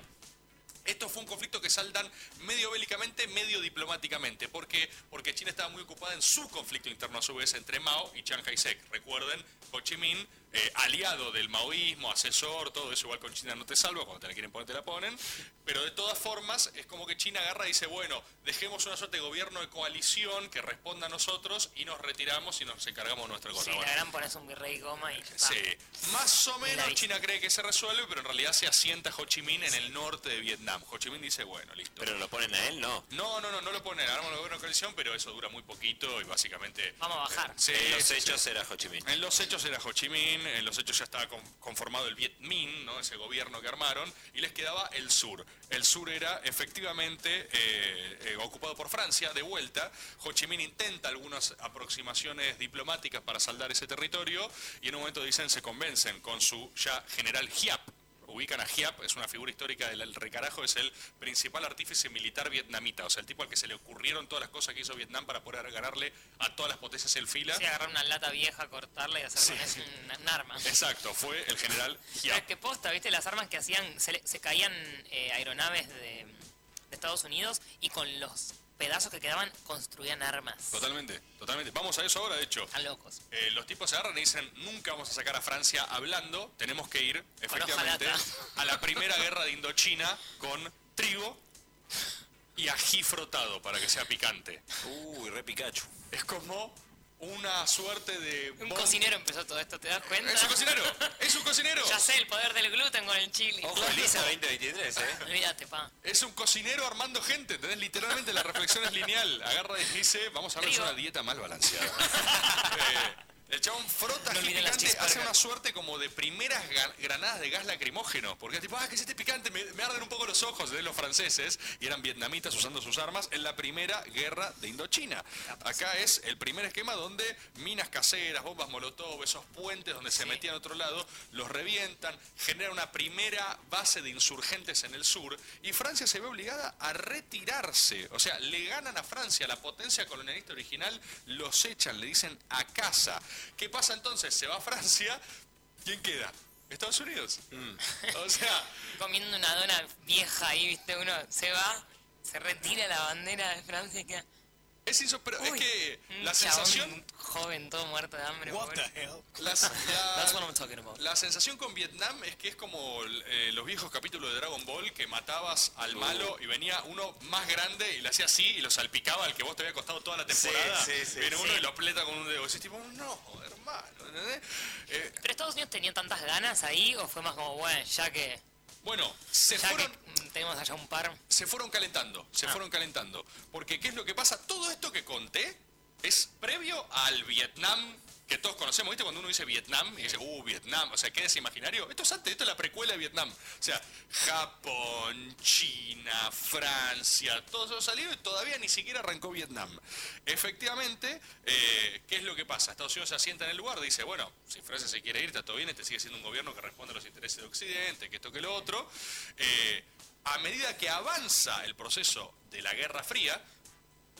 F: Esto fue un conflicto que saldan medio bélicamente, medio diplomáticamente. ¿Por qué? Porque China estaba muy ocupada en su conflicto interno a su vez entre Mao y Chiang Kai-shek. Recuerden, Ho Chi Minh, eh, aliado del maoísmo, asesor, todo eso, igual con China no te salva, cuando te la quieren poner te la ponen. Pero de todas formas, es como que China agarra y dice, bueno, dejemos una suerte de gobierno de coalición que responda a nosotros y nos retiramos y nos encargamos de nuestra cosa.
H: Sí,
F: Bueno,
H: la gran pones un virrey goma y ya está.
F: Sí. Más o
H: La
F: menos
H: vista.
F: China cree que se resuelve, pero en realidad se asienta Ho Chi Minh en el norte de Vietnam. Ho Chi Minh dice, bueno, listo.
G: Pero lo ponen a él, no.
F: No, no, no, no lo ponen. Armamos la buena coalición, pero eso dura muy poquito y básicamente... eh,
H: Vamos a bajar.
F: Sí,
G: en los
F: sí,
G: hechos era Ho Chi Minh.
F: en los hechos era Ho Chi Minh, en los hechos ya estaba con- conformado el Viet Minh, ¿no? ese gobierno que armaron, y les quedaba el sur. El sur era efectivamente eh, eh, ocupado por Francia, de vuelta. Ho Chi Minh intenta algunas aproximaciones diplomáticas para saldar ese territorio, y en un momento dicen, se convencen con su ya general Giap, ubican a Giap, es una figura histórica del el recarajo, es el principal artífice militar vietnamita, o sea, el tipo al que se le ocurrieron todas las cosas que hizo Vietnam para poder ganarle a todas las potencias en fila.
H: Sí, agarrar una lata vieja, cortarla y hacer
F: Sí.
H: con eso un, un arma.
F: Exacto, fue el general
H: Pero es
F: Giap.
H: que posta, ¿viste? Las armas que hacían, se, le- se caían eh, aeronaves de, de Estados Unidos y con los pedazos que quedaban construían armas.
F: Totalmente, totalmente. Vamos a eso ahora, de hecho.
H: Están locos.
F: Eh, los tipos se agarran y dicen, nunca vamos a sacar a Francia hablando, tenemos que ir, efectivamente,
H: hojalata.
F: a la primera guerra de Indochina con trigo y ají frotado para que sea picante.
G: Uy, re Pikachu.
F: Es como una suerte de...
H: Un
F: bomba.
H: cocinero empezó todo esto, ¿te das cuenta?
F: ¡Es un cocinero! ¡Es un cocinero!
H: Ya sé, el poder del gluten con el chili.
F: Ojo, Elisa
G: 2023, ¿eh?
H: Olvídate, pa.
F: Es un cocinero armando gente, ¿entendés? Literalmente la reflexión es lineal. Agarra y dice, vamos a ver
H: Trigo.
F: una dieta más balanceada. Eh, el chabón frota
H: No
F: el
H: miren las
F: picante, hace
H: cheeseburger.
F: una suerte como de primeras ga- granadas de gas lacrimógeno. Porque es tipo, ah, que es este picante, me, me arden un poco los ojos de los franceses. Y eran vietnamitas usando sus armas en la primera guerra de Indochina. Acá es el primer esquema donde minas caseras, bombas molotov, esos puentes donde se metían a otro lado, los revientan, generan una primera base de insurgentes en el sur. Y Francia se ve obligada a retirarse. O sea, le ganan a Francia, la potencia colonialista original, los echan, le dicen a casa. ¿Qué pasa entonces? Se va a Francia, ¿quién queda? Estados Unidos. O sea,
H: Comiendo una dona vieja ahí, viste, uno se va, se retira la bandera de Francia y queda
F: es eso, pero es
H: Uy,
F: que
H: un
F: la
H: chabón
F: sensación
H: joven, todo muerto de hambre.
F: What
H: pobre.
F: the Las- la-
H: That's what I'm talking about.
F: La sensación con Vietnam es que es como eh, los viejos capítulos de Dragon Ball que matabas al malo y venía uno más grande y le hacía así y lo salpicaba al que vos te había costado toda la temporada.
G: sí, sí,
F: Viene uno
G: sí.
F: y lo aprieta con un dedo. Y decís tipo, no, hermano. ¿entendés? Eh,
H: ¿Pero Estados Unidos tenía tantas ganas ahí o fue más como, bueno, ya que,
F: bueno, se
H: ya
F: fueron...
H: que mm, tenemos allá un par? Ah.
F: se fueron calentando, se fueron calentando. Porque ¿qué es lo que pasa? Todo esto que conté es previo al Vietnam que todos conocemos, ¿viste? Cuando uno dice Vietnam y dice, uh, Vietnam, o sea, ¿qué es imaginario? Esto es antes, esto es la precuela de Vietnam. O sea, Japón, China, Francia, todo eso salió y todavía ni siquiera arrancó Vietnam. Efectivamente, eh, ¿qué es lo que pasa? Estados Unidos se asienta en el lugar, dice, bueno, si Francia se quiere ir, está todo bien, este sigue siendo un gobierno que responde a los intereses de Occidente, que esto, que lo otro. Eh, a medida que avanza el proceso de la Guerra Fría,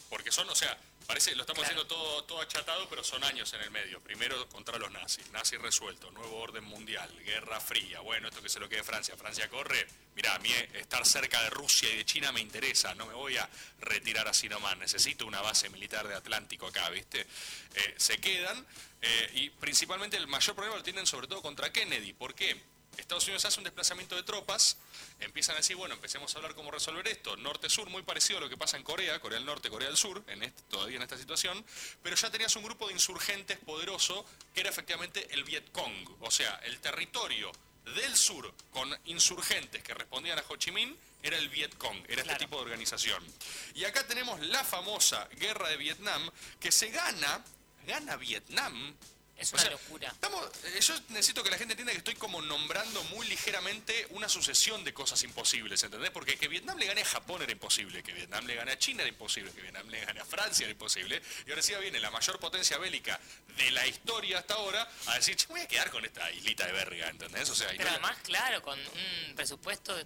F: porque son, o sea, parece, lo estamos haciendo todo, todo achatado, pero son años en el medio. Primero contra los nazis, nazis resuelto, nuevo orden mundial, Guerra Fría, bueno, esto que se lo quede Francia, Francia corre, mira, a mí eh, estar cerca de Rusia y de China me interesa, no me voy a retirar así nomás, necesito una base militar de Atlántico acá, ¿viste? Eh, se quedan eh, y principalmente el mayor problema lo tienen sobre todo contra Kennedy, ¿por qué? Estados Unidos hace un desplazamiento de tropas, empiezan a decir, bueno, empecemos a hablar cómo resolver esto, norte-sur, muy parecido a lo que pasa en Corea, Corea del Norte, Corea del Sur, en este- todavía en esta situación, pero ya tenías un grupo de insurgentes poderoso que era efectivamente el Vietcong, o sea, el territorio del sur con insurgentes que respondían a Ho Chi Minh era el Vietcong, era este tipo de organización. Y acá tenemos la famosa guerra de Vietnam que se gana, gana Vietnam.
H: Es
F: O
H: una
F: sea,
H: locura.
F: Estamos, eh, yo necesito que la gente entienda que estoy como nombrando muy ligeramente una sucesión de cosas imposibles, ¿entendés? Porque que Vietnam le gane a Japón era imposible, que Vietnam le gane a China era imposible, que Vietnam le gane a Francia era imposible. Y ahora sí viene la mayor potencia bélica de la historia hasta ahora a decir, "Che, me voy a quedar con esta islita de verga, ¿entendés? O sea, y
H: Pero
F: no la-
H: además, claro, con un presupuesto, de-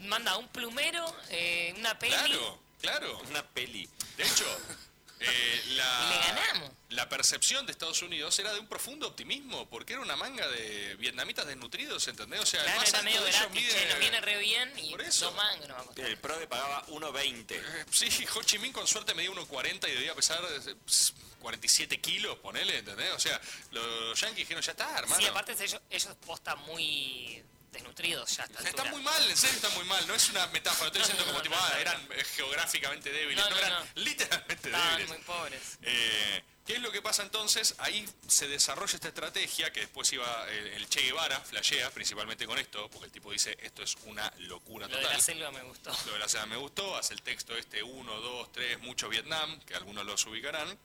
H: manda un plumero, eh, una peli,
F: Claro, claro.
G: Una peli.
F: De hecho, eh, la,
H: Le ganamos.
F: la percepción de Estados Unidos era de un profundo optimismo, porque era una manga de vietnamitas desnutridos, ¿entendés? O sea, el
H: claro,
F: más
H: está
F: alto
H: medio
F: de ellos
H: gratis,
F: mide-
H: che, nos viene re bien y
F: Por eso.
H: dos mangos nos va a costar.
G: El PRODE pagaba 1.20.
F: Eh, Sí, Ho Chi Minh con suerte medía 1,40 y debía pesar eh, 47 kilos, ponele, ¿entendés? O sea, los yanquis dijeron, ya está, hermano.
H: Sí, aparte ellos, ellos posta muy desnutridos ya a esta
F: Está
H: altura.
F: muy mal, en serio está muy mal. No es una metáfora, estoy diciendo como tipo, ah, eran eh, geográficamente débiles.
H: No,
F: No,
H: no,
F: eran
H: no.
F: literalmente
H: Estaban
F: débiles.
H: muy pobres.
F: Eh, ¿Qué es lo que pasa entonces? Ahí se desarrolla esta estrategia que después iba el, el Che Guevara, flashea principalmente con esto, porque el tipo dice, esto es una locura
H: Lo de
F: total.
H: la selva me gustó.
F: Lo de la seda me gustó, hace el texto este 1, 2, 3, mucho Vietnam, que algunos los ubicarán.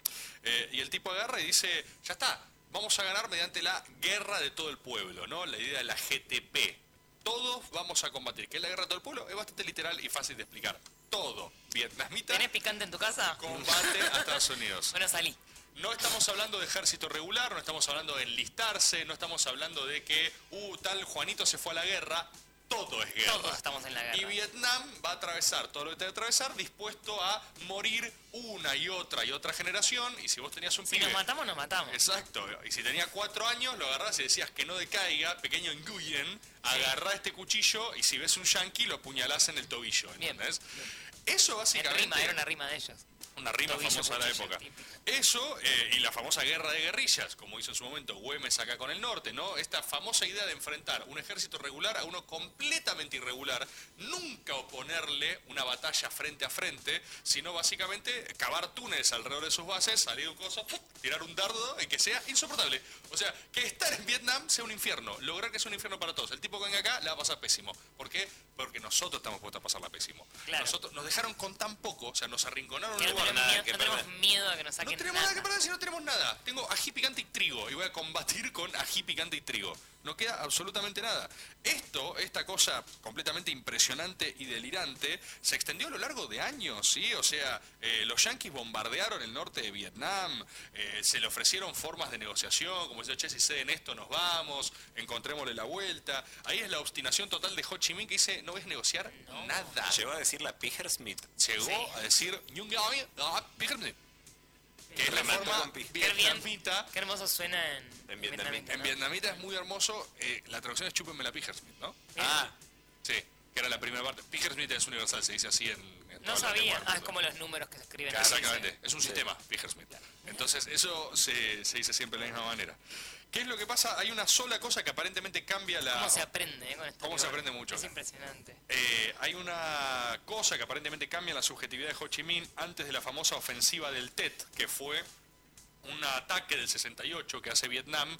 F: Eh, y el tipo agarra y dice, ya está, vamos a ganar mediante la guerra de todo el pueblo, ¿no? La idea de la GTP. Todos vamos a combatir. ¿Qué es la guerra de todo el pueblo? Es bastante literal y fácil de explicar. Todo vietnamita
H: ¿Tenés picante en tu casa?
F: combate a Estados Unidos.
H: Bueno, salí.
F: No estamos hablando de ejército regular, no estamos hablando de enlistarse, no estamos hablando de que, uh, tal Juanito se fue a la guerra. Todo es guerra.
H: Todos estamos en la guerra.
F: Y Vietnam va a atravesar todo lo que te va a atravesar, dispuesto a morir una y otra y otra generación. Y si vos tenías un
H: Si
F: pibe.
H: nos matamos, nos matamos.
F: Exacto. Y si tenía cuatro años, lo agarrás y decías que no decaiga, pequeño Nguyen, agarrá este cuchillo y si ves un yankee, lo apuñalás en el tobillo.
H: Bien.
F: ¿Entendés? Eso
H: En
F: básicamente.
H: rima, era una rima de ellos.
F: Una rima
H: Tobillo,
F: famosa de la
H: cuchillo,
F: época. Eso eh, y la famosa guerra de guerrillas, como hizo en su momento Güemes acá con el norte, ¿no? Esta famosa idea de enfrentar un ejército regular a uno completamente irregular, nunca oponerle una batalla frente a frente, sino básicamente cavar túneles alrededor de sus bases, salir un coso, ¡pum!, tirar un dardo y que sea insoportable. O sea, que estar en Vietnam sea un infierno, lograr que sea un infierno para todos. El tipo que venga acá la va a pasar pésimo. ¿Por qué? Porque nosotros estamos puestos a pasarla pésimo.
H: Claro.
F: Nosotros nos dejaron con tan poco, o sea, nos arrinconaron en
H: Que
F: un lugar.
H: no tenemos, miedo, no tenemos miedo a que nos saquen
F: No tenemos nada que
H: nada.
F: perder si no tenemos nada. Tengo ají picante y trigo y voy a combatir con ají picante y trigo. No queda absolutamente nada. Esto, esta cosa completamente impresionante y delirante, se extendió a lo largo de años, ¿sí? O sea, eh, los yanquis bombardearon el norte de Vietnam, eh, se le ofrecieron formas de negociación, como decía, che, si ceden esto nos vamos, encontrémosle la vuelta. Ahí es la obstinación total de Ho Chi Minh que dice, no ves negociar nada.
G: Llegó a decir la Pigersmith.
F: Llegó a decir, "Ñunga, oye, ah, Pigersmith", que es la
G: Remató
F: forma
G: con pi.
H: Qué bien,
F: vietnamita
H: qué hermoso suena en, en vietnamita,
F: en
H: ¿no?
F: vietnamita es muy hermoso. eh, la traducción es chúpenme la Pigersmith, ¿no?
G: Ah.
F: Sí, que era la primera parte. Pigersmith es universal, se dice así en. en
H: No
F: toda
H: sabía.
F: Latin
H: Ah,
F: War.
H: es como los números que se escriben.
F: Exactamente, es un
H: Sí.
F: sistema, Pigersmith. Entonces, eso se, se dice siempre de la misma manera. ¿Qué es lo que pasa? Hay una sola cosa que aparentemente cambia la.
H: ¿Cómo se aprende eh, con esto?
F: ¿Cómo se aprende mucho?
H: Es impresionante.
F: Eh, hay una cosa que aparentemente cambia la subjetividad de Ho Chi Minh antes de la famosa ofensiva del Tet, que fue un ataque del 68 que hace Vietnam,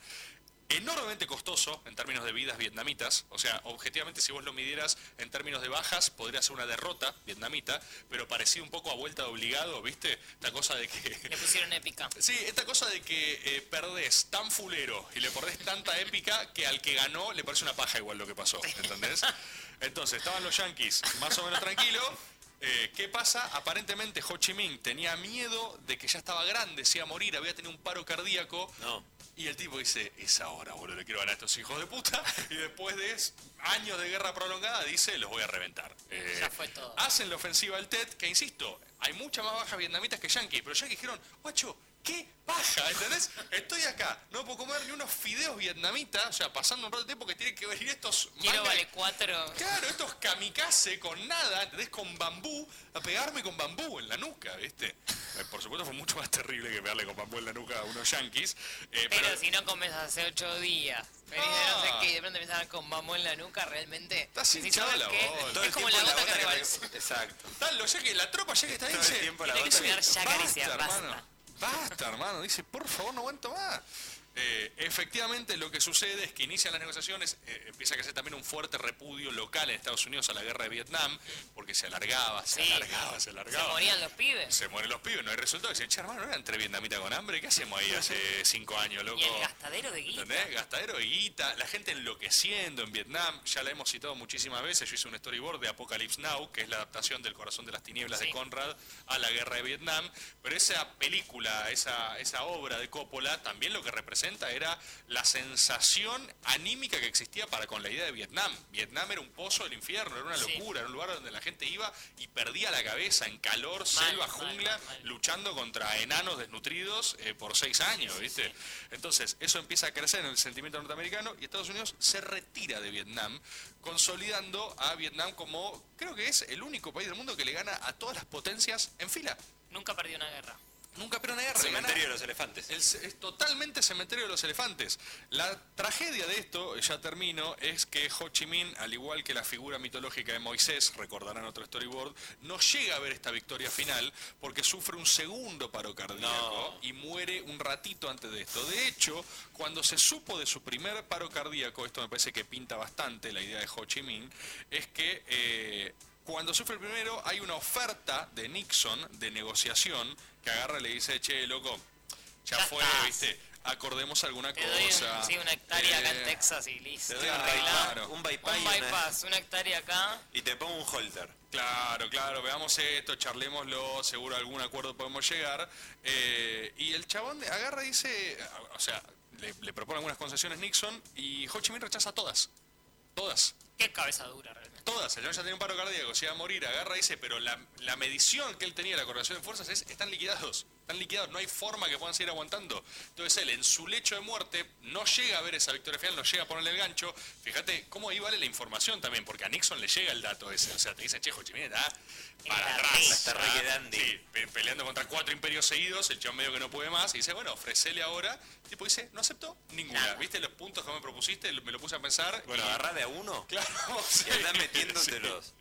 F: enormemente costoso en términos de vidas vietnamitas. O sea, objetivamente, si vos lo midieras en términos de bajas, podría ser una derrota vietnamita, pero parecía un poco a vuelta de obligado, ¿viste? Esta cosa de que.
H: Le pusieron épica.
F: Sí, esta cosa de que eh, perdés tan fulero y le perdés tanta épica que al que ganó le parece una paja igual lo que pasó, ¿entendés? Entonces, estaban los yanquis más o menos tranquilos. Eh, ¿Qué pasa? Aparentemente Ho Chi Minh tenía miedo de que ya estaba grande, se iba a morir, había tenido un paro cardíaco.
G: No.
F: Y el tipo dice, es ahora, boludo, le quiero ganar a estos hijos de puta. Y después de es- años de guerra prolongada, dice, los voy a reventar. Eh,
H: Ya fue todo.
F: Hacen la ofensiva al TED, que insisto, hay muchas más bajas vietnamitas que yanquis, pero yanquis dijeron, guacho, qué paja, ¿entendés? Estoy acá, no puedo comer ni unos fideos vietnamitas, o sea, pasando un rato de tiempo que tienen que venir estos...
H: Quiero
F: manga-
H: vale cuatro.
F: Claro, estos kamikaze con nada, ¿entendés? Con bambú, a pegarme con bambú en la nuca, ¿viste? Eh, Por supuesto fue mucho más terrible que pegarle con bambú en la nuca a unos yanquis. eh,
H: Pero, si no comes hace ocho días, venís de no sé
F: Ah.
H: qué, y de pronto empezás con mamón en la nuca, realmente.
F: Estás
H: decís,
F: hinchado
H: ¿sabes
F: la
H: qué?
F: bola.
G: Todo
H: Es
G: el
H: como
G: tiempo
H: la gota que
G: la-
H: rebalsa.
G: Exacto.
F: Tal, lo ya que la tropa ya que está ahí
G: Todo el
F: dice,
G: tiempo la
F: "Mirá
G: bota
F: que
H: que-
F: se-
H: Ya Galicia, basta".
F: hermano. Basta, hermano. Dice, por favor, no aguanto más. Eh, efectivamente, lo que sucede es que inician las negociaciones, eh, empieza a crecer también un fuerte repudio local en Estados Unidos a la guerra de Vietnam, porque se alargaba, se
H: Sí.
F: alargaba, se
H: Se
F: alargaba.
H: morían los pibes.
F: Se mueren los pibes, no hay resultado. Dicen, che, hermano, ¿no eran tres vietnamitas con hambre? ¿Qué hacemos ahí hace cinco años, loco?
H: Y el gastadero de guita.
F: ¿Entendés? Gastadero de guita, la gente enloqueciendo en Vietnam, ya la hemos citado muchísimas veces, yo hice un storyboard de Apocalypse Now, que es la adaptación del Corazón de las Tinieblas
H: Sí.
F: de Conrad a la guerra de Vietnam, pero esa película, esa, esa obra de Coppola, también lo que representa era la sensación anímica que existía para con la idea de Vietnam. Vietnam era un pozo del infierno, era una
H: Sí.
F: locura, era un lugar donde la gente iba y perdía la cabeza en calor, selva,
H: mal,
F: jungla,
H: mal, mal.
F: luchando contra enanos desnutridos eh, por seis años, ¿viste? Entonces, eso empieza a crecer en el sentimiento norteamericano y Estados Unidos se retira de Vietnam, consolidando a Vietnam como, creo que es el único país del mundo que le gana a todas las potencias en fila.
H: Nunca perdí una guerra.
F: Nunca pero una guerra. le gana-
G: Cementerio de los elefantes.
F: el ce- es totalmente cementerio de los elefantes. La tragedia de esto, ya termino, es que Ho Chi Minh, al igual que la figura mitológica de Moisés, recordarán otro storyboard, no llega a ver esta victoria final porque sufre un segundo paro cardíaco y muere un ratito antes de esto. De hecho, cuando se supo de su primer paro cardíaco, esto me parece que pinta bastante la idea de Ho Chi Minh, es que... eh, cuando sufre el primero, hay una oferta de Nixon de negociación que agarra y le dice, che, loco, ya
H: Ya
F: fue,
H: está.
F: viste. Acordemos alguna
H: Te doy un-
F: cosa.
H: sí, una hectárea acá en
F: Eh,
H: Texas y listo.
G: Te doy un
H: Arreglado.
F: claro.
G: bypass, un bypass,
H: Un
G: y una-
H: bypass, una hectárea acá.
G: y te pongo un holder.
F: Claro, claro, veamos esto, charlémoslo, seguro a algún acuerdo podemos llegar. Eh, y el chabón agarra y dice, o sea, le, le propone algunas concesiones Nixon y Ho Chi Minh rechaza todas. Todas.
H: Qué cabeza dura realmente.
F: Todas, el chabón ya tenía un paro cardíaco, se iba a morir, agarra y dice, pero la, la medición que él tenía, la correlación de fuerzas es, están liquidados. Están liquidados, no hay forma que puedan seguir aguantando. Entonces él, en su lecho de muerte, no llega a ver esa victoria final, no llega a ponerle el gancho. Fíjate cómo ahí vale la información también, porque a Nixon le llega el dato ese. O sea, te dicen, che, Jochimine está para atrás.
K: Está re que dandy.
F: Sí, pe- peleando contra cuatro imperios seguidos, el chabón medio que no puede más, y dice, bueno, ofrecele ahora. El tipo dice, no aceptó ninguna. ¿Viste los puntos que me propusiste? Me lo puse a pensar.
K: Bueno,
F: y-
K: agarrá de a uno.
F: Claro, sí.
K: Andá metiéndotelos.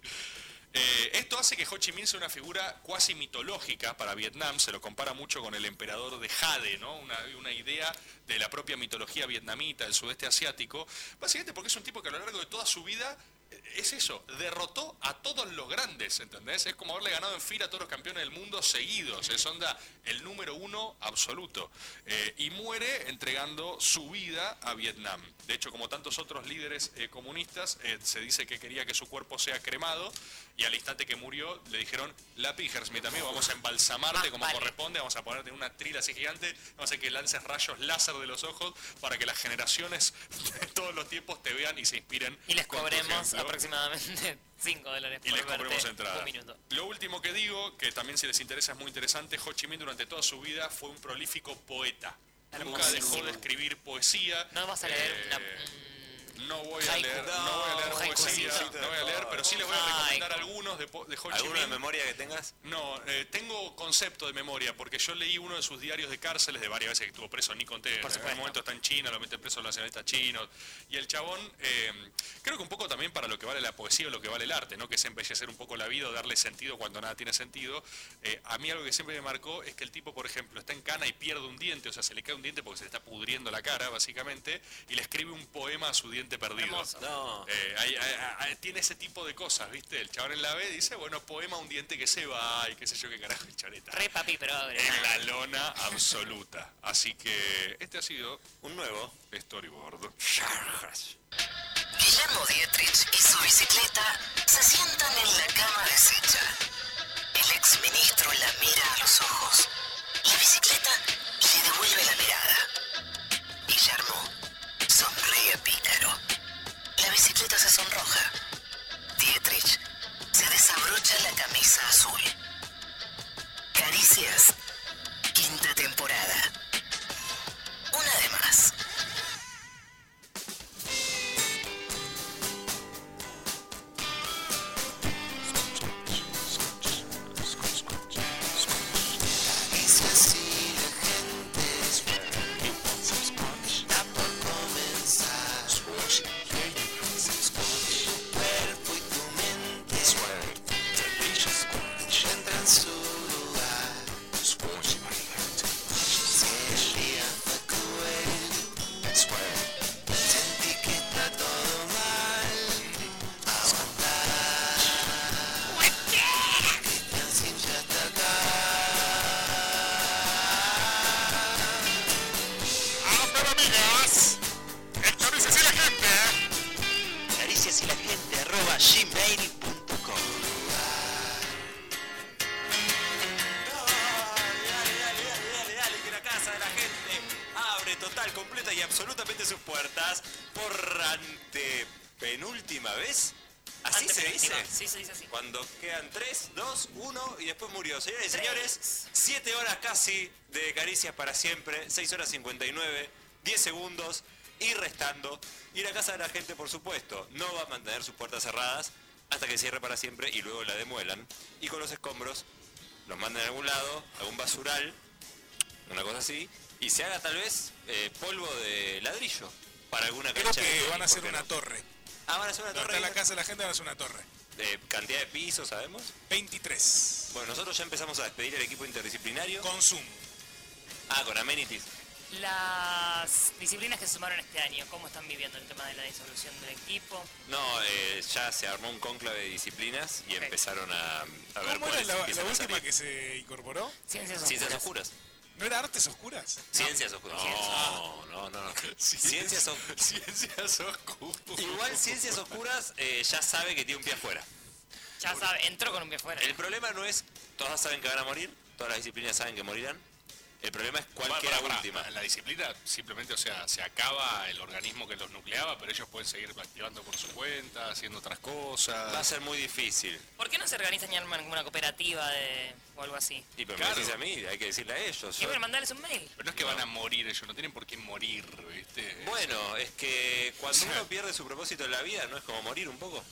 F: Eh, esto hace que Ho Chi Minh sea una figura cuasi mitológica para Vietnam, se lo compara mucho con el emperador de Jade, ¿no? una, una idea de la propia mitología vietnamita del sudeste asiático, básicamente porque es un tipo que a lo largo de toda su vida eh, es eso, derrotó a todos los grandes, ¿entendés? Es como haberle ganado en fila a todos los campeones del mundo seguidos, es onda el número uno absoluto. Eh, y muere entregando su vida a Vietnam. De hecho, como tantos otros líderes eh, comunistas, eh, se dice que quería que su cuerpo sea cremado y al instante que murió le dijeron, la Pijersmith, amigo, vamos a embalsamarte como corresponde, vamos a ponerte en una trila así gigante, vamos a hacer que lances rayos láser de los ojos para que las generaciones de todos los tiempos te vean y se inspiren.
H: Y les
F: con tu
H: cobremos
F: ejemplo".
H: aproximadamente 5 dólares
F: Y
H: por
F: les
H: verte
F: compremos entrada.
H: un minuto.
F: Lo último que digo, que también si les interesa es muy interesante, Ho Chi Minh durante toda su vida fue un prolífico poeta. Nunca
H: Hermosísimo.
F: dejó de escribir poesía.
H: No vas a leer
F: Eh,
H: una-
F: No voy a
H: haiku.
F: leer, no, voy a leer
H: No, haiku,
F: poesía,
H: sí, sí.
F: no voy a leer, pero sí les voy a
H: Haiku.
F: recomendar algunos de, po- de Ho Chi
K: ¿Alguno de
F: Minh.
K: memoria que tengas?
F: No, eh, tengo concepto de memoria, porque yo leí uno de sus diarios de cárceles de varias veces que estuvo preso Nikon T. En algún momento está en China, lo meten preso los nacionalistas chinos. Y el chabón, eh, creo que un poco también para lo que vale la poesía o lo que vale el arte, ¿no? Que es embellecer un poco la vida o darle sentido cuando nada tiene sentido. Eh, a mí algo que siempre me marcó es que el tipo, por ejemplo, está en cana y pierde un diente, o sea, se le cae un diente porque se le está pudriendo la cara, básicamente, y le escribe un poema a su diente perdido.
K: No.
F: Eh, hay- hay- hay- tiene ese tipo de cosas, ¿viste? El chabón en la B dice, bueno, poema un diente que se va y qué sé yo qué carajo, el chabón está
H: Re papi progre.
F: En la lona absoluta. Así que este ha sido
K: un nuevo
F: storyboard.
E: Guillermo Dietrich y su bicicleta se sientan en la cama deshecha. El exministro la mira a los ojos. La bicicleta le devuelve la mirada. Guillermo sonríe pícaro. La bicicleta se sonroja. Dietrich se desabrocha la camisa azul. Caricias, quinta temporada. Una de más.
D: Es así la gente es A por comenzar Tu cuerpo y tu mente Encuentran su lugar Si el día fue cruel Sentí que está todo mal Aguantar Que Francine ya está
J: Ah, pero amigas, el caricias y la gente. Caricias y la gente, arroba gmail.com.
G: Dale, dale, que la casa de la gente abre total, completa y absolutamente sus puertas por antepenúltima vez. Así se dice.
H: Antepenúltima, Sí, se dice así.
G: Cuando quedan 3, 2, 1 y después murió. Señoras y señores, 7 horas casi de caricias para siempre, 6 horas 59, 10 segundos y restando. Y la casa de la gente, por supuesto, no va a mantener sus puertas cerradas hasta que cierre para siempre y luego la demuelan. Y con los escombros los mandan a algún lado, a algún basural, una cosa así, y se haga tal vez eh, polvo de ladrillo para alguna
A: Creo
G: cancha. de
A: que
G: tenis,
A: van a hacer
G: ¿por qué
A: una
G: no?
A: torre.
G: Ah, van a hacer una
A: Donde
G: torre.
A: está la casa de la gente van a hacer una torre.
G: Eh, ¿Cantidad de pisos, sabemos?
A: 23.
G: Bueno, nosotros ya empezamos a despedir el equipo interdisciplinario.
A: Con Zoom.
G: Ah, con amenities.
H: Las disciplinas que se sumaron este año, ¿cómo están viviendo el tema de la disolución del equipo?
G: No, eh, ya se armó un cónclave de disciplinas y empezaron a, a ver
A: ¿Cómo era
G: cuáles
A: la, la
G: empiezan a
A: última
G: salir.
A: que se incorporó?
H: Ciencias
G: Ciencias oscuras.
A: ¿No era artes oscuras?
G: Ciencias oscuras. No, no, no. no. Ciencias, oscuras.
F: Ciencias oscuras.
G: Igual Ciencias oscuras eh, ya sabe que tiene un pie afuera.
H: Ya sabe, entró con un pie fuera.
G: El problema no es, todas saben que van a morir, todas las disciplinas saben que morirán. El problema es cuál
F: Pará,
G: queda
F: pará, pará.
G: última.
F: La disciplina simplemente, o sea, se acaba el organismo que los nucleaba, pero ellos pueden seguir activando por su cuenta, haciendo otras cosas.
G: Va a ser muy difícil.
H: ¿Por qué no se organizan y arman como una cooperativa de, o algo así?
G: Y pero
F: Claro.
G: me decís a mí, hay que decirle a ellos.
H: Y
G: yo-
H: bueno, mandarles un mail.
F: Pero no es que van a morir ellos, no tienen por qué morir, ¿viste?
G: Bueno, es que cuando uno pierde su propósito en la vida, ¿no es como morir un poco?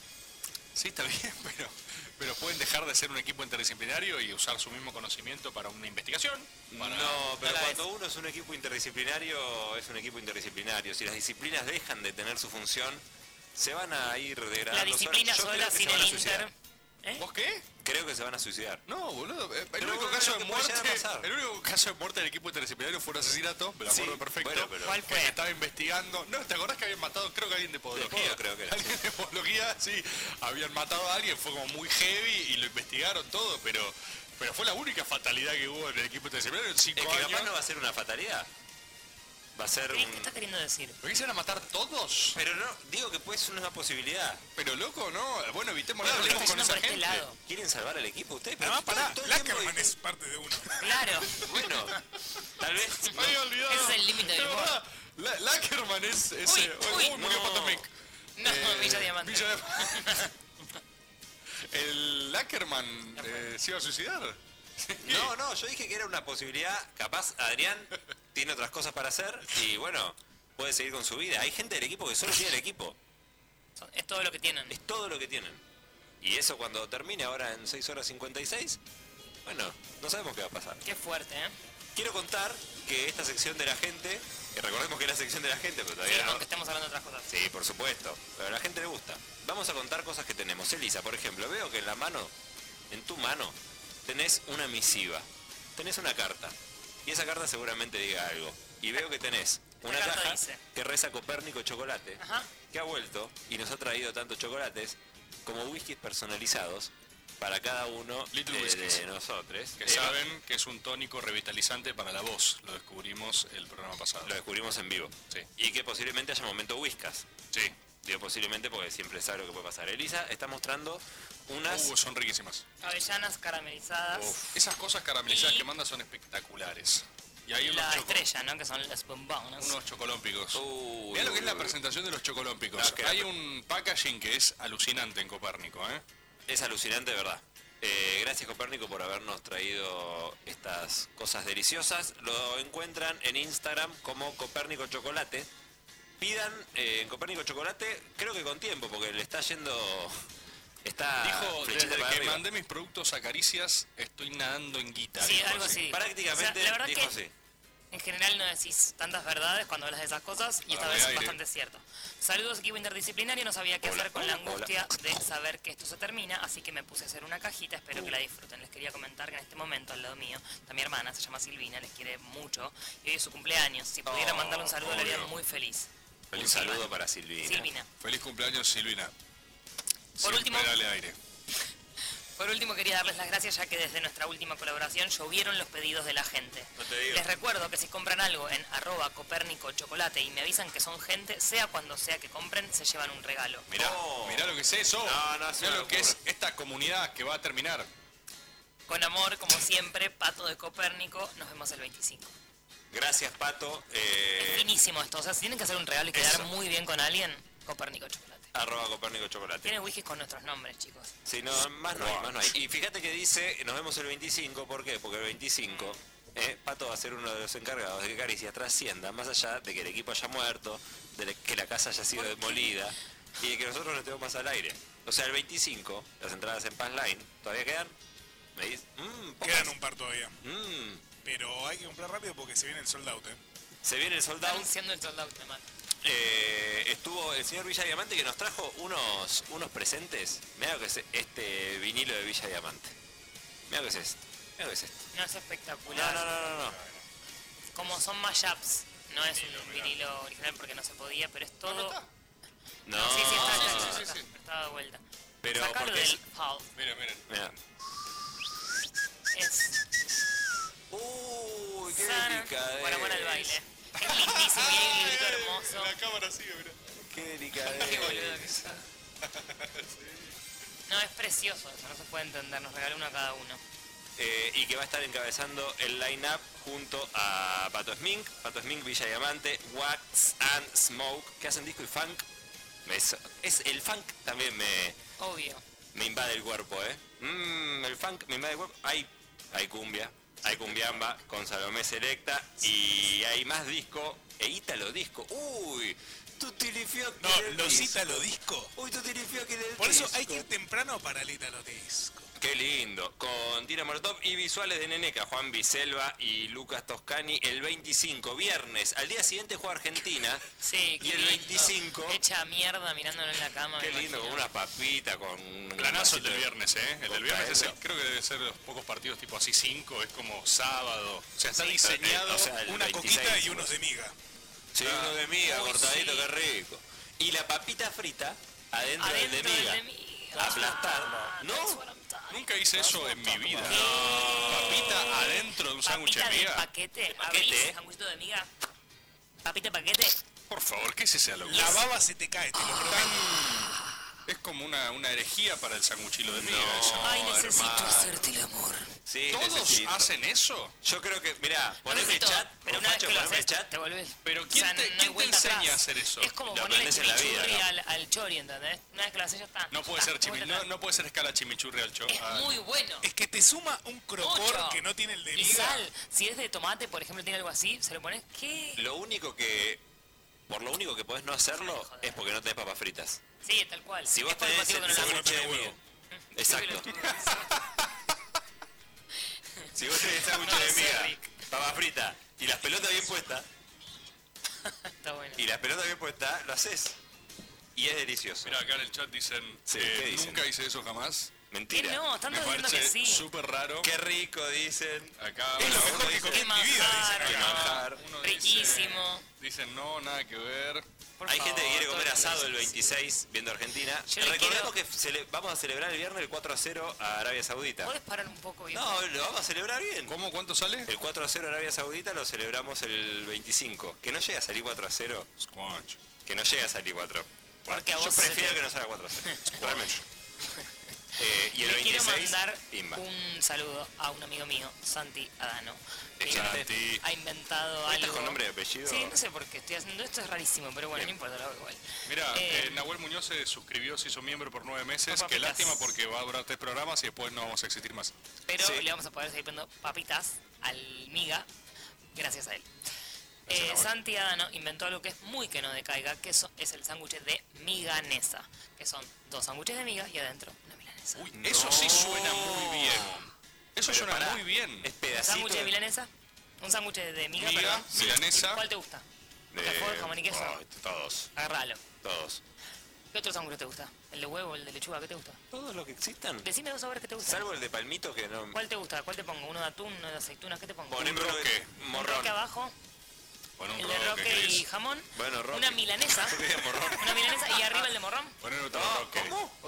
F: Sí, está bien, pero, pero pueden dejar de ser un equipo interdisciplinario y usar su mismo conocimiento para una investigación. para-
G: No, pero cuando uno es un equipo interdisciplinario, es un equipo interdisciplinario. Si las disciplinas dejan de tener su función, se van a ir degradando.
H: La disciplina
G: Yo creo
H: sola
G: que se
H: sin
G: van a
H: el
G: suicidar.
H: Inter. ¿Eh?
F: ¿Vos qué?
G: Creo que se van a suicidar.
F: No, boludo. eh, El
G: Pero
F: único,
G: bueno,
F: caso
G: lo
F: de
G: que puede
F: muerte,
G: llegar a pasar.
F: el único caso de muerte del equipo interdisciplinario fue un asesinato, me lo
G: Sí,
F: acuerdo perfecto.
G: bueno, pero- ¿Cuál
F: que se estaba investigando. No, ¿te acordás que habían matado? Creo que alguien de podología.
G: Podología, creo que era,
F: Alguien de podología, sí. Habían matado a alguien, fue como muy heavy y lo investigaron todo, pero, pero fue la única fatalidad que hubo en el equipo interdisciplinario en cinco
G: Es que
F: años.
G: capaz no va a ser una fatalidad. Va a ser
H: ¿Qué, qué
G: un...
H: estás queriendo decir?
F: ¿Pero qué se van a matar todos?
G: Pero no, digo que puede ser una posibilidad.
F: Pero loco, no. Bueno, evitemos la
G: hablemos
F: con
H: este
F: esa gente.
G: ¿Quieren salvar al equipo ustedes? Pero
A: Además,
G: todo-
A: pará,
G: todo el
A: Lackerman es parte de uno.
H: Claro.
G: Bueno, tal vez.
F: Me había olvidado.
H: Ese es el límite del
F: Es
H: humor.
F: verdad. La- Lackerman es. es
H: Uy,
F: eh,
H: uy.
F: murió
H: No.
F: Potomac.
H: No,
F: Eh,
H: Villa Diamante.
F: Villa Diamante. El Lackerman eh, se iba a suicidar.
G: No, no, yo dije que era una posibilidad. Capaz Adrián tiene otras cosas para hacer y bueno, puede seguir con su vida. Hay gente del equipo que solo tiene el equipo.
H: Son- Es todo lo que tienen.
G: Es todo lo que tienen. Y eso cuando termine ahora en 6 horas 56, bueno, no sabemos qué va a pasar.
H: Qué fuerte, ¿eh?
G: Quiero contar que esta sección de la gente, que recordemos que es la sección de la gente, pero
H: Sí,
G: todavía no.
H: aunque estemos hablando de otras cosas.
G: Sí, por supuesto. Pero a la gente le gusta. Vamos a contar cosas que tenemos. Elisa, por ejemplo, veo que en la mano, en tu mano, tenés una misiva. Tenés una carta. Y esa carta seguramente diga algo. Y veo que tenés una
H: carta
G: caja
H: dice.
G: que reza Copérnico Chocolate,
H: Ajá.
G: que ha vuelto y nos ha traído tanto chocolates como whiskies personalizados para cada uno
F: Little
G: de,
F: whiskies.
G: de nosotros.
F: Que
G: Eh,
F: saben que es un tónico revitalizante para la voz. Lo descubrimos el programa pasado.
G: Lo descubrimos en vivo.
F: Sí.
G: Y que posiblemente haya momento whiskas.
F: Sí.
G: Digo posiblemente porque siempre sabe lo que puede pasar. Elisa está mostrando unas...
F: Uh, son riquísimas.
H: Avellanas caramelizadas.
F: Uf, Esas cosas caramelizadas
H: Y-
F: que manda son espectaculares. Y hay unos,
H: la
F: choco-
H: estrella, ¿no? Que son las bombones.
F: unos chocolómpicos. Mirá lo que es la presentación de los chocolómpicos.
G: No, que-
F: hay un packaging que es alucinante en Copérnico, ¿eh?
G: Es alucinante, de verdad. Eh, gracias Copérnico por habernos traído estas cosas deliciosas. Lo encuentran en Instagram como Copérnico Chocolate. Pidan eh, en Copérnico Chocolate, creo que con tiempo, porque le está yendo... Está
F: Dijo,
G: flechita
F: desde que
G: para arriba.
F: mandé mis productos a Caricias, estoy nadando en guita.
H: Sí,
F: dijo
H: algo así.
G: Prácticamente
H: O sea, la verdad
G: dijo
H: que-
G: así.
H: En general no decís tantas verdades cuando hablas de esas cosas y esta
G: Ah,
H: vez es
G: aire.
H: bastante cierto. Saludos equipo interdisciplinario, no sabía qué hacer con la angustia de saber que esto se termina, así que me puse a hacer una cajita, espero que la disfruten. Les quería comentar que en este momento al lado mío está mi hermana, se llama Silvina, les quiere mucho y hoy es su cumpleaños. Si pudiera
F: Oh,
H: mandarle un saludo, le haría
F: obvio.
H: muy feliz.
G: Un saludo para Silvina.
H: Silvina.
F: Feliz cumpleaños, Silvina. Siempre
H: último-
F: Dale aire.
H: Por último, quería darles las gracias ya que desde nuestra última colaboración llovieron los pedidos de la gente. Les recuerdo que si compran algo en arroba copérnico chocolate y me avisan que son gente, sea cuando sea que compren, se llevan un regalo.
F: Mirá, mirá lo que es eso.
G: Oh. No, no, es
F: mirá
G: una
F: lo que es
G: locura.
F: esta comunidad que va a terminar.
H: Con amor, como siempre, Pato de Copérnico, nos vemos el 25.
G: Gracias Pato. Eh,
H: Finísimo esto, o sea, si tienen que hacer un regalo y quedar muy bien con alguien, Copérnico chocolate.
G: arroba Copérnico Chocolate.
H: Tiene whisky con nuestros nombres, chicos.
G: Sí, no, más no hay, más no hay. Y fíjate que dice, nos vemos el 25, ¿por qué? Porque el 25, eh, Pato va a ser uno de los encargados de que Caricia trascienda, más allá de que el equipo haya muerto, de la- que la casa haya sido demolida y de que nosotros no estemos más al aire. O sea, el 25, las entradas en Paz Line, ¿todavía quedan? ¿Me dices? Mm, pocas.
A: Quedan un par todavía.
G: Mm,
A: Pero hay que comprar rápido porque se viene el sold out, ¿eh?
G: se viene el soldado.
H: Anunciando el soldado, me mata.
G: Eh, estuvo el señor Villa Diamante que nos trajo unos, unos presentes. Mira lo que es este vinilo de Villa Diamante. Mira lo que es esto. Mira lo que es esto.
H: No es espectacular.
G: no, no, no. no.
H: Como son mashups, no es un vinilo original porque no se podía, pero es todo.
G: No,
H: Sí, sí, está, está, está, está, está de vuelta.
G: Pero
H: Sacalo
G: porque
H: del
G: es-
H: hall.
F: Miren, miren.
G: Mirá.
H: Es
G: Uy, qué
H: sana.
G: delicadez.
H: Bueno, bueno, el baile. Es lindísimo, y hay un librito hermoso.
A: La cámara sigue, mirá.
G: Qué
H: Qué boludo
G: delicadez.
H: que sos. No, es precioso eso, no se puede entender. Nos regaló uno a cada uno.
G: eh, y que va a estar encabezando el line-up junto a Pato Smink, Pato Smink, Villa Diamante, Wax and Smoke, que hacen disco y funk. Me so- es, el funk también me,
H: Obvio.
G: me invade el cuerpo, ¿eh? Mm, el funk me invade el cuerpo. Hay, hay cumbia, hay cumbiamba con Salomé Selecta y hay más disco e ítalo disco. Uy, tú tirifió
A: No, los ítalo disco.
G: Uy, tú tirifió que del
A: Por eso hay
G: disco.
A: que ir temprano para el ítalo disco.
G: Qué lindo. Con Tira Molotov y visuales de Neneca, Juan Biselva y Lucas Toscani el 25, viernes. Al día siguiente juega Argentina.
H: Sí,
G: Y el 25.
H: Hecha mierda mirándolo en la cama.
G: Qué
H: me
G: lindo, con
H: imagino.
G: una papita, con... un
F: Planazo
G: vasito
F: el del
G: de-
F: viernes, ¿eh? El del
G: Boca
F: viernes es el-
G: adentro.
F: creo que debe ser de los pocos partidos tipo así 5, es como sábado. O sea, está
G: Sí. eh,
F: diseñado
G: O sea, el
F: una
G: 26,
F: coquita y
G: pues.
F: unos de miga.
G: Sí,
F: Ah.
G: uno de miga,
F: Uy,
G: cortadito,
F: sí.
G: qué rico. Y la papita frita adentro, del de
F: Adentro del
G: miga.
F: de
G: Aplastar. ¿No?
F: Nunca hice eso en mi vida. Papita adentro de un sándwich de
H: Papita de
F: miga.
H: paquete.
F: Paquete,
H: Abrís
F: eh.
H: sanguchito de miga. Papita de paquete.
F: Por favor, ¿qué es Ah. esa locura?
A: La baba se te cae, te lo
F: Es como una, una herejía para el sanguchilo de miga.
H: Ay, necesito
G: hacerte
H: el amor.
G: Sí,
F: ¿Todos
G: necesito.
F: hacen eso?
G: Yo creo que, mirá, poneme el chat,
H: pero una
G: Facho,
H: vez que lo
G: poneme el
H: haces,
G: chat.
H: te volvés.
F: Pero
H: ¿quién te,
F: ¿quién te enseña a hacer eso?
H: Es como
F: Lo
H: ponerle
F: aprendes en la vida,
H: chimichurri
F: ¿no?
H: al, al chori, ¿entendés? Una vez que lo haces ya está. Ah,
F: No puede ser chimi- no, no puede ser escala chimichurri al Ah, show.
H: Muy bueno.
A: Es que te suma un crocor
H: Mucho.
A: que no tiene el de
H: Y
A: miga.
H: sal, si es de tomate, por ejemplo, tiene algo así, se lo pones, ¿qué?
G: Lo único que. Por lo único que podés no hacerlo es porque no tenés papas fritas.
H: Sí, tal cual.
G: Si vos
H: Es por el
G: tenés
H: motivo que
G: el
H: no lo haces.
G: sándwich de miga. Exacto. Si vos tenés el sándwich de miga, papas fritas y las pelotas bien puestas,
H: Está bueno.
G: y las pelotas bien puestas, lo haces. Y es delicioso.
F: Mira, acá en el chat dicen, eh,
G: ¿qué dicen?
F: nunca hice eso jamás.
G: Mentira.
F: Me parece súper raro.
G: Qué rico, dicen.
F: Acá
G: Es lo
F: uno
G: mejor que
F: dice-
G: comí en mi vida, dicen acá.
F: Qué manjar.
G: Uno dice-
H: Riquísimo.
F: Dicen, no, nada que ver.
G: Hay gente que quiere comer asado el 26 viendo Argentina.
F: Yo le
G: Recordemos que cele- vamos a celebrar el viernes el 4 a 0 a Arabia Saudita.
H: ¿Podés parar un poco bien?
G: No, lo vamos a celebrar bien.
F: ¿Cómo? ¿Cuánto sale?
G: El 4 a 0 Arabia Saudita lo celebramos el 25. Que no llega a salir 4 a 0. Que no llega a salir 4.
H: Porque a
G: Yo
H: vos
G: prefiero
H: se te-
G: que no salga 4 a 0. Realmente. Eh, y el
H: Le
G: 26,
H: quiero mandar
G: Pimba.
H: un saludo a un amigo mío, Santi Adano. que
G: Santi.
H: ha inventado
G: ¿No estás
H: algo.
G: con nombre y apellido?
H: Sí, no sé por qué estoy haciendo esto, es rarísimo, pero bueno,
F: Bien.
H: no importa, lo hago igual.
F: Mira,
H: Eh,
F: eh, Nahuel Muñoz se suscribió, se hizo miembro por nueve meses.
H: Por
F: Qué
H: papitas.
F: lástima porque va a durar tres programas y después no vamos a existir más.
H: Pero le vamos a poder seguir poniendo papitas al miga, gracias a él. Eh,
F: Nahuel.
H: Santi Adano inventó algo que es muy que no decaiga, que eso es el sándwich de miganesa, que son dos sándwiches de miga y adentro una milanesa.
F: Eso sí suena muy bien. Eso suena muy bien. Es
H: ¿Un sándwich de milanesa? ¿Un sándwich de miga?
F: Miga,
H: perdón.
F: sí. milanesa.
H: ¿Cuál te gusta? ¿Alfajor, jamón y queso?
G: Eh, oh, todos,
H: Agárralo.
G: todos.
H: ¿Qué otro sándwich te gusta? ¿El de huevo, el de lechuga? ¿Qué te gusta?
G: Todos los que existan.
H: Decime dos sabores que te gustan.
G: Salvo el de palmito que no...
H: ¿Cuál te gusta? ¿Cuál te pongo? ¿Uno de atún, uno de aceitunas? ¿Qué te pongo?
G: Poneme uno de
H: Un
G: morrón.
H: roque abajo,
G: Pon
H: el de roque y jamón,
G: Bueno, roque.
H: una milanesa, una milanesa y arriba el de morrón.
F: Poner otro roque.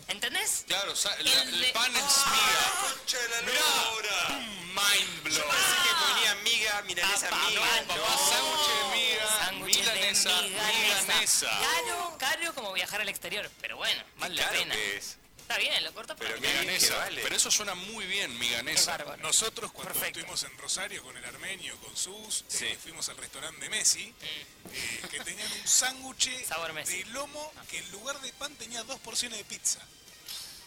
H: ¿Entendés?
F: Claro, sa-
H: El
F: la- el, Oh.
H: de-
F: pan es
H: ¡Ah!
F: miga.
G: Mirá,
F: mind blow.
G: Pensé que ponía miga, milanesa, miga.
F: no, papá, sándwich de miga,
H: Sándwiches de
F: milanesa, milanesa.
H: Caro, caro como viajar al exterior, pero bueno, vale la
F: caro
H: pena.
F: que es.
H: Está bien, lo corto
F: Pero
H: para mí.
F: milanesa. Pero eso suena muy bien, milanesa.
A: Nosotros cuando estuvimos en Rosario con el armenio, con Sus, eh, fuimos al restaurante de Messi, eh, que tenían un sándwich de lomo
G: Ah.
A: que en lugar de pan tenía dos porciones de pizza.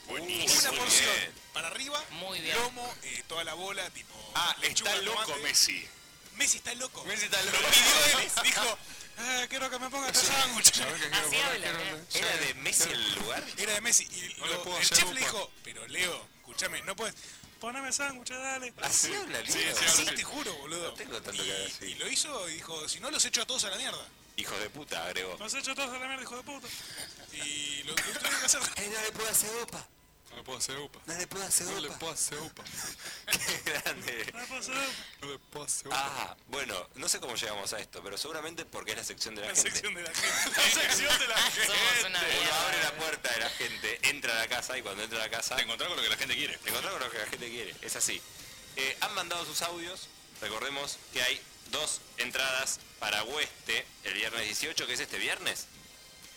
F: Buenísimo.
A: Una
F: Muy
A: porción
F: bien.
A: para arriba,
H: Muy
F: bien.
A: lomo, eh, toda la bola, tipo...
F: Ah,
A: lechuga,
F: está loco
A: tomate.
F: Messi.
A: Messi está loco.
F: Messi está loco.
A: Lo pidió él, dijo, "Ah, quiero que me ponga este sándwich.
H: Así hablan, ¿eh?
G: ¿Era de Messi el lugar?
A: Era de Messi. Y
G: No le
A: lo-
G: puedo
A: el
G: hacer
A: chef
G: un
A: le
G: pa-
A: dijo, pero Leo, escúchame, no puedes. Poneme sándwich, dale.
G: Así habla, Leo.
A: Ah, Sí,
G: Sí,
A: sí,
G: habla.
A: te juro, boludo.
G: Tengo tanto que
A: Y
G: decir.
A: lo hizo y dijo, si no los echo a todos a la mierda.
G: Hijo de puta, agregó.
A: Los echo a todos a la mierda, hijo de puta. Y lo, lo tuvieron que hacer.
J: no le puedo hacer opa.
F: No le puedo hacer upa.
J: No le puedo hacer
F: No le
J: opa.
F: puedo hacer upa.
G: Qué grande.
A: No le puedo hacer opa.
F: No le puedo hacer upa.
G: Ah, bueno, no sé cómo llegamos a esto, pero seguramente porque es la sección de la,
A: La
G: gente.
A: sección de la gente. La sección de la
H: Ah,
A: gente.
G: Uno abre la puerta de la gente, entra a la casa y cuando entra a la casa. Te
F: encontrás con lo que la gente quiere.
G: Te encontrás con lo que la gente quiere, es así. Eh, han mandado sus audios, recordemos que hay dos entradas para Hueste el viernes 18, que es este viernes.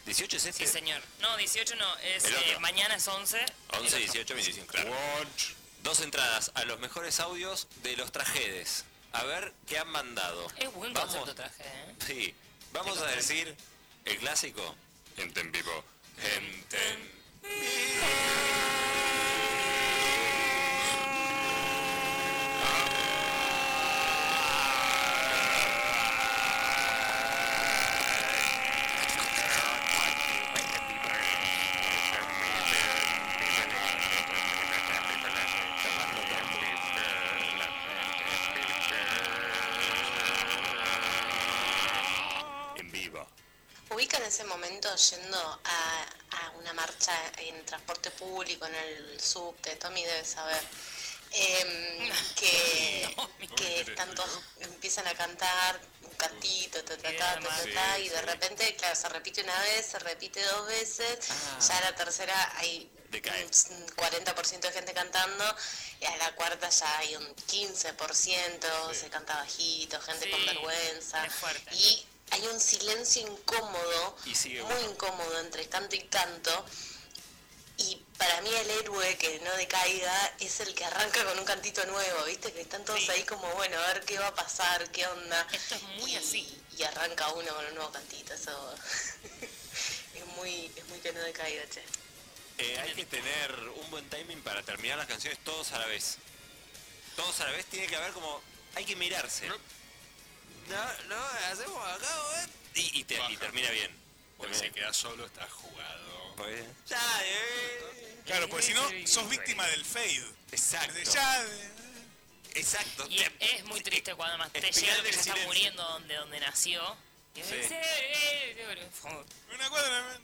G: ¿18 es este?
H: Sí, señor. No, 18 no, es
G: El
H: eh,
G: otro.
H: mañana es 11.
G: 11, 18, 25. Claro. Dos entradas a los mejores audios de los trajedes. A ver qué han mandado.
H: Es buen
G: Vamos.
H: concepto traje, ¿eh?
G: Sí, vamos a decir el clásico. Gente en vivo. Gente en
L: En vivo.
M: Ubican ese momento yendo a, a una marcha en transporte público, en el subte, Tommy debe saber, em, que, que están todos, empiezan a cantar un cantito, ta, ta, ta, ta, ta,
N: Sí,
M: ta, y de
N: sí.
M: repente, claro, se repite una vez, se repite dos veces,
N: Ah.
M: ya la tercera hay un s- un 40% de gente cantando, y a la cuarta ya hay un 15%, se canta bajito, gente con vergüenza, y hay un silencio incómodo
G: Y sigue
M: muy incómodo entre canto y canto. Y para mí el héroe que no decaiga es el que arranca con un cantito nuevo, ¿viste? Que están todos ahí como, bueno, a ver qué va a pasar, qué onda. Esto es muy así. Y arranca uno con un nuevo cantito, eso es muy, es muy que no decaiga, che.
G: Eh, hay que tener un buen timing para terminar las canciones todos a la vez. Todos a la vez tiene que haber como. Hay que mirarse. No, no, hacemos acá, Y, y te- y termina bien. Pues,
F: Porque si quedas solo estás jugado.
G: eh.
A: Claro, porque si no, sos víctima del fade.
G: Exacto. Exacto.
H: Y es muy triste cuando más te llega lo que se está muriendo donde, donde nació. Y
G: Sí.
H: dice, Ah, "Eh, eh, eh,
A: Una cuadra.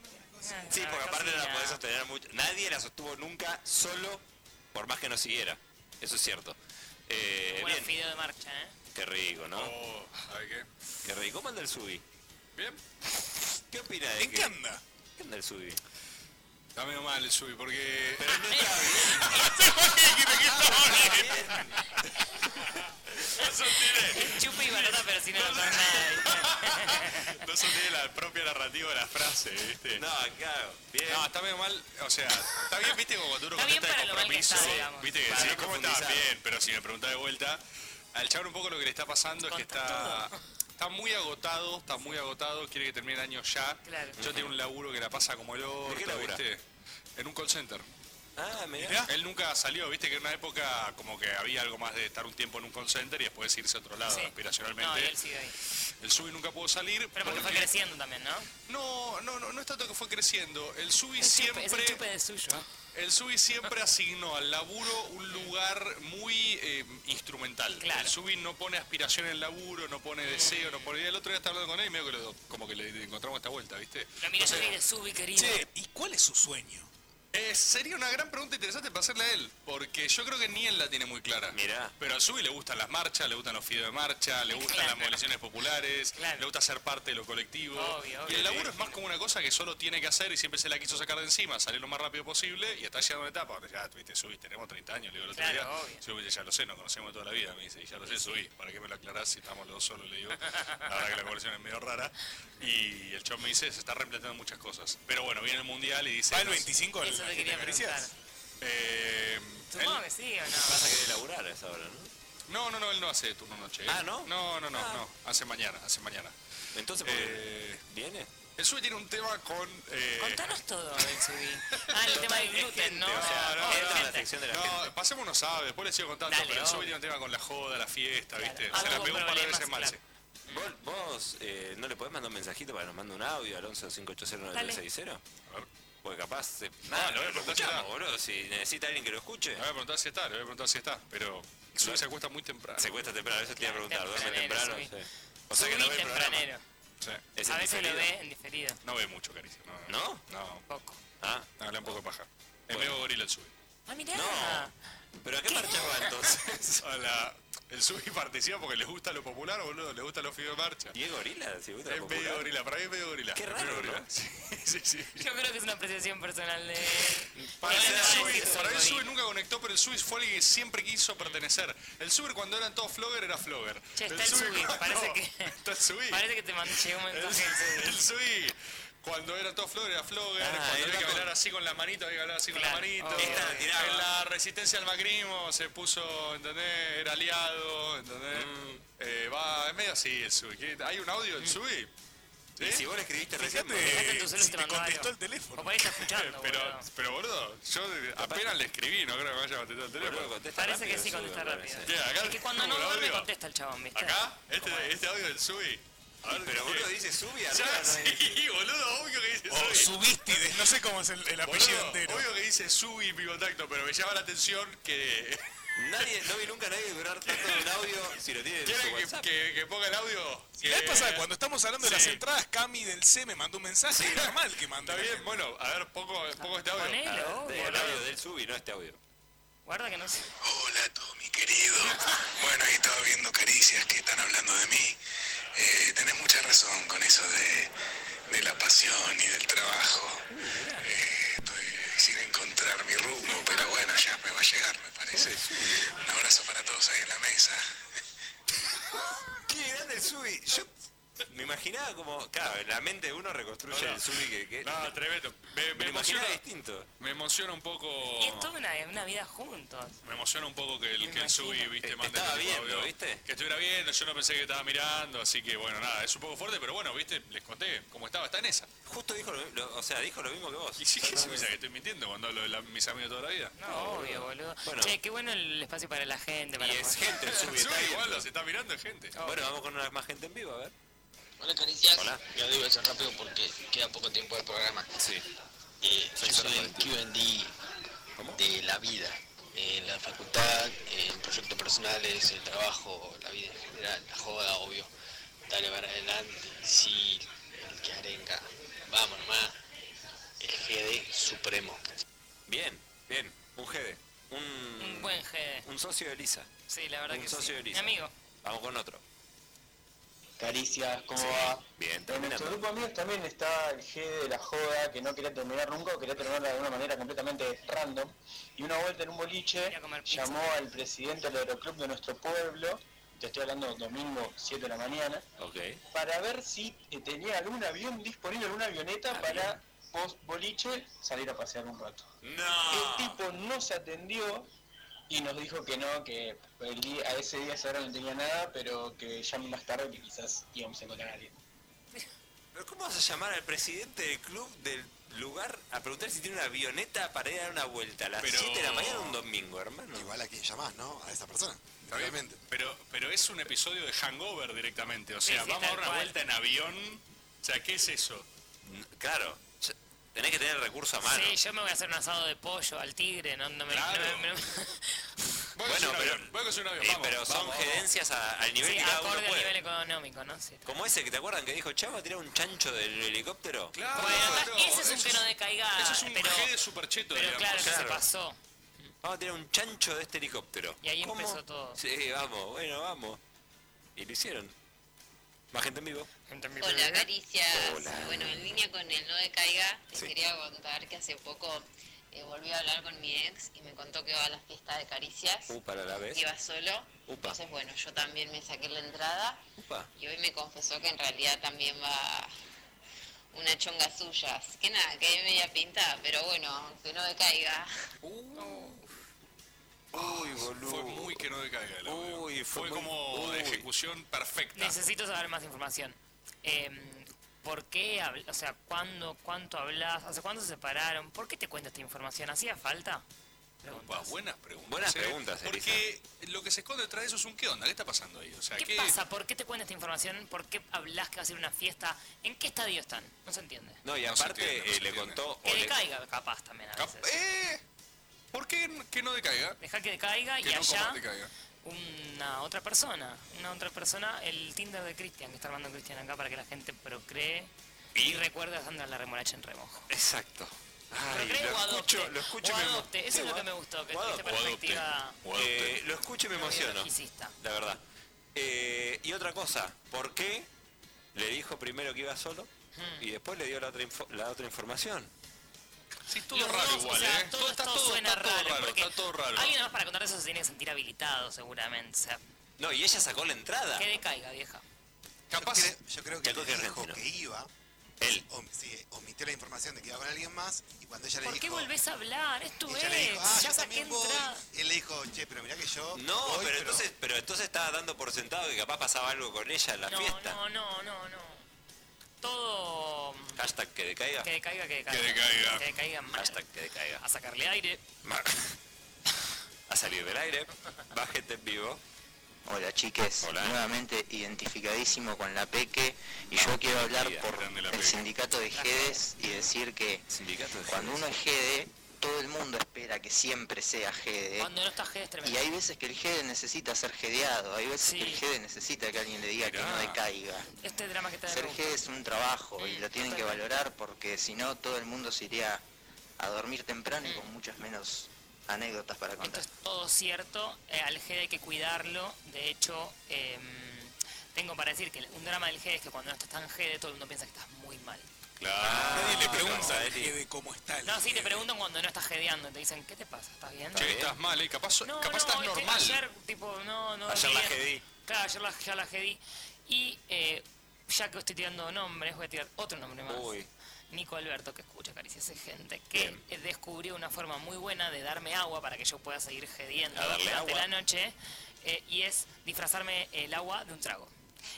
G: Sí, porque aparte no la podés sostener mucho. Nadie la sostuvo nunca solo, por más que no siguiera. Eso es cierto. Eh,
H: Buen
G: bien,
H: fideo de marcha, ¿eh?
G: qué rico, ¿no?
F: ¿Sabes Oh, qué?
G: Qué rico. ¿Cómo anda el Subi?
F: Bien.
G: ¿Qué opina de
F: ¿En qué anda?
G: ¿Qué anda el Subi?
F: Está medio mal el Subi porque.
G: Pero no
F: está
H: Chupi y barata, pero sin
F: No sostiene la propia narrativa de la frase, ¿viste? No,
G: claro. Bien.
F: No, está medio mal. O sea, está bien, ¿viste? Como cuando uno
H: Está bien
F: contesta de
H: para lo mal que
F: compromiso.
H: está, digamos.
F: ¿Viste? Que
H: Para
F: decís,
H: no
F: ¿cómo estás?
H: profundizar.
F: Bien, pero si me preguntás de vuelta. Al chaval un poco lo que le está pasando es que está. Está muy agotado, está muy agotado, quiere que termine el año ya.
H: Claro.
F: Yo tengo un laburo que la pasa como el orto,
G: qué labura?
F: ¿viste? En un call center.
G: Ah,
F: Mirá, Él nunca salió, viste que en una época como que había algo más de estar un tiempo en un call center y después irse a otro lado,
H: Sí.
F: aspiracionalmente.
H: No, y él sigue ahí.
F: El Subi nunca pudo salir.
H: Pero porque fue creciendo también, ¿no?
F: No, no, no, no es tanto que fue creciendo. El Subi
H: Es chupe-
F: siempre.
H: es el chupe de suyo.
F: Ah, El Subi siempre asignó al laburo un lugar muy eh, instrumental.
H: Claro.
F: El Subi no pone aspiración en el laburo, no pone deseo, no pone. El otro día estaba hablando con él y medio que lo- como que le encontramos esta vuelta, ¿viste?
H: Lo miré yo y de subi, querido.
F: Che, ¿y cuál es su sueño? Eh, sería una gran pregunta interesante para hacerle a él, porque yo creo que ni él la tiene muy clara. Mira. Pero al Subi le gustan las marchas, le gustan los fideos de marcha, le gustan las movilizaciones populares, le gusta ser parte de lo colectivo.
H: Obvio,
F: y
H: obvio.
F: el laburo es más como una cosa que solo tiene que hacer y siempre se la quiso sacar de encima, salir lo más rápido posible y está llegando a una etapa donde ya, viste, Subi, tenemos 30 años, le digo el otro
H: Claro,
F: día.
H: obvio.
F: Subi, ya lo sé, nos conocemos toda la vida, me dice, y ya lo sé, Subi, ¿para qué me lo aclarás si estamos los dos solos? Le digo, la verdad que la conversación es medio rara. Y el chon me dice, se está reemplazando muchas cosas. Pero bueno, viene el mundial y dice...
A: Va el
F: no sé.
A: 25 al- Eso te al quería Gentilicias.
F: Eh,
H: Supongo
F: él-
H: que sí o no.
G: Pasa que debe laburar a esa hora, ¿no?
F: no, no, no, él no hace turno noche. ¿eh?
G: Ah, ¿no?
F: No, no, no,
G: Ah.
F: no. Hace mañana, hace mañana.
G: Entonces, ¿por qué
F: eh,
G: ¿viene?
F: el Sui tiene un tema con... eh,
H: Contanos todo del Subi. Ah, el tema del gluten, ¿no? Ah,
F: No, no, no,
G: entra en la
F: no.
G: sección de la
F: No,
G: gente.
F: pasemos unos aves, después les sigo contando,
G: Dale,
F: pero el Sui
G: obvio.
F: tiene un tema con la joda, la fiesta, ¿viste?
G: Ah,
F: Se la
G: hubo
F: pegó un par de
G: problemas,
F: veces mal,
G: claro. ¿Vos, vos, eh, no le podés mandar un mensajito para que nos mande un audio al 11 580 Porque capaz. se- Nada,
F: le voy a
G: lo
F: preguntar si
G: escuchamos,
F: está.
G: boludo. Si necesita alguien que lo escuche. Le
F: voy a preguntar si está, le voy a preguntar si está, pero el Sui se acuesta muy temprano.
G: Se cuesta temprano, eso te iba a preguntar. Duerme temprano.
F: Tempranero,
G: sí. O sea que no ve el programa.
H: tempranero.
F: Sí.
H: A veces lo ve en diferido.
F: No ve mucho, Caricia. No.
G: ¿No?
F: No.
H: Poco.
G: Ah.
F: No, le da un poco de paja. Es medio gorila el Sui.
H: Ah, mirá.
G: ¿Pero a qué marcha va entonces?
F: A la- El Subi participa porque les gusta lo popular, boludo, les gusta los fideos de marcha.
G: ¿Y es gorila? Si gusta
F: es
G: lo
F: medio
G: popular.
F: gorila, para mí es medio gorila.
G: Qué
F: Es
G: raro,
F: medio
G: ¿no?
F: gorila. Sí, sí, sí.
H: Yo creo que es una apreciación personal de...
F: Para,
H: Igual
F: mí el
H: no va a
F: Subi,
H: decir
F: para mí el
H: soy
F: Subi nunca conectó, pero el Subi fue alguien que siempre quiso pertenecer. El Subi cuando eran todos flogger era flogger.
H: Che, está el Subi,
F: cuando-
H: parece que-
F: Está el Subi.
H: Parece que te mandé, llegó un mensaje del Subi.
F: El Subi Cuando era todo flor, era flogger.
O: Ah,
F: cuando
O: era
F: había que
O: todo-
F: bailar así con la manito, había que bailar así
O: Claro.
F: con la manito.
O: Esta la tiraba.
F: en la resistencia al macrismo se puso, ¿entendés? Era aliado, ¿entendés? Eh, va, es medio así el Sui. ¿Qué- ¿Hay un audio del Sui?
G: Y si vos le escribiste
F: recién,
A: Eh,
H: si te contestó el
F: teléfono.
H: Papá está escuchando,
F: pero,
H: boludo.
F: pero boludo, yo de- apenas le escribí, no creo que me haya contestado el teléfono.
H: Parece que sí contesta rápido.
F: ¿Qué? Acá
H: Es que cuando no
F: tengo el
H: duerme
F: audio.
H: contesta el chabón, ¿viste?
F: Acá, este, este audio del Sui. A ver,
G: Pero boludo,
F: ¿qué?
G: dice Subi
F: Ya,
G: arriba, no
F: sí,
G: dice-
F: boludo, obvio que dice Subi.
P: Subistides, no sé cómo es Oh, el, el apellido
F: Boludo,
P: entero.
F: Obvio que dice Subi mi contacto, pero me llama la atención que.
G: Nadie, no vi nunca a nadie durar tanto en un audio si lo tiene en su
F: ¿Quieren que,
G: WhatsApp.
F: que- que ponga el audio?
P: La vez
F: Que-
P: pasada, cuando estamos hablando de
F: Sí.
P: las entradas, Cami del C me mandó un mensaje y normal que manda.
F: Está bien, bueno, a ver, pongo, pongo este audio.
P: Ponelo,
F: A ver,
P: obvio.
F: pongo el audio.
G: del Subi, no este audio.
H: Guarda que no sé.
A: querido. Bueno, ahí estaba viendo caricias que están hablando de mí. Eh, tenés mucha razón con eso de, de la pasión y del trabajo. Eh, estoy sin encontrar mi rumbo, pero bueno, ya me va a llegar, me parece. Un abrazo para todos ahí en la mesa.
G: Qué grande el Subi. Yo me imaginaba como. Claro, en la mente de uno reconstruye el Subi que. que-
F: No, tremendo. Me, me
G: me lo
F: emociona,
G: imaginaba distinto.
F: me emociona un poco.
G: Oh.
H: Y es toda una, una vida juntos.
F: Me emociona un poco que el,
H: Me
F: que el Subi,
H: imagino.
F: viste,
G: Eh,
H: Te- te
F: mande
H: estaba
F: este tipo de
H: viendo,
F: audio.
H: ¿viste?
F: Que estuviera viendo, yo no pensé que estaba mirando, así que bueno, nada, es un poco fuerte, pero bueno, viste, les conté cómo estaba, está en esa.
G: Justo dijo lo, lo- o sea, dijo lo mismo que vos.
F: Y sí, que se piensa que estoy mintiendo cuando hablo de la- mis amigos toda la vida.
H: No, obvio, boludo.
G: Oh. Bueno.
H: Che, qué bueno el espacio para la gente. Para
G: Y es gente el Subi.
F: Subi
G: está
F: igual
G: viendo.
F: los está mirando, es gente.
G: Bueno, vamos con una más gente en vivo, a ver.
D: Hola, caricias. Hola. Yo digo eso rápido porque queda poco tiempo de programa.
G: Sí.
D: Eh, yo soy el QD de la vida. Eh, la facultad, eh, el proyecto personal es el trabajo, la vida en general, la joda, obvio. Dale para adelante, sí, el que arenga. Vamos nomás. El GD supremo.
G: Bien, bien. Un GD. Un,
H: Un buen GD.
G: Un socio de Lisa.
H: Sí, la verdad
G: un
H: que
G: socio
H: sí.
G: de
H: Mi
G: Lisa.
H: amigo.
G: Vamos con otro.
I: Caricias, ¿cómo
G: Sí,
I: va?
G: Bien,
I: En nuestro grupo de amigos también está el G de la joda, que no quería terminar nunca o quería terminarla de una manera completamente random. Y una vuelta en un boliche llamó al presidente del aeroclub de nuestro pueblo, te estoy hablando domingo 7 de la mañana,
G: Ok.
I: para ver si eh, tenía algún avión disponible, alguna avioneta para post boliche salir a pasear un rato.
G: No.
I: El tipo no se atendió y nos dijo que no, que el día- a ese día a esa hora no tenía nada, pero que llame más tarde que quizás íbamos a encontrar a alguien.
G: ¿Pero cómo vas a llamar al presidente del club del lugar a preguntar si tiene una avioneta para ir a dar una vuelta a las
F: Pero-
G: 7 de la mañana un domingo, hermano?
Q: Igual a quien llamás, ¿no? A esa persona.
F: Está bien, Pero, pero es un episodio de Hangover directamente. O sea,
G: Sí, sí,
F: vamos a
G: tal
F: dar una
G: cual.
F: vuelta en avión. O sea, ¿qué es eso?
G: Claro, ya- tenés que tener recursos a mano.
H: Sí, yo me voy a hacer un asado de pollo al tigre. No, no me,
G: Claro.
H: no me- no me-
G: Bueno, pero, eh, pero son gerencias a- al nivel
H: Sí,
G: que cada uno
H: acorde al
G: puede.
H: nivel económico, ¿no? Sí.
G: Como ese que te acuerdan que dijo, chavo, tirar un chancho del helicóptero.
F: Claro,
H: Bueno, ese es un que no decaiga.
F: Eso es un
H: pero,
F: G de supercheto,
H: pero
F: digamos.
H: claro, que se pasó.
G: Vamos a tirar un chancho de este helicóptero.
H: Y ahí
G: ¿Cómo?
H: empezó todo.
G: Sí, vamos, bueno, vamos. Y lo hicieron. Más gente en vivo.
R: Hola, Caricias.
G: Hola.
R: Bueno, en línea con el no decaiga, les quería contar que hace poco eh, volví a hablar con mi ex y me contó que va a la fiesta de Caricias.
G: Uh, para la vez.
R: Iba solo.
G: Upa.
R: Entonces, bueno, yo también me saqué la entrada
G: Upa.
R: y hoy me confesó que en realidad también va una chonga suya. Así que nada, quedé media pintada, pero bueno, que no decaiga.
G: Uy, boludo.
F: Fue muy que no decaiga el audio.
G: Uy,
F: fue, como de ejecución perfecta.
H: Necesito saber más información. Em, ¿Por qué? habl- O sea, ¿cuándo, ¿cuánto hablas? ¿Hace cuánto se separaron? ¿Por qué te cuento esta información? ¿Hacía falta?
F: Opa, buenas preguntas.
G: Buenas
F: ¿eh?
G: preguntas,
F: Porque lo que se esconde detrás de eso es un qué onda, ¿qué está pasando ahí? O sea,
H: ¿Qué pasa? ¿Por qué te cuento esta información? ¿Por qué hablas que va a ser una fiesta? ¿En qué estadio están? No se entiende.
G: No, y aparte eh, le contó.
H: Que
G: o le-
H: decaiga, capaz también a veces.
F: ¿Por qué n- que no decaiga?
H: Deja que decaiga
F: Eh, Que
H: y
F: no
H: allá
F: comas decaiga.
H: una otra persona. Una otra persona, el Tinder de Cristian, que está armando Cristian acá para que la gente procree y, recuerde a Sandra la remolacha en remojo.
G: Exacto. Ay,
H: Procree
G: lo
H: o adopte.
G: escucho, lo escucho y
H: o
G: me emo-
H: adopte, eso es lo que me gustó, que
G: o
H: tuviste
G: adopte.
H: Este perspectiva.
G: Eh, lo escucho y me emociono.
H: biologicista.
G: La verdad. Eh, y otra cosa, ¿por qué le dijo primero que iba solo
H: Hmm.
G: y después le dio la otra, info- la otra información?
F: Sí, todo
H: Los
F: raro
H: dos,
F: igual,
H: o sea,
F: ¿eh?
H: Todo,
F: Todo- está
H: todo
F: todo-
H: suena
F: está todo
H: raro,
F: raro,
H: porque
F: está todo raro.
H: Alguien más para contar eso se tiene que sentir habilitado, seguramente. O sea,
G: No, y ella sacó la entrada.
H: que decaiga, vieja.
Q: Capaz. Yo creo, yo creo que le dijo que iba. Él. sí, o
C: filtró la información de que iba con alguien más y cuando ella le
H: ¿Por
C: dijo...
H: qué volvés a hablar? Es tu
C: y ella le dijo, ah,
H: ex. Ya
C: yo
H: saqué
C: también voy.
H: entrada.
C: Y él le dijo, che, pero mirá que yo...
G: No,
C: voy,
G: pero, entonces, pero entonces estaba dando por sentado que capaz pasaba algo con ella en la
H: No,
G: fiesta.
H: no, no, no, no. Todo.
G: Hashtag que decaiga.
H: Que decaiga, que decaiga.
G: Que decaiga. Eh,
H: Que decaiga mal.
G: Hashtag que decaiga.
H: A sacarle aire.
G: A salir del aire. Va gente en vivo.
S: Hola chiques, nuevamente identificadísimo con la Peque y yo quiero hablar por el sindicato de GEDES y decir que cuando uno es GEDE, todo el mundo espera que siempre sea GEDE
H: Cuando no estás G es tremendo.
S: y hay veces que el GEDE necesita ser GEDEado, hay veces que el GEDE necesita que alguien le diga que no decaiga.
H: Este drama que está de
S: Ser GEDE es un trabajo y lo tienen que valorar porque si no todo el mundo se iría a dormir temprano y con muchas menos anécdotas para contar.
H: todo cierto, eh, al GD hay que cuidarlo. De hecho, em, tengo para decir que un drama del GD es que cuando no estás tan GD todo el mundo piensa que estás muy mal.
G: Claro.
A: Nadie le pregunta al GD cómo está el
H: No, sí, te
A: GD.
H: preguntan cuando no estás gedeando, te dicen, ¿qué te pasa? ¿Estás bien?
F: Che, estás mal, ¿eh? Capaz,
H: No,
F: capaz
H: no,
F: estás
H: es que
F: normal.
H: Ayer, tipo, no, no.
F: Ayer la
H: dormí.
F: GD.
H: Claro, ayer la, ya la GD. Y eh, ya que estoy tirando nombres, voy a tirar otro nombre más.
G: Uy.
H: Nico Alberto, que escucha caricias de gente, que eh, descubrió una forma muy buena de darme agua para que yo pueda seguir gediendo
G: A darle
H: durante
G: agua.
H: la noche, eh, y es disfrazarme el agua de un trago.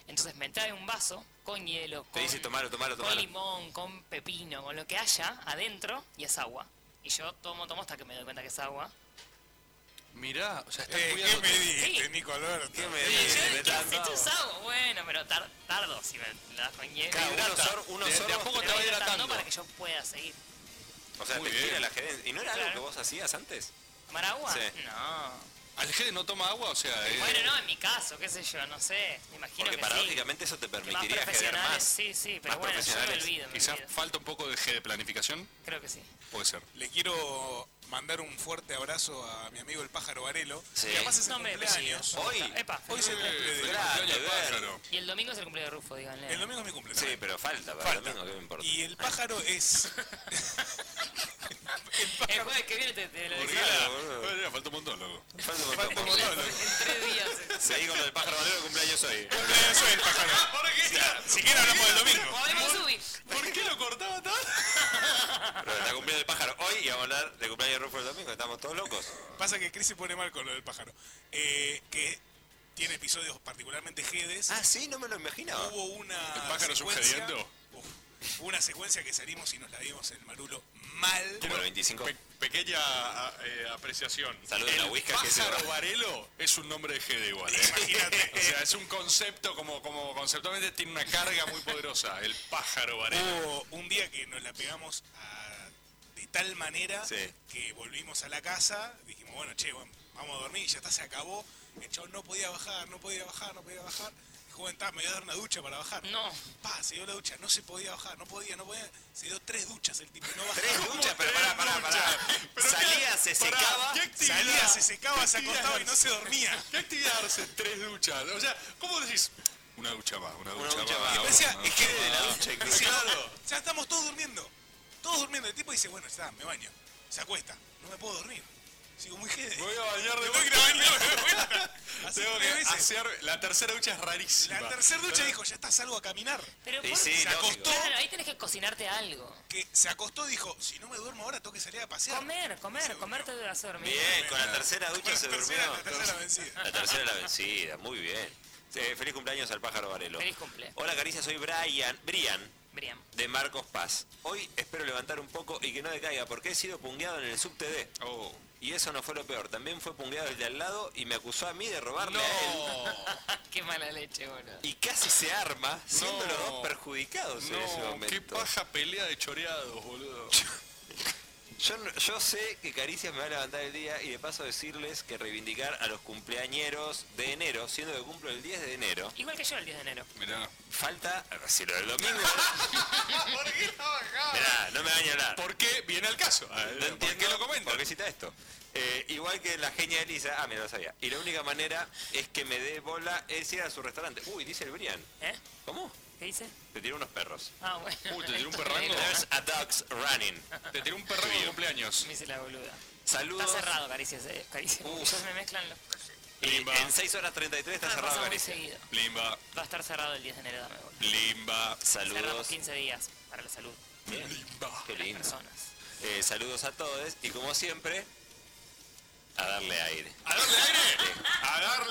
H: Entonces me trae un vaso con hielo,
G: Te
H: con
G: dice tomalo, tomalo,
H: con
G: tomalo.
H: limón, con pepino, con lo que haya adentro y es agua. Y yo tomo, tomo hasta que me doy cuenta que es agua.
F: Mirá, o sea, estás
A: Eh, ¿Qué
F: cuidado.
A: me dijiste, Nico Alberto? ¿Qué me
H: ¿Qué has hecho es agua? Bueno, pero tar- tardo si me la das con hielo.
G: Claro, unos sor- unos
H: Pero
G: sorbos
H: me
G: te
H: voy
G: va hidratando.
H: para que yo pueda seguir.
G: O sea,
F: Muy
G: te
F: bien.
G: gira la gerencia. ¿Y no era algo
H: Claro.
G: que vos hacías antes?
H: ¿Tomar agua?
G: Sí.
H: No.
F: ¿Al GD no toma agua? O sea, eh,
H: Bueno, no, en mi caso, qué sé yo, no sé. Me imagino
G: Porque
H: que sí.
G: paradójicamente eso te
H: Más
G: permitiría generar
H: profesionales,
G: más.
H: sí, sí, pero
G: más
H: bueno, yo me
G: profesionales.
H: olvido, me
F: quizás
H: olvido.
F: falta un poco de G de planificación.
H: Creo que sí.
F: Puede ser.
A: Le quiero mandar un fuerte abrazo a mi amigo el pájaro Varelo.
F: Sí.
A: Que además es el
F: No me
A: cumpleaños.
F: apellido. Hoy.
H: Epa.
A: Hoy se cumple.
F: Eh,
A: de-
F: Gracias, cumpleaños del Berto.
A: pájaro.
H: Y el domingo es el cumpleaños de Rufo, díganle.
A: El domingo es mi cumpleaños.
G: Sí, pero falta para el domingo, ¿qué me importa?
A: Y el pájaro es.
H: El jueves que viene te, te lo
F: Porque
H: decía.
F: era- era- falta un montón, loco.
G: Falta un
F: montón.
H: Tres días.
G: Seguí con lo del pájaro valero, cumpleaños hoy.
A: Cumpleaños hoy el pájaro. Si quiere hablamos del domingo.
H: Podemos subir.
A: ¿Por qué lo cortaba tanto?
G: Pero está cumpliendo el pájaro hoy y vamos a hablar de cumpleaños de Rufo el domingo. Estamos todos locos.
A: Pasa que Chris se pone mal con lo del pájaro. Eh, que tiene episodios particularmente jedes.
G: Ah, sí, no me lo imaginaba.
A: Hubo una.
F: ¿El pájaro es un
A: secuencia-
F: gediendo?
A: Uf, hubo una secuencia que salimos y nos la dimos en Marulo mal.
F: Quiero- pe- pequeña
A: Ah,
F: a- eh, apreciación. el pájaro Varelo es un nombre de GD igual. ¿eh? o sea, es un concepto, como, como conceptualmente tiene una carga muy poderosa. El pájaro Varelo.
A: Hubo un día que nos la pegamos a- de tal manera
F: Sí.
A: que volvimos a la casa, dijimos, bueno, che, vam- vamos a dormir, y ya está, se acabó. El chabón no podía bajar, no podía bajar, no podía bajar. Dijo, está, me voy a dar una ducha para bajar.
H: No.
A: Pa, se dio la ducha, no se podía bajar, no podía, no podía. Se dio tres duchas el tipo, no bajaba.
G: Tres duchas, pero pará, pará, pará. Salía, se
A: Pará,
G: secaba.
A: ¿qué actividad? Salía, se secaba, se acostaba y no se dormía.
F: ¿Qué actividad darse tres duchas? O sea, ¿cómo decís? Una ducha más, una ducha,
G: ducha
F: más.
G: más.
F: una
G: Decía,
F: ducha
G: es que de la
F: más.
G: ducha,
A: Dice, ya estamos todos durmiendo. Todos durmiendo. El tipo dice, bueno, ya está, me baño. Se acuesta. No me puedo dormir. Sigo muy jede.
F: Voy a bañar de
A: Me voy a ir a bañar de vuelta. Así
F: Tengo
A: tres
F: que
A: veces.
F: hacer- la tercera ducha es rarísima.
A: La tercera ducha dijo, ya está, salgo a caminar.
H: Pero
F: Y
H: por-
F: sí,
A: se
F: lógico.
A: acostó,
H: Claro, ahí tenés que cocinarte algo.
A: que se acostó y dijo, si no me duermo ahora tengo que salir a pasear.
H: Comer, comer, comer te debe hacer dormir.
G: Bien, con la tercera ducha se durmió.
A: La tercera vencida.
G: La tercera la vencida, muy bien. Eh, feliz cumpleaños al pájaro Varelo.
H: Feliz cumple.
G: Hola Caricia, soy Brian, Brian
H: Brian.
G: de Marcos Paz. Hoy espero levantar un poco y que no decaiga porque he sido pungueado en el subtd.
F: Oh.
G: Y eso no fue lo peor, también fue pungueado el de al lado y me acusó a mí de robarle a
A: Oh.
G: él.
H: Qué mala leche, boludo.
G: Y casi se arma, siendo
F: No.
G: los dos perjudicados en ese
F: No,
G: momento.
F: qué paja pelea de choreados, boludo.
G: Yo, no- yo sé que Caricias me va a levantar el día y de paso decirles que reivindicar a los cumpleañeros de enero, siendo que cumplo el 10 de enero.
H: Igual que yo el 10 de enero.
F: Mirá.
G: Falta, si lo del domingo. Mirá, no me daña hablar.
F: ¿Por qué viene al caso? Ah,
G: No entiendo ¿Por qué lo comenta? ¿Por qué cita esto? Eh, igual que la genia de Lisa, ah, mira, lo sabía. Y la única manera es que me dé bola es ir a su restaurante. Uy, dice el Brian.
H: ¿Eh?
G: ¿Cómo?
H: ¿Qué dice?
G: Te tiró unos perros.
H: Ah, bueno.
G: There's a dogs running.
F: Te tiró un perrango de cumpleaños.
H: Me hice la boluda.
G: Saludos.
H: Está cerrado, caricias. Eh. Caricias. Ya se me mezclan los.
G: Y en 6 horas 33 está
H: Ah,
G: cerrado
H: pasa muy
G: Caricia.
H: seguido.
F: Limba.
H: Va a estar cerrado el 10 de enero de nuevo.
G: Limba,
H: Cerramos
G: saludos.
H: 15 días para la salud.
G: Bien. Qué lindo. Eh, saludos a todos y como siempre, a darle aire.
F: A darle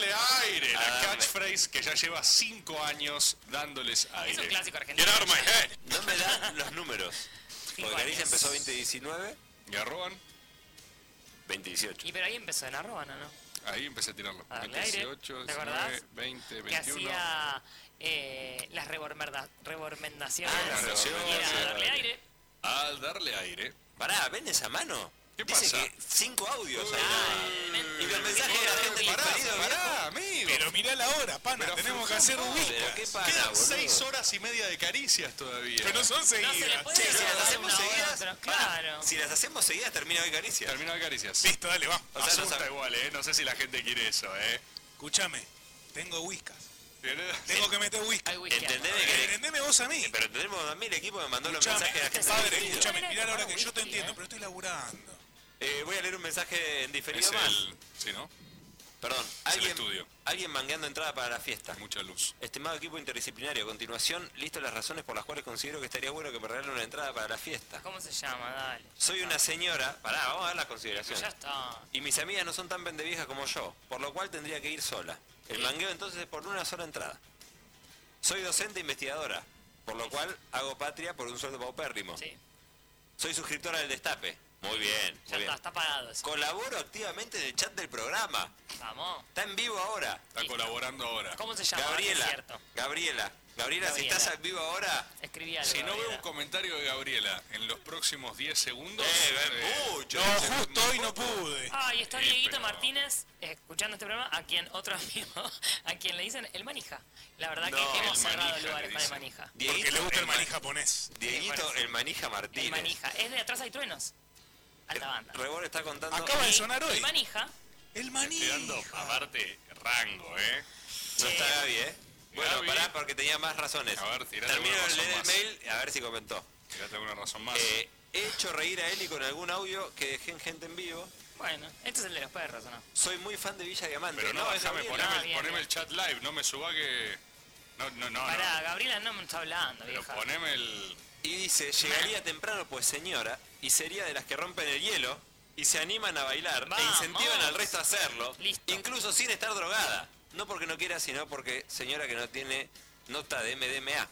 F: aire,
G: A
F: la
G: darle.
F: catchphrase que ya lleva cinco años dándoles aire. eh.
H: Es un clásico argentino.
F: Get out of my head.
G: No me dan los números.
H: Cinco
G: Porque Caricia
H: años.
G: empezó 2019.
F: ¿Y arroban?
G: 2018.
H: Y pero ahí empezó en arroba, ¿no? no?
F: Ahí empecé a tirarlo.
H: A darle aire.
F: 18,
H: ¿Te acordás?
F: 19, 20,
H: Que
F: 21.
H: hacía eh, las rebormerda- rebormendaciones.
F: Ah, las
H: Y
F: rebormendaciones.
H: era darle aire.
F: A Ah, darle aire.
G: Pará, ven esa mano.
F: ¿Qué
G: Dice
F: pasa?
G: que cinco audios ahí. Y los mensajes de la gente
A: Pará,
G: disparidos,
A: pará, amigo. Pero mirá la hora, pana. tenemos que hacer un
F: Pero qué pana, Quedan seis horas y media de caricias todavía.
A: Pero no son seguidas.
G: Che, si las hacemos
A: una hora,
G: seguidas,
A: otra-
G: pará,
A: claro.
G: si las hacemos seguidas termina hoy caricias.
F: Termina hoy caricias. Listo,
A: dale, va.
G: O sea, no
F: Asusta
G: sabe-
F: igual, eh. No sé si la gente quiere eso, eh.
A: Escúchame, tengo whiskas. Tengo que meter whiskas.
G: Entendeme que-
A: Entendeme vos a mí.
G: Pero tenemos a mí el equipo me mandó los
A: Escuchame,
G: mensajes de la gente.
A: padre,
G: dividida.
A: escúchame, mirá la hora que yo te entiendo, pero estoy laburando.
G: Eh, voy a leer un mensaje en diferido
A: Es
G: más.
A: el-
F: Sí, ¿no?
G: Perdón, alguien,
F: estudio.
G: alguien mangueando entrada para la fiesta.
F: Mucha luz.
G: Estimado equipo interdisciplinario, a continuación, listo las razones por las cuales considero que estaría bueno que me regalen una entrada para la fiesta.
H: ¿Cómo se llama? Dale.
G: Soy
F: Ah.
G: una señora, pará, vamos a dar las consideraciones.
H: Ya está.
G: Y mis amigas no son tan bendeviejas como yo, por lo cual tendría que ir sola. El mangueo entonces es por una sola entrada. Soy docente e investigadora, por lo cual hago patria por un sueldo paupérrimo. Soy suscriptora del Destape. Muy bien, muy
H: Ya
G: bien.
H: está, está parado eso.
G: Colaboro activamente en el chat del programa.
H: Vamos.
G: Está en vivo ahora.
F: Está colaborando ahora.
H: ¿Cómo se llama?
G: Gabriela.
H: Es cierto.
G: Gabriela. Gabriela, si
F: Gabriela.
G: estás en vivo ahora.
H: Escribí algo.
F: Si no veo
H: Gabriela.
F: un comentario de Gabriela en los próximos 10 segundos.
G: Eh,
F: eh,
G: mucho.
F: No, justo hoy no
A: pude.
H: Ay, está
F: Eh,
H: Dieguito
F: pero-
H: Martínez eh, escuchando este programa, a quien otro amigo, a quien le dicen el manija. La verdad
G: No,
H: que hemos
G: el
H: cerrado
G: manija le
H: lugares para el
G: dicen.
H: manija.
G: Dieguito,
A: le gusta el
G: ma-
A: maní japonés.
H: Sí,
G: Dieguito,
H: por eso.
G: el manija Martínez.
H: El manija. Es de atrás hay truenos.
F: Eh,
H: Alta banda.
G: Rebor está contando.
H: Y El manija.
A: El
F: Estoy dando, aparte, rango, eh.
G: No está Gaby, eh. Bueno,
F: Gaby.
G: pará, porque tenía más razones.
F: A ver, tirate
G: Termino
F: alguna
G: de leer
F: razón
G: el mail, a ver si comentó.
F: Tirate alguna razón más.
G: Eh, he hecho reír a Eli con algún audio que dejé en gente en vivo.
H: Bueno, este es el de los perros, ¿o no?
G: Soy muy fan de Villa Diamante.
F: Pero no,
G: es
F: déjame,
G: Gabriela.
F: poneme,
H: Ah, bien,
F: poneme
H: bien.
F: el chat live, no me suba que. No, no, no.
H: Pará,
F: no.
H: Gabriela no me está hablando,
F: Pero
H: vieja.
F: poneme el.
G: Y dice, llegaría temprano pues señora, y sería de las que rompen el hielo, y se animan a bailar, e incentivan al resto a hacerlo, incluso sin estar drogada. No porque no quiera, sino porque señora que no tiene nota de MDMA.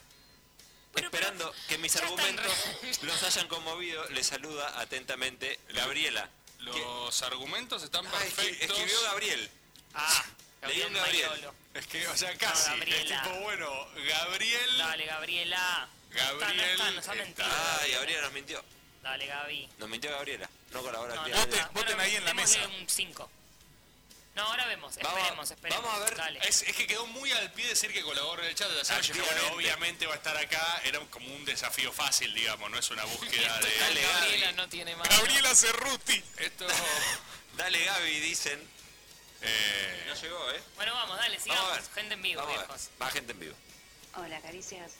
G: Esperando que mis argumentos los hayan conmovido, le saluda atentamente Gabriela.
F: Los argumentos están
G: Ah, escri-
F: perfectos.
G: escribió Gabriel.
H: Ah,
G: Leí un
H: Gabriel
G: Gabriel.
H: Mariolo.
F: Es que, o sea,
H: No,
F: casi.
H: Gabriela.
F: Es tipo, bueno, Gabriel.
H: Dale, Gabriela.
F: Gabriel.
H: No está, no está, nos ha mentido.
G: Ay, Gabriela nos mintió.
H: Dale, Gabi.
G: Nos mintió Gabriela. No colabora
H: No, no,
G: activamente.
H: no, ahora démosle un 5. No, ahora vemos.
G: Vamos-
H: Esperemos, esperemos.
F: vamos a ver.
H: Dale.
F: Es, es que quedó muy al pie decir que colabora en el chat. O sea, yo dije, bueno,
G: Activamente.
F: obviamente va a estar acá. Era como un desafío fácil, digamos, no es una búsqueda de.
H: Dale, Gabriela no tiene más.
A: Gabriela Cerruti.
F: Esto.
G: Dale, Gaby, dicen.
F: Eh,
G: No llegó, ¿eh?
H: Bueno, vamos, dale, sigamos. Gente en vivo,
G: Vamos a ver.
H: viejos.
G: Va gente en vivo.
T: Hola, caricias.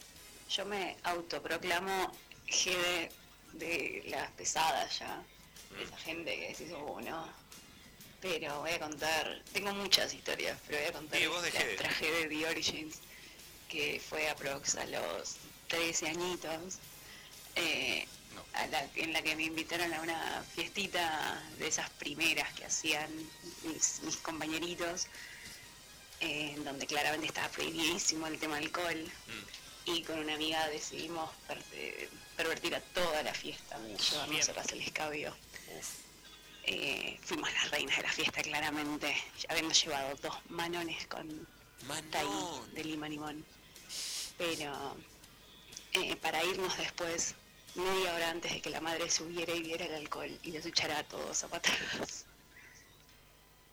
T: Yo me autoproclamo jefe de las pesadas ya.
G: Mm.
T: De esa gente que decís, oh, no. Pero voy a contar, tengo muchas historias, pero voy a contar
G: Sí, vos de
T: la
G: GD.
T: traje de The Origins, que fue aprox a los 13 añitos, eh, a la- en la que me invitaron a una fiestita de esas primeras que hacían mis, mis compañeritos, eh, en donde claramente estaba prohibidísimo el tema alcohol
E: Mm.
T: y con una amiga decidimos per- eh, pervertir a toda la fiesta, llevarnos a el escabio. Eh, fuimos las reinas de la fiesta, claramente, habiendo llevado dos manones con Taí de Lima Limón. Pero eh, para irnos después, media hora antes de que la madre subiera y viera el alcohol y los echara a todos a patadas.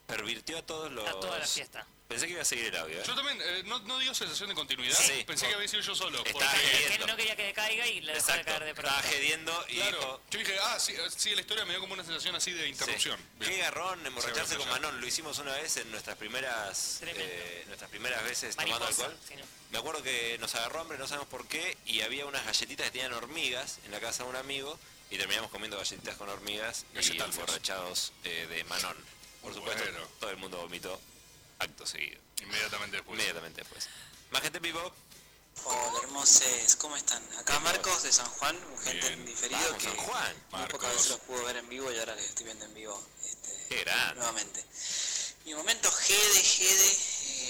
G: Pervirtió a todos los.
F: A toda la fiesta.
G: Pensé que iba a seguir el audio. ¿eh?
F: Yo también, eh, no, no dio sensación de continuidad.
G: Sí.
F: Pensé que había sido yo solo.
G: Está
F: porque-
H: Él no quería que decaiga y le dejó de
G: Exacto.
H: caer de pronto.
G: Estaba gediendo y
F: Claro,
G: dijo.
F: yo dije, ah, sí, eh, sí, la historia me dio como una sensación así de interrupción.
G: Qué garrón emborracharse
F: Sí,
G: con
F: bueno,
G: Manon. Lo hicimos una vez en nuestras primeras eh, nuestras primeras veces tomando
H: Mariposa,
G: alcohol.
H: sí, no.
G: Me acuerdo que nos agarró hambre, no sabemos por qué, y había unas galletitas que tenían hormigas en la casa de un amigo y terminamos comiendo galletitas con hormigas y
F: Galletalfos.
G: emborrachados eh, de Manon. Por supuesto, todo el mundo vomitó acto seguido.
F: Inmediatamente después.
G: Inmediatamente después. Más gente en vivo.
U: Hola hermosos, ¿cómo están? Acá Marcos de San Juan, un gente en diferido
G: Vamos,
U: que
G: San Juan.
U: muy pocas
G: Marcos.
U: veces los pudo ver en vivo y ahora que estoy viendo en vivo este,
G: Qué grande.
U: nuevamente. Mi momento Gede, Gede,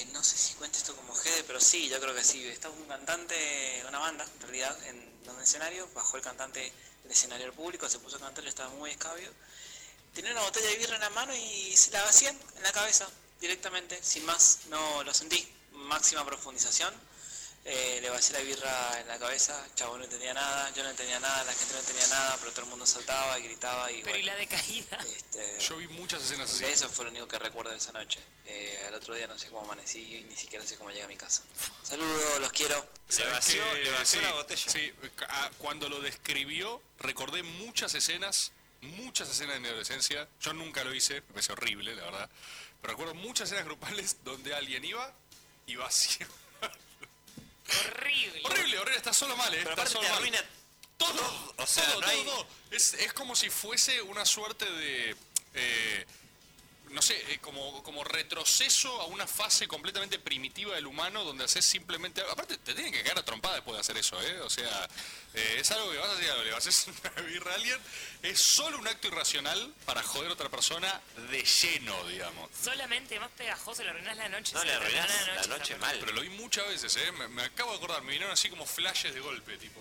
U: eh, no sé si cuenta esto como Gede, pero sí, yo creo que sí. Estaba un cantante de una banda, en realidad, en un escenario, bajó el cantante del escenario al público, se puso a cantar, yo estaba muy escabio. Tenía una botella de birra en la mano y se la vacían en la cabeza, directamente, sin más, no lo sentí. Máxima profundización. Eh, le vacié la birra en la cabeza, chavo no entendía nada, yo no entendía nada, la gente no entendía nada, pero todo el mundo saltaba y gritaba y
H: Pero y
U: bueno,
H: la de caída.
U: yo vi muchas escenas así. Eso fue lo único que recuerdo de esa noche. Eh, al otro día no sé cómo amanecí y ni siquiera sé cómo llegué a mi casa. Saludos, los quiero.
F: Se
U: vació- le vació la
F: botella. Sí, ah, cuando lo describió, recordé muchas escenas, muchas escenas de mi adolescencia. Yo nunca lo hice, me parece horrible, la verdad. Pero recuerdo muchas escenas grupales donde alguien iba y vacío.
H: horrible.
F: Horrible, horrible, está solo mal, ¿eh?
G: Pero
F: está
G: aparte
F: solo
G: te
F: mal.
G: arruina
F: todo.
G: o sea,
F: todo,
G: no hay-
F: todo. Es, es como si fuese una suerte de. eh, no sé, eh, como, como retroceso a una fase completamente primitiva del humano donde haces simplemente. Aparte, te tienen que caer a trompada después de hacer eso, ¿eh? O sea, eh, es algo que vas a hacer, le vas a hacer una birra a alguien. Es solo un acto irracional para joder a otra persona de lleno, digamos.
H: Solamente más pegajoso, le arruinás la noche.
F: No
H: sí,
F: le
H: arruinás
F: arruinás
H: la noche.
F: mal. Pero lo vi muchas veces, ¿eh? Me, me acabo de acordar, me vinieron así como flashes de golpe, tipo.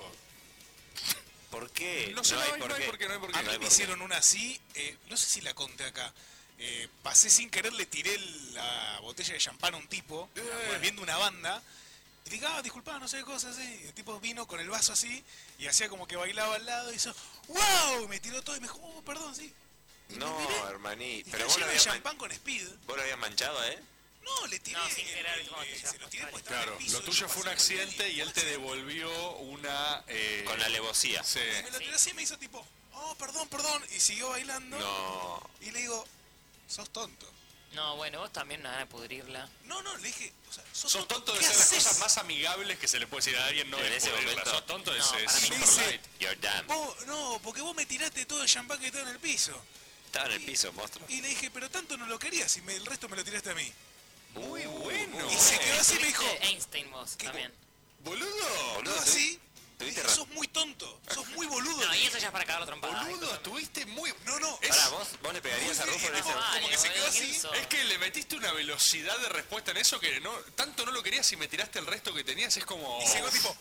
G: ¿Por qué? Ah,
A: No sé, no, hay, no hay por qué, no hay por qué. A mí me hicieron una así, eh, no sé si la conté acá. Eh, pasé sin querer, le tiré la botella de champán a un tipo, viendo una banda. Y dije, ah, disculpa, no sé qué cosa, así. Y el tipo vino con el vaso así y hacía como que bailaba al lado y hizo, wow, me tiró todo y me dijo, oh, perdón, sí.
G: No, hermanito. Pero
A: Pero
G: vos lo,
A: lleno de
G: habías man-
A: champán con speed.
G: vos lo habías manchado, ¿eh?
A: No, le tiré. No, sin querer, se lo tiré porque estaba en
F: Claro,
A: el piso.
F: lo tuyo fue un accidente y él te devolvió una... eh,
G: Con alevosía.
F: Sí.
A: Me lo tiré así y me hizo tipo, oh, perdón, perdón. Y siguió bailando.
G: No.
A: Y le digo, sos tonto.
H: No, bueno, vos también no van a pudrirla.
A: No, no, le dije, o sea, sos,
F: Sos tonto de
A: ¿Qué
F: ser las
A: haces?
F: cosas más amigables que se le puede decir a alguien, no
G: En
F: es
G: ese
F: poderla.
G: momento.
F: Sos tonto de
G: No,
F: ser
G: para mí
F: super
G: dice-
F: light.
G: You're done.
A: Vos, no, porque vos me tiraste todo el champán que estaba en el piso.
G: Estaba en el piso, monstruo.
A: Y le dije, pero tanto no lo querías y me- el resto me lo tiraste a mí.
G: Muy
A: Y se
G: eh,
A: quedó así y me dijo,
H: Einstein vos también.
F: Boludo,
A: boludo,
F: boludo,
A: así.
G: Tuviste
A: dije,
G: razón.
A: sos muy tonto, sos muy boludo.
H: No, y eso ya es para cagar la trompada.
F: Boludo, estuviste muy.
A: No, no,
G: Pará, vos, vos le pegarías a Rufo en ese
F: Como que se quedó así. Es que le metiste una velocidad de respuesta en eso que no tanto no lo querías y me tiraste el resto que tenías. Es como.
G: Y se quedó tipo,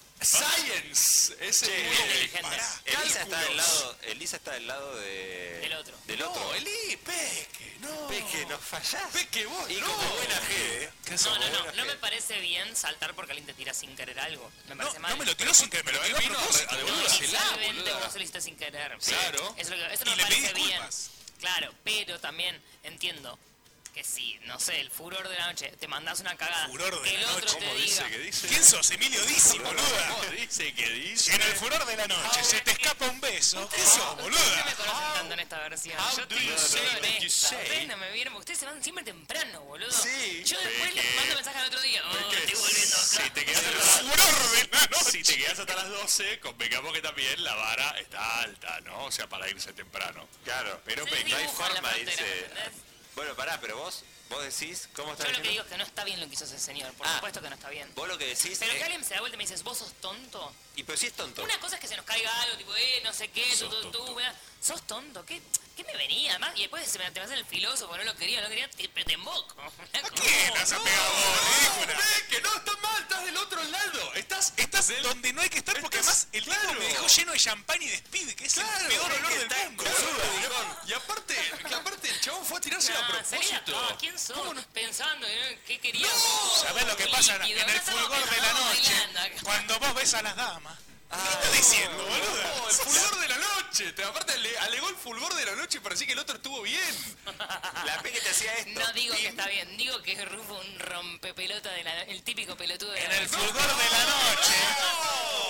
F: Science. Ese
G: Che,
F: es muy
G: eh,
F: inteligente.
G: pará,
F: Cálculos.
G: Elisa está del lado, Elisa está del lado de,
H: Del otro.
G: Del otro.
F: No, Eli, Peque, no.
G: Peque, no fallás.
F: Peque, vos,
G: y
F: no.
G: como buena G, ¿eh?
H: No, no, no, no me parece bien saltar porque alguien te tira sin querer algo. Me parece mal.
A: me lo tiró sin que me lo
F: Pero él vino a, a devolvérsela,
H: Solamente
F: boluda.
H: vos lo hiciste sin querer.
F: Sí. Claro.
H: Eso, es lo que- eso
F: Y
H: no me
F: le pedí
H: parece bien. Claro, pero también entiendo que si, no sé, el furor de la noche, te mandás una cagada.
A: Furor de
H: que el
A: la
H: otro
A: noche.
H: te
A: ¿Cómo
H: diga.
A: dice que dice? ¿Quién sos? Emilio Dizzi, boluda.
F: ¿Cómo dice que dice?
A: Si en el furor de la noche se te escapa un beso, ¿qué sos,
H: Ustedes
A: boluda?
H: me conocen tanto en esta versión.
A: how
H: Yo
A: do
H: te
A: you say
H: en
A: what you
H: esta.
A: say?
H: Ustedes no me vieron porque ustedes se van siempre temprano, boludo.
F: Sí.
H: Yo después les
F: Peque.
H: mando mensaje al otro día. Oh, estoy volviendo acá.
F: Si te quedas hasta las Si te quedas hasta las 12, convengamos que también la vara está alta, ¿no? O sea, para irse temprano.
G: Claro.
F: Pero
H: Se
F: Peque,
G: No hay
H: dibujan la
G: forma,
H: frontera,
G: dice.
H: ¿entendés?
G: Bueno, pará, pero vos, vos decís, ¿cómo estás
H: Yo lo que
G: diciendo?
H: digo es que no está bien lo que hizo ese señor. Por
G: Ah.
H: supuesto que no está bien.
G: Vos lo que decís
H: Pero
G: es-
H: que alguien se da vuelta y me dices, vos sos tonto.
G: Y pero si es tonto.
H: Una cosa es que se nos caiga algo, tipo, eh, no sé qué, tú,
G: Sos
H: tú, tú, ¿verdad? sos tonto, ¿qué, qué me venía? Además, y después se me, te vas a hacer el filósofo, no lo quería, no lo quería, te, pero te emboco.
A: ¿Quién has pegado vos, ridícula?
F: que no está mal, estás del otro lado. Estás,
A: estás donde no hay que estar porque además el tipo me dejó lleno de champán y de speed, que es el peor olor del mundo.
F: boluda. Y aparte, que aparte el chabón fue a tirarse a
H: sería,
F: propósito.
H: ah, ¿Quién sos? Pensando en qué querías.
A: ¿Sabés lo que pasa en en el fulgor de la noche? Cuando vos ves a las damas. ¿Qué estás diciendo, boluda?
F: Ah, No, el fulgor de la noche. Te- Aparte
I: Eh,
F: le alegó el fulgor de la noche y parecía que el otro estuvo bien.
G: La Peque te hacía esto.
H: No digo que está bien, digo que es Rufo un rompepelota, de la- el típico pelotudo de la
A: En el fulgor de la noche.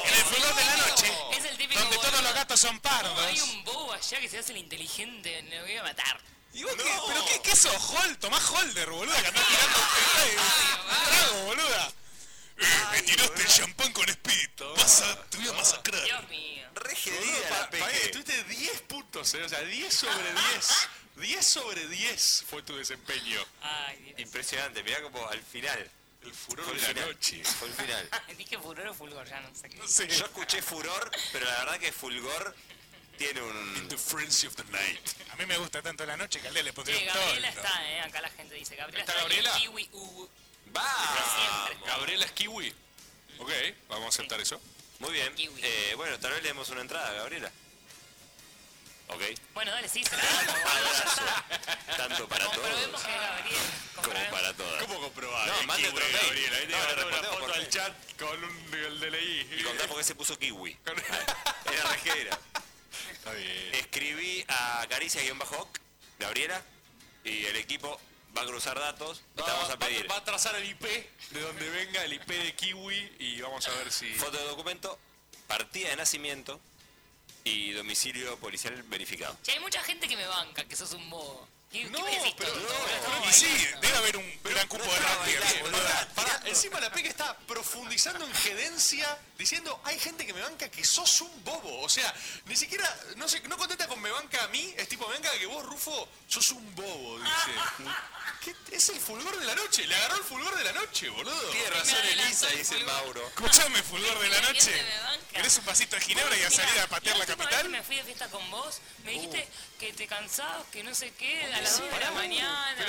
A: En el fulgor de la noche.
H: Es el típico
A: Donde todos
H: boludo.
A: los gatos son
H: No, hay
A: pardos.
H: un bobo allá que se hace el inteligente, lo voy a matar.
A: ¿Y vos qué? ¿Pero qué, qué sos? Hol, tomás Holder, boluda, que andás tirando
I: Ah,
A: un trago, boluda. Eh, me tiraste el champán con speed. Pasa, te voy a masacrar.
H: Dios mío.
F: Boludo, pa- pa-
A: eh,
F: Tuviste 10 puntos, eh, o sea, 10 sobre 10. 10 sobre 10 fue tu desempeño.
H: Ay, Dios.
G: Impresionante, mirá como al final.
F: El furor de la noche.
G: Fue el final.
H: Dije furor o fulgor, ya no sé qué.
G: Yo escuché furor, pero la verdad que fulgor tiene un.
F: Frenzy of the night.
A: A mí me gusta tanto la noche que al día le pondría
H: Che,
A: un toldo.
H: Gabriela está, ¿eh? Acá la gente dice. Gabriela
F: ¿Está
H: está, y el
F: Gabriela?
H: Kiwi Ubu.
G: ¡Va!
F: Gabriela es kiwi. Ok, vamos a aceptar eso.
G: Muy bien. Eh, bueno, tal vez le demos una entrada, Gabriela. Ok.
H: Bueno, dale, sí, se la damos. boludo, ya está.
G: Tanto para
H: Comprobemos
G: todos
H: que Gabriela.
G: como para todas.
F: ¿Cómo comprobar?
G: No,
F: eh,
G: mande
F: kiwi,
G: otro mail.
F: Gabriela, ahí te
G: No,
F: van a
G: le
F: dar una
G: respondemos
F: foto
G: por
F: al chat con un, el DLI.
G: Y contá por qué se puso kiwi. Ah, Era rejera. Escribí a Caricia-Hoc, Gabriela, y el equipo va a cruzar datos. y te vamos a pedir.
F: Va a trazar el IP de donde venga el IP de kiwi y vamos a ver si.
G: Foto de documento, partida de nacimiento y domicilio policial verificado.
H: Che, hay mucha gente que me banca, que sos un bobo. ¿Qué, no, pero no,
F: Y sí, debe haber un gran cupo de rugby. boludo.
I: Pará, encima la peca está profundizando en gerencia, diciendo, hay gente que me banca que sos un bobo. O sea, ni siquiera, no sé, no contenta con me banca a mí, es tipo, me banca que vos, Rufo, sos un bobo, dice. ¿Qué? Es el fulgor de la noche, le agarró el fulgor de la noche, boludo.
F: Tiene razón Elisa,
I: dice Mauro.
A: Escuchame, fulgor de la noche. ¿Querés un pasito de ginebra y a
H: Mira,
A: salir a patear
H: la
A: la
H: última vez que
A: capital?
H: me fui de fiesta con vos, me dijiste
F: Oh.
H: que te cansabas, que no sé qué, a las 2 de la mañana. dale.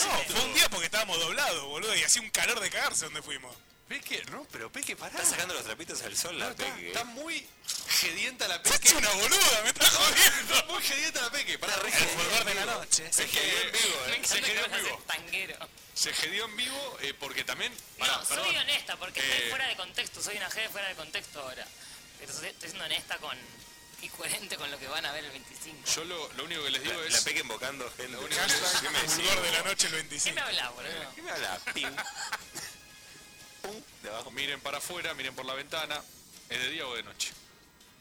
A: No, fue un día porque estábamos doblados, boludo, y hacía un calor de cagarse donde fuimos.
I: Peque, no, pero Peque, pará.
G: Está sacando los trapitos al sol la eh. peque.
I: Está muy gedienta la peque.
A: una boluda, me está jodiendo.
I: Está muy gedienta la peque, pará, re
F: El fulgor de la
I: noche.
F: Se quedó en vivo,
H: Me
F: eh.
H: encanta
F: Se
H: que
F: quedó
H: vas
F: en
H: a ser
F: vivo.
H: tanguero.
F: Se quedió en vivo eh, porque también. Pará,
H: no,
F: perdón.
H: soy honesta, porque estoy
F: Eh,
H: fuera de contexto, soy una jefe fuera de contexto ahora. Pero soy- estoy siendo honesta con y coherente con lo que van a ver el 25.
F: Yo lo, lo único que les digo
G: La-
F: es.
G: la peque invocando gente.
F: ¿Qué me decís?
A: Fulgor de la noche el 25.
H: ¿Qué me hablas, boludo?
G: ¿Qué me hablas? Ping.
F: Miren para afuera, miren por la ventana. ¿Es de día o de noche?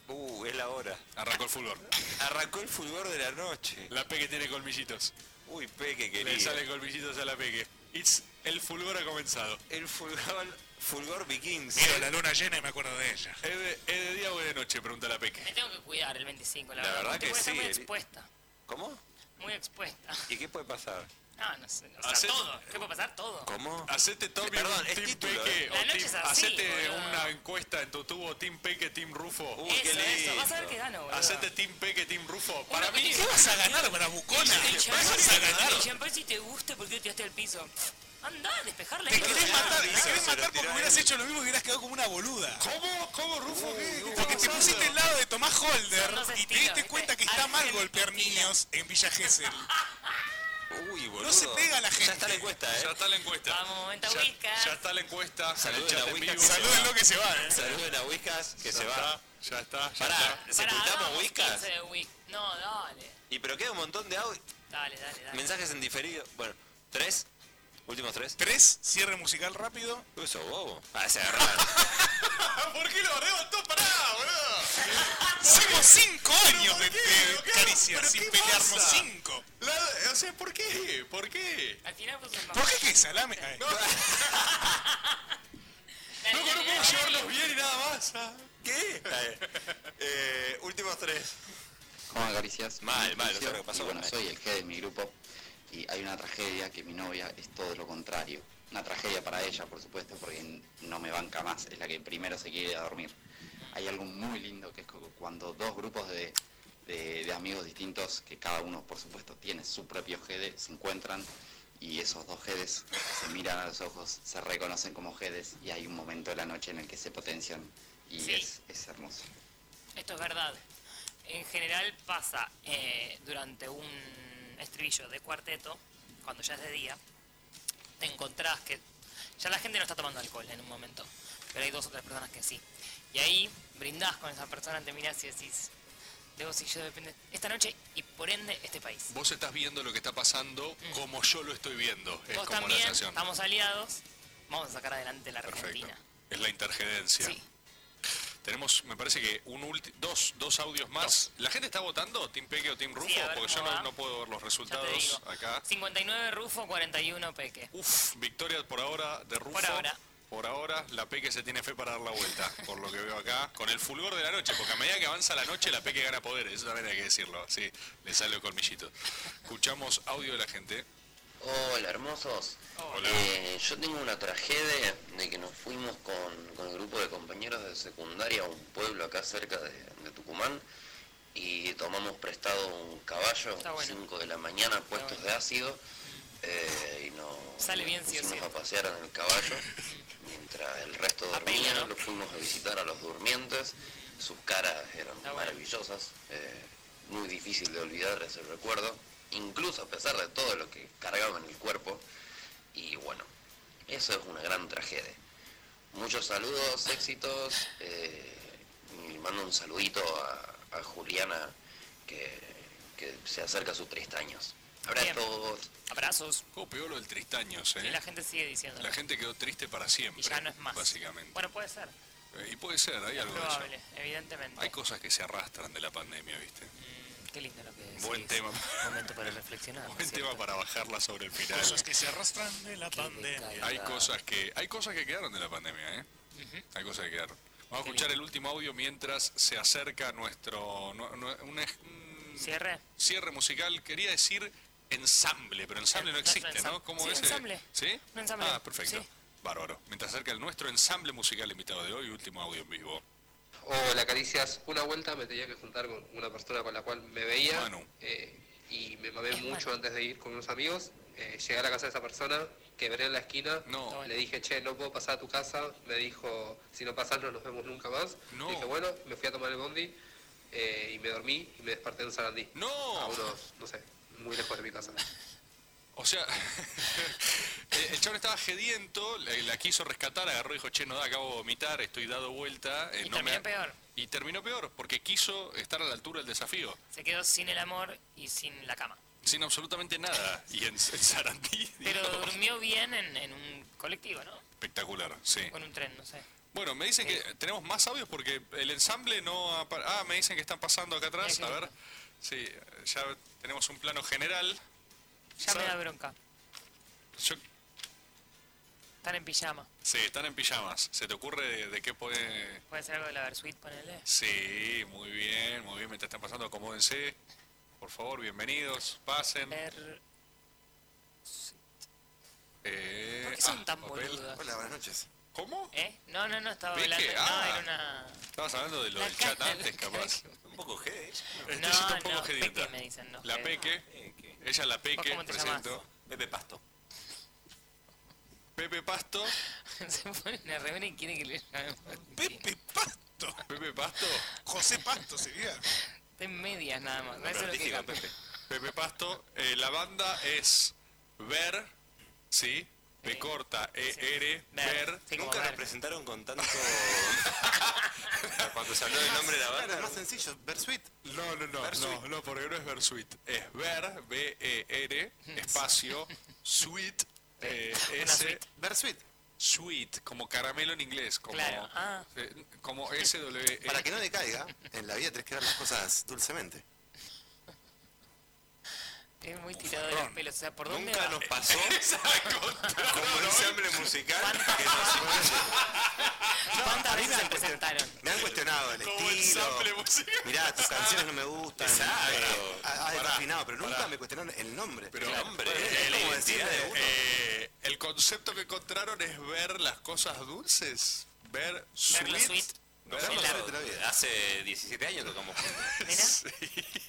G: Uh, es la hora.
F: Arrancó el fulgor.
G: Arrancó el fulgor de la noche.
F: La peque tiene colmillitos.
G: Uy, peque,
F: Le
G: querido.
F: salen colmillitos a la peque. It's- el fulgor ha comenzado.
G: El fulgor, fulgor vikings.
F: Mira,
A: la luna llena y me acuerdo de ella.
F: ¿Es de, es de día o de noche? Pregunta la peque.
H: Me tengo que cuidar el 25, la,
F: La verdad
H: porque
F: que
H: voy a estar
F: sí,
H: muy
F: Eli.
H: expuesta,
G: ¿Cómo?
H: muy expuesta.
G: ¿Y qué puede pasar?
H: Ah, no sé, o sea,
F: Hacete-
H: todo. ¿Qué puede pasar? Todo.
G: ¿Cómo?
F: Hacete Tommy
G: Perdón,
F: un
G: es
F: Team
G: título,
F: Peque
G: eh.
F: o
H: La noche
F: team-
H: es así,
F: Hacete
H: boludo.
F: una encuesta en tu tubo Team Peque, Team Rufo.
H: Uy, qué Eso, eso, lindo. vas a ver que gano, boludo.
F: Hacete Team Peque, Team Rufo. Para mí.
H: petición. ¿Qué vas a ganar,
F: Bravucona?
H: El champán,
F: vas a ganar?
H: el champán, si te gusta, ¿por qué lo tiraste al piso? Anda, despejarla.
A: Te querés matar, te querés matar porque hubieras hecho lo mismo y hubieras quedado como una boluda.
I: ¿Cómo? ¿Cómo, Rufo? ¿Qué- qué
A: Porque te
I: estás
A: pusiste
I: hablando?
A: al lado de Tomás Holder
I: Son dos
A: y te
I: estilos,
A: diste
I: ¿viste?
A: cuenta que está mal golpear niños en Villa Gesell.
G: Uy, boludo.
A: se pega la gente.
G: Ya está la encuesta, eh.
F: Ya está la encuesta.
H: Vamos,
F: ya, ya está la encuesta.
G: Saluden
F: el
G: a
F: chat en
G: Whiskas.
F: vivo.
G: Salúdenlo
A: que se va, eh.
G: Saluden a Whiskas que
F: Ya
G: se va.
F: Ya está, ya
G: Pará,
F: está.
G: ¿sepultamos Whiskas?
H: No, dale,
G: Y pero queda un montón de audio.
H: dale, dale. dale.
G: Mensajes en diferido. Bueno, tres. Últimos tres.
A: Tres, cierre musical rápido.
G: Uy, sos bobo. Ah, se agarraron.
I: ¿Por qué lo levantó? Pará, boludo.
A: Somos cinco años de, de
I: ¿Pero
A: caricias sin
I: qué
A: pelearnos
I: pasa?
A: cinco.
I: La- o sea, ¿por qué? ¿Por qué?
H: Al final fue su
A: ¿Por qué que salame? Ay.
I: Loco, no puedo llevarlos bien y nada más. ah.
G: ¿Qué? Eh, últimos tres.
V: ¿Cómo acaricias?
G: Mal, mal, o sea,
V: Inicio,
G: lo que pasó
V: y
G: con
V: bueno,
G: la-
V: soy el G de mi grupo y hay una tragedia que mi novia es todo lo contrario. Una tragedia para ella, por supuesto, porque n- no me banca más, es la que primero se quiere ir a dormir. Hay algo muy lindo que es cu- cuando dos grupos de, de- de amigos distintos, que cada uno, por supuesto, tiene su propio GD, se encuentran y esos dos GDs se miran a los ojos, se reconocen como GDs y hay un momento de la noche en el que se potencian y es- es hermoso.
H: Esto es verdad. En general pasa eh, durante un estribillo de cuarteto, cuando ya es de día, te encontrás que ya la gente no está tomando alcohol en un momento, pero hay dos o tres personas que sí. Y ahí brindás con esa persona, te mirás y decís, de vos y yo depende esta noche y por ende este país.
F: Vos estás viendo lo que está pasando como yo lo estoy viendo. Es
H: Mm. Vos
F: como
H: también,
F: la sensación.
H: estamos aliados, vamos a sacar adelante la Argentina.
F: Es la intergerencia. Tenemos, me parece que un ulti- dos, dos audios más. ¿La gente está votando? ¿Team Peque o Team Rufo?
H: a ver
F: Porque yo
H: cómo
F: no,
H: va.
F: no puedo ver los
H: Ya te
F: resultados
H: digo.
F: acá.
H: 59 Rufo, 41 Peque.
F: Uf, victoria por ahora de Rufo.
H: Por ahora.
F: Por ahora, la Peque se tiene fe para dar la vuelta, por lo que veo acá. Con el fulgor de la noche, porque a medida que avanza la noche, la Peque gana poder. Eso también hay que decirlo. Sí, le sale el colmillito. Escuchamos audio de la gente.
B: Hola, hermosos. Eh, yo tengo una tragedia de que nos fuimos con, con el grupo de compañeros de secundaria a un pueblo acá cerca de, de Tucumán y tomamos prestado un caballo
H: Está
B: a
H: bueno.
B: 5 de la mañana puestos de ácido eh, y nos
H: Sale bien, sí o
B: pusimos
H: sí.
B: a pasear en el caballo mientras el resto dormía, lo fuimos a visitar a los durmientes, sus caras eran maravillosas, eh, muy difícil de olvidar ese recuerdo, incluso a pesar de todo lo que cargaba en el cuerpo, y bueno, eso es una gran tragedia. Muchos saludos, éxitos, eh, y le mando un saludito a, a Juliana que, que se acerca a sus 30 años. Abrazos.
H: Abrazos.
F: ¿Cómo pegó lo del tristaños, eh?
H: Y la gente sigue diciendo.
F: La gente quedó triste para siempre.
H: Y ya no es más.
F: Básicamente.
H: Bueno, puede ser.
F: Eh, Y puede ser, hay
H: es
F: algo de eso.
H: probable, evidentemente.
F: Hay cosas que se arrastran de la pandemia, ¿viste?
H: Qué lindo lo que decís.
F: Buen tema.
H: Momento para reflexionar.
F: Buen tema para bajarla sobre el final.
A: Cosas que se arrastran de la pandemia.
F: Hay cosas que hay cosas que quedaron de la pandemia, ¿eh? Hay cosas que quedaron. Vamos a escuchar el último audio mientras se acerca nuestro no- no- un ej- un
H: Cierre.
F: cierre musical. Quería decir ensamble, pero ensamble no
H: Nuestro
F: existe, ¿no?
H: ensam- sí,
F: es?
H: ensamble.
F: ¿Sí?
H: Un ensamble,
F: Ah, perfecto.
H: sí.
F: Bárbaro. Mientras acerca el nuestro ensamble musical invitado de hoy, último audio en vivo.
E: Oh, Hola, Caricias. Una vuelta me tenía que juntar con una persona con la cual me veía. eh, y me mamé mucho antes de ir con unos amigos. Eh, llegué a la casa de esa persona, quebré en la esquina. Le dije, che, no puedo pasar a tu casa. Me dijo, si no pasas no nos vemos nunca más.
F: No.
E: Dije, bueno, me fui a tomar el bondi eh, y me dormí y me desperté en Sarandí.
F: No.
E: A unos, no sé, muy lejos de mi casa.
F: O sea, eh, el chabón estaba gediento, la, la quiso rescatar, agarró y dijo, che, no da, acabo de vomitar, estoy dado vuelta. eh,
H: Y
F: no me
H: terminó
F: ha-
H: peor.
F: Y terminó peor, porque quiso estar a la altura del desafío,
H: Se quedó sin el amor y sin la cama.
F: sin absolutamente nada. Y en, en Sarandí,
H: Pero
F: dijo,
H: durmió bien en, en un colectivo, ¿no?
F: espectacular, sí.
H: O en un tren, no sé.
F: Bueno, me dicen que tenemos más audios porque el ensamble no... apa- Ah, me dicen que están pasando acá atrás, a ver. Sí, ya tenemos un plano general.
H: Ya me da bronca.
F: Yo-
H: Están en pijama.
F: sí, están en pijamas. ¿Se te ocurre de, de qué puede...?
H: Puede ser algo de la Versuit, ponele.
F: Sí, muy bien, muy bien. Mientras están pasando, acomódense. Por favor, bienvenidos, pasen. Eh,
H: ¿Por qué son
F: ah,
H: tan
F: papel.
H: boludos?
C: Hola, buenas noches.
F: ¿Cómo?
H: ¿Eh? No, no, no, estaba
F: ¿Viste?
H: hablando.
F: Oh. Ah.
H: No, era una.
F: Estabas hablando de lo
H: La
F: del chat
H: cara,
F: antes,
H: la
F: capaz.
H: cara.
F: Un poco G,
H: No,
F: un poco
H: no,
F: gedienta.
H: Peque me dicen, no,
F: La
H: G.
F: Peque. Ella la Peque,
H: cómo te
F: presento.
H: llamás?
F: Pepe Pasto. Pepe Pasto.
H: Se pone una remera y quiere que le llamemos.
A: Pepe
F: Pasto. Pepe Pasto.
A: José Pasto sería.
H: Está en medias nada más.
F: Pero
H: Eso es lo que
F: artístico,
H: canta.
F: Pepe. Pepe Pasto, eh, la banda es Ver,
H: Eh,
F: ¿sí? P corta, E-R, Ver.
G: Nunca nos presentaron con tanto. Cuando se habló del nombre de la banda.
C: Claro, más sencillo, Versuit.
F: No, no, no, no, no, porque no es Versuit. Es Ver, B-E-R,
C: Mm.
F: espacio, Suite, eh, S.
C: Versuit.
F: Sweet, como caramelo en inglés, como,
C: Claro, ah.
F: eh, como E SW.
C: Para que no decaiga, en la vida tenés que dar las cosas dulcemente.
H: Es muy tirado de los pelos. O sea, ¿por dónde va?
G: pasó como ensamble musical que
H: ¿Cuántas veces se presentaron?
C: Me han cuestionado el estilo. Mirá, tus canciones no me gustan.
G: Exacto.
C: Ah, ah,
F: Pará,
C: refinado, pero nunca
F: pará.
C: me cuestionaron el nombre.
F: Pero, hombre,
C: Bueno, es
F: eh, la
C: como
F: identidad
C: decirle,
F: de uno. Eh, el concepto que encontraron es ver las cosas dulces. Ver sweet.
G: lo sweet.
F: Ver
G: Nosotros
F: lo sweet.
G: Hace 17 años tocamos juntos.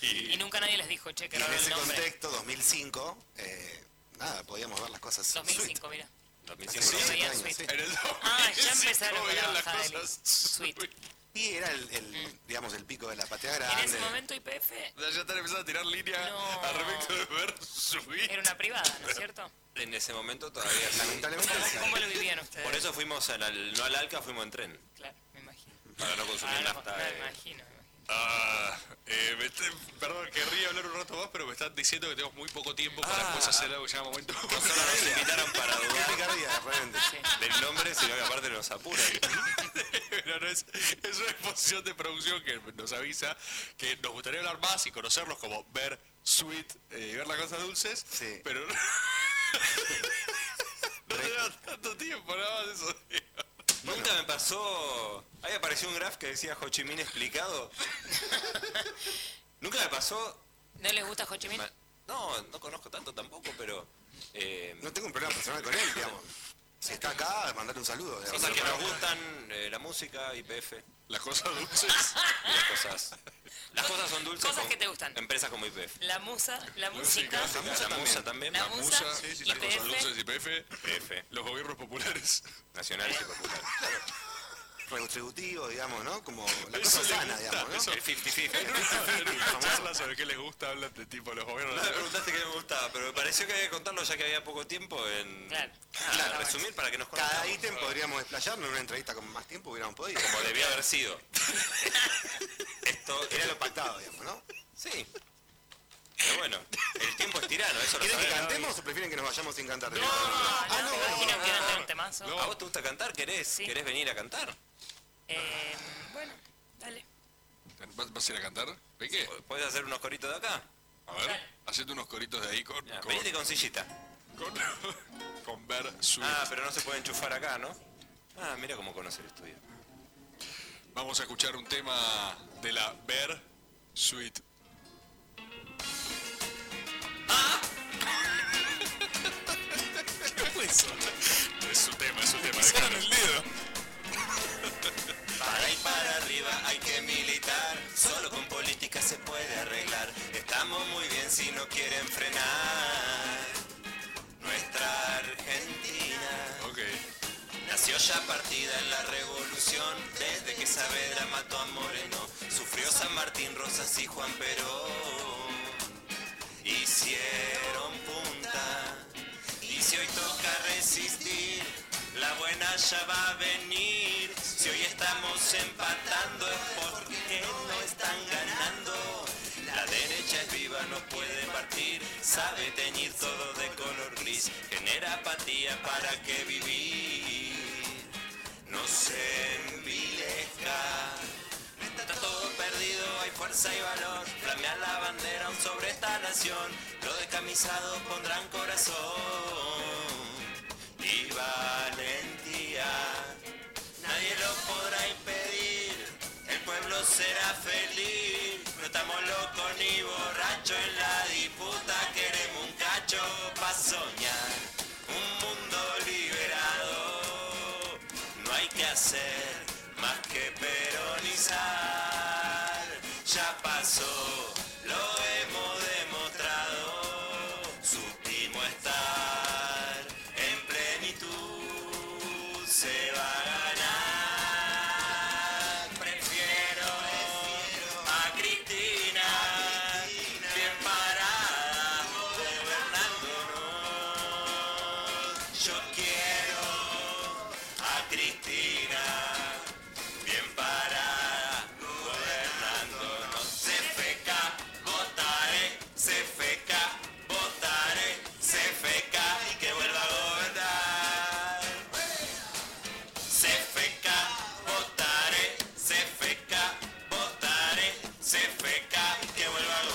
H: Y nunca nadie les dijo, che, que
C: Y en
H: era el
C: ese
H: nombre.
C: contexto, 2005, eh, nada, podíamos ver las cosas.
H: 2005, mira.
C: Hace
G: 2007
C: 17
G: años,
C: años,
G: sí.
C: sí.
G: En el
H: Ah, ya empezaron con la
C: veían las
H: bajada de
C: cosas
H: línea. Sweet.
C: Y era el, el, digamos, el pico de la patria
H: En
C: grande.
H: ese momento IPF
F: Ya están empezando a tirar línea
H: al respecto
F: de ver sweet.
H: era una privada, ¿no es cierto?
G: En ese momento todavía. sí.
H: ¿Cómo lo vivían ustedes?
G: Por eso fuimos al- al- no al Alca, fuimos en tren.
H: Claro, me imagino.
G: Para no consumir
H: Ah, no,
G: nafta.
H: no,
G: eh.
H: me imagino.
F: Ah, eh, me está- perdón, querría hablar un rato más, pero me están diciendo que tenemos muy poco tiempo para después hacer algo que se llama momento.
G: Ah. Nos invitaron para dudar del nombre, sino que aparte nos apuran.
F: Pero no es, es una exposición de producción que nos avisa que nos gustaría hablar más y conocerlos como ver sweet eh, y ver las cosas dulces, pero no, no lleva tanto tiempo nada más eso.
G: Nunca me pasó. Ahí apareció un graph que decía Ho Chi Minh explicado. Nunca me pasó.
H: ¿No les gusta Ho Chi Minh?
G: No, no conozco tanto tampoco, pero Eh,
C: No tengo un problema personal con él, digamos. Si está acá, mandale un saludo. digamos.
G: cosas que nos gustan, eh, la música, IPF.
F: Las cosas dulces.
G: las cosas. Las cosas son dulces.
H: Cosas
G: con
H: que te gustan.
G: Empresas como IPF.
H: La musa, la música.
G: La musa también.
H: La musa,
F: las cosas
H: IPF.
F: dulces y PF, los gobiernos populares.
G: Nacionales y populares.
C: Redistributivo, digamos, ¿no? Como la
F: Eso
C: cosa
F: le
C: sana,
F: gusta,
C: digamos, ¿no?
F: eso.
G: El 50-50.
F: En una, en una charla sobre qué les gusta hablan de tipo los gobiernos.
G: No me preguntaste qué me gustaba, pero me pareció que había que contarlo ya que había poco tiempo en.
H: Claro. Ah,
G: Nada, resumir para que nos conozcamos.
C: Cada ítem podríamos desplayarlo en una entrevista con más tiempo hubiéramos podido.
G: Como debía haber sido. Esto
C: era lo pactado, digamos, ¿no?
G: Sí. Pero bueno, el tiempo es tirano, eso lo
C: ¿Quieren que
G: sabemos.
C: cantemos o prefieren que nos vayamos sin cantar?
H: Ah, no, imagino que era un temazo.
G: ¿A vos te gusta cantar? ¿Querés, ¿Querés venir a cantar?
H: Eh, bueno, dale.
F: ¿Vas, vas a ir a cantar? ¿Ve qué?
G: ¿Puedes hacer unos coritos de acá?
F: A ver, hacete unos coritos de ahí con. con
G: Venite con sillita.
F: Con, con ver su.
G: Ah, pero no se puede enchufar acá, ¿no? Ah, mira cómo conoce el estudio.
F: Vamos a escuchar un tema de la Ver Suite.
A: Ah. ¿Qué fue eso?
F: Es su tema, es su tema.
A: Pisaron el dedo.
G: Para ir para arriba hay que militar, solo con política se puede arreglar. Estamos muy bien si no quieren frenar nuestra Argentina. Nació ya partida en la revolución, desde que Saavedra mató a Moreno, sufrió San Martín, Rosas y Juan Perón. Hicieron punta, y si hoy toca resistir, la buena ya va a venir. Si hoy estamos empatando es porque no están ganando. La derecha es viva, no puede partir, sabe teñir todo de color gris, genera apatía para que vivir. No se envilezca. Está todo perdido, hay fuerza y valor. Flamea la bandera aún sobre esta nación. Los descamisados pondrán corazón y valentía. Nadie lo podrá impedir, el pueblo será feliz. No estamos locos ni borrachos en la disputa, queremos un cacho pa' soñar. Un mundo liberado, no hay que hacer más que peronizar. Ya pasó, lo hemos demostrado, supimos estar en plenitud, se va a ganar. Prefiero a Cristina, bien parada, gobernándonos. Yo quiero a Cristina. Bien parada, gobernándonos. CFK, votaré, CFK, votaré, CFK y que vuelva a gobernar. CFK, votaré, CFK, votaré, CFK y que vuelva a gobernar.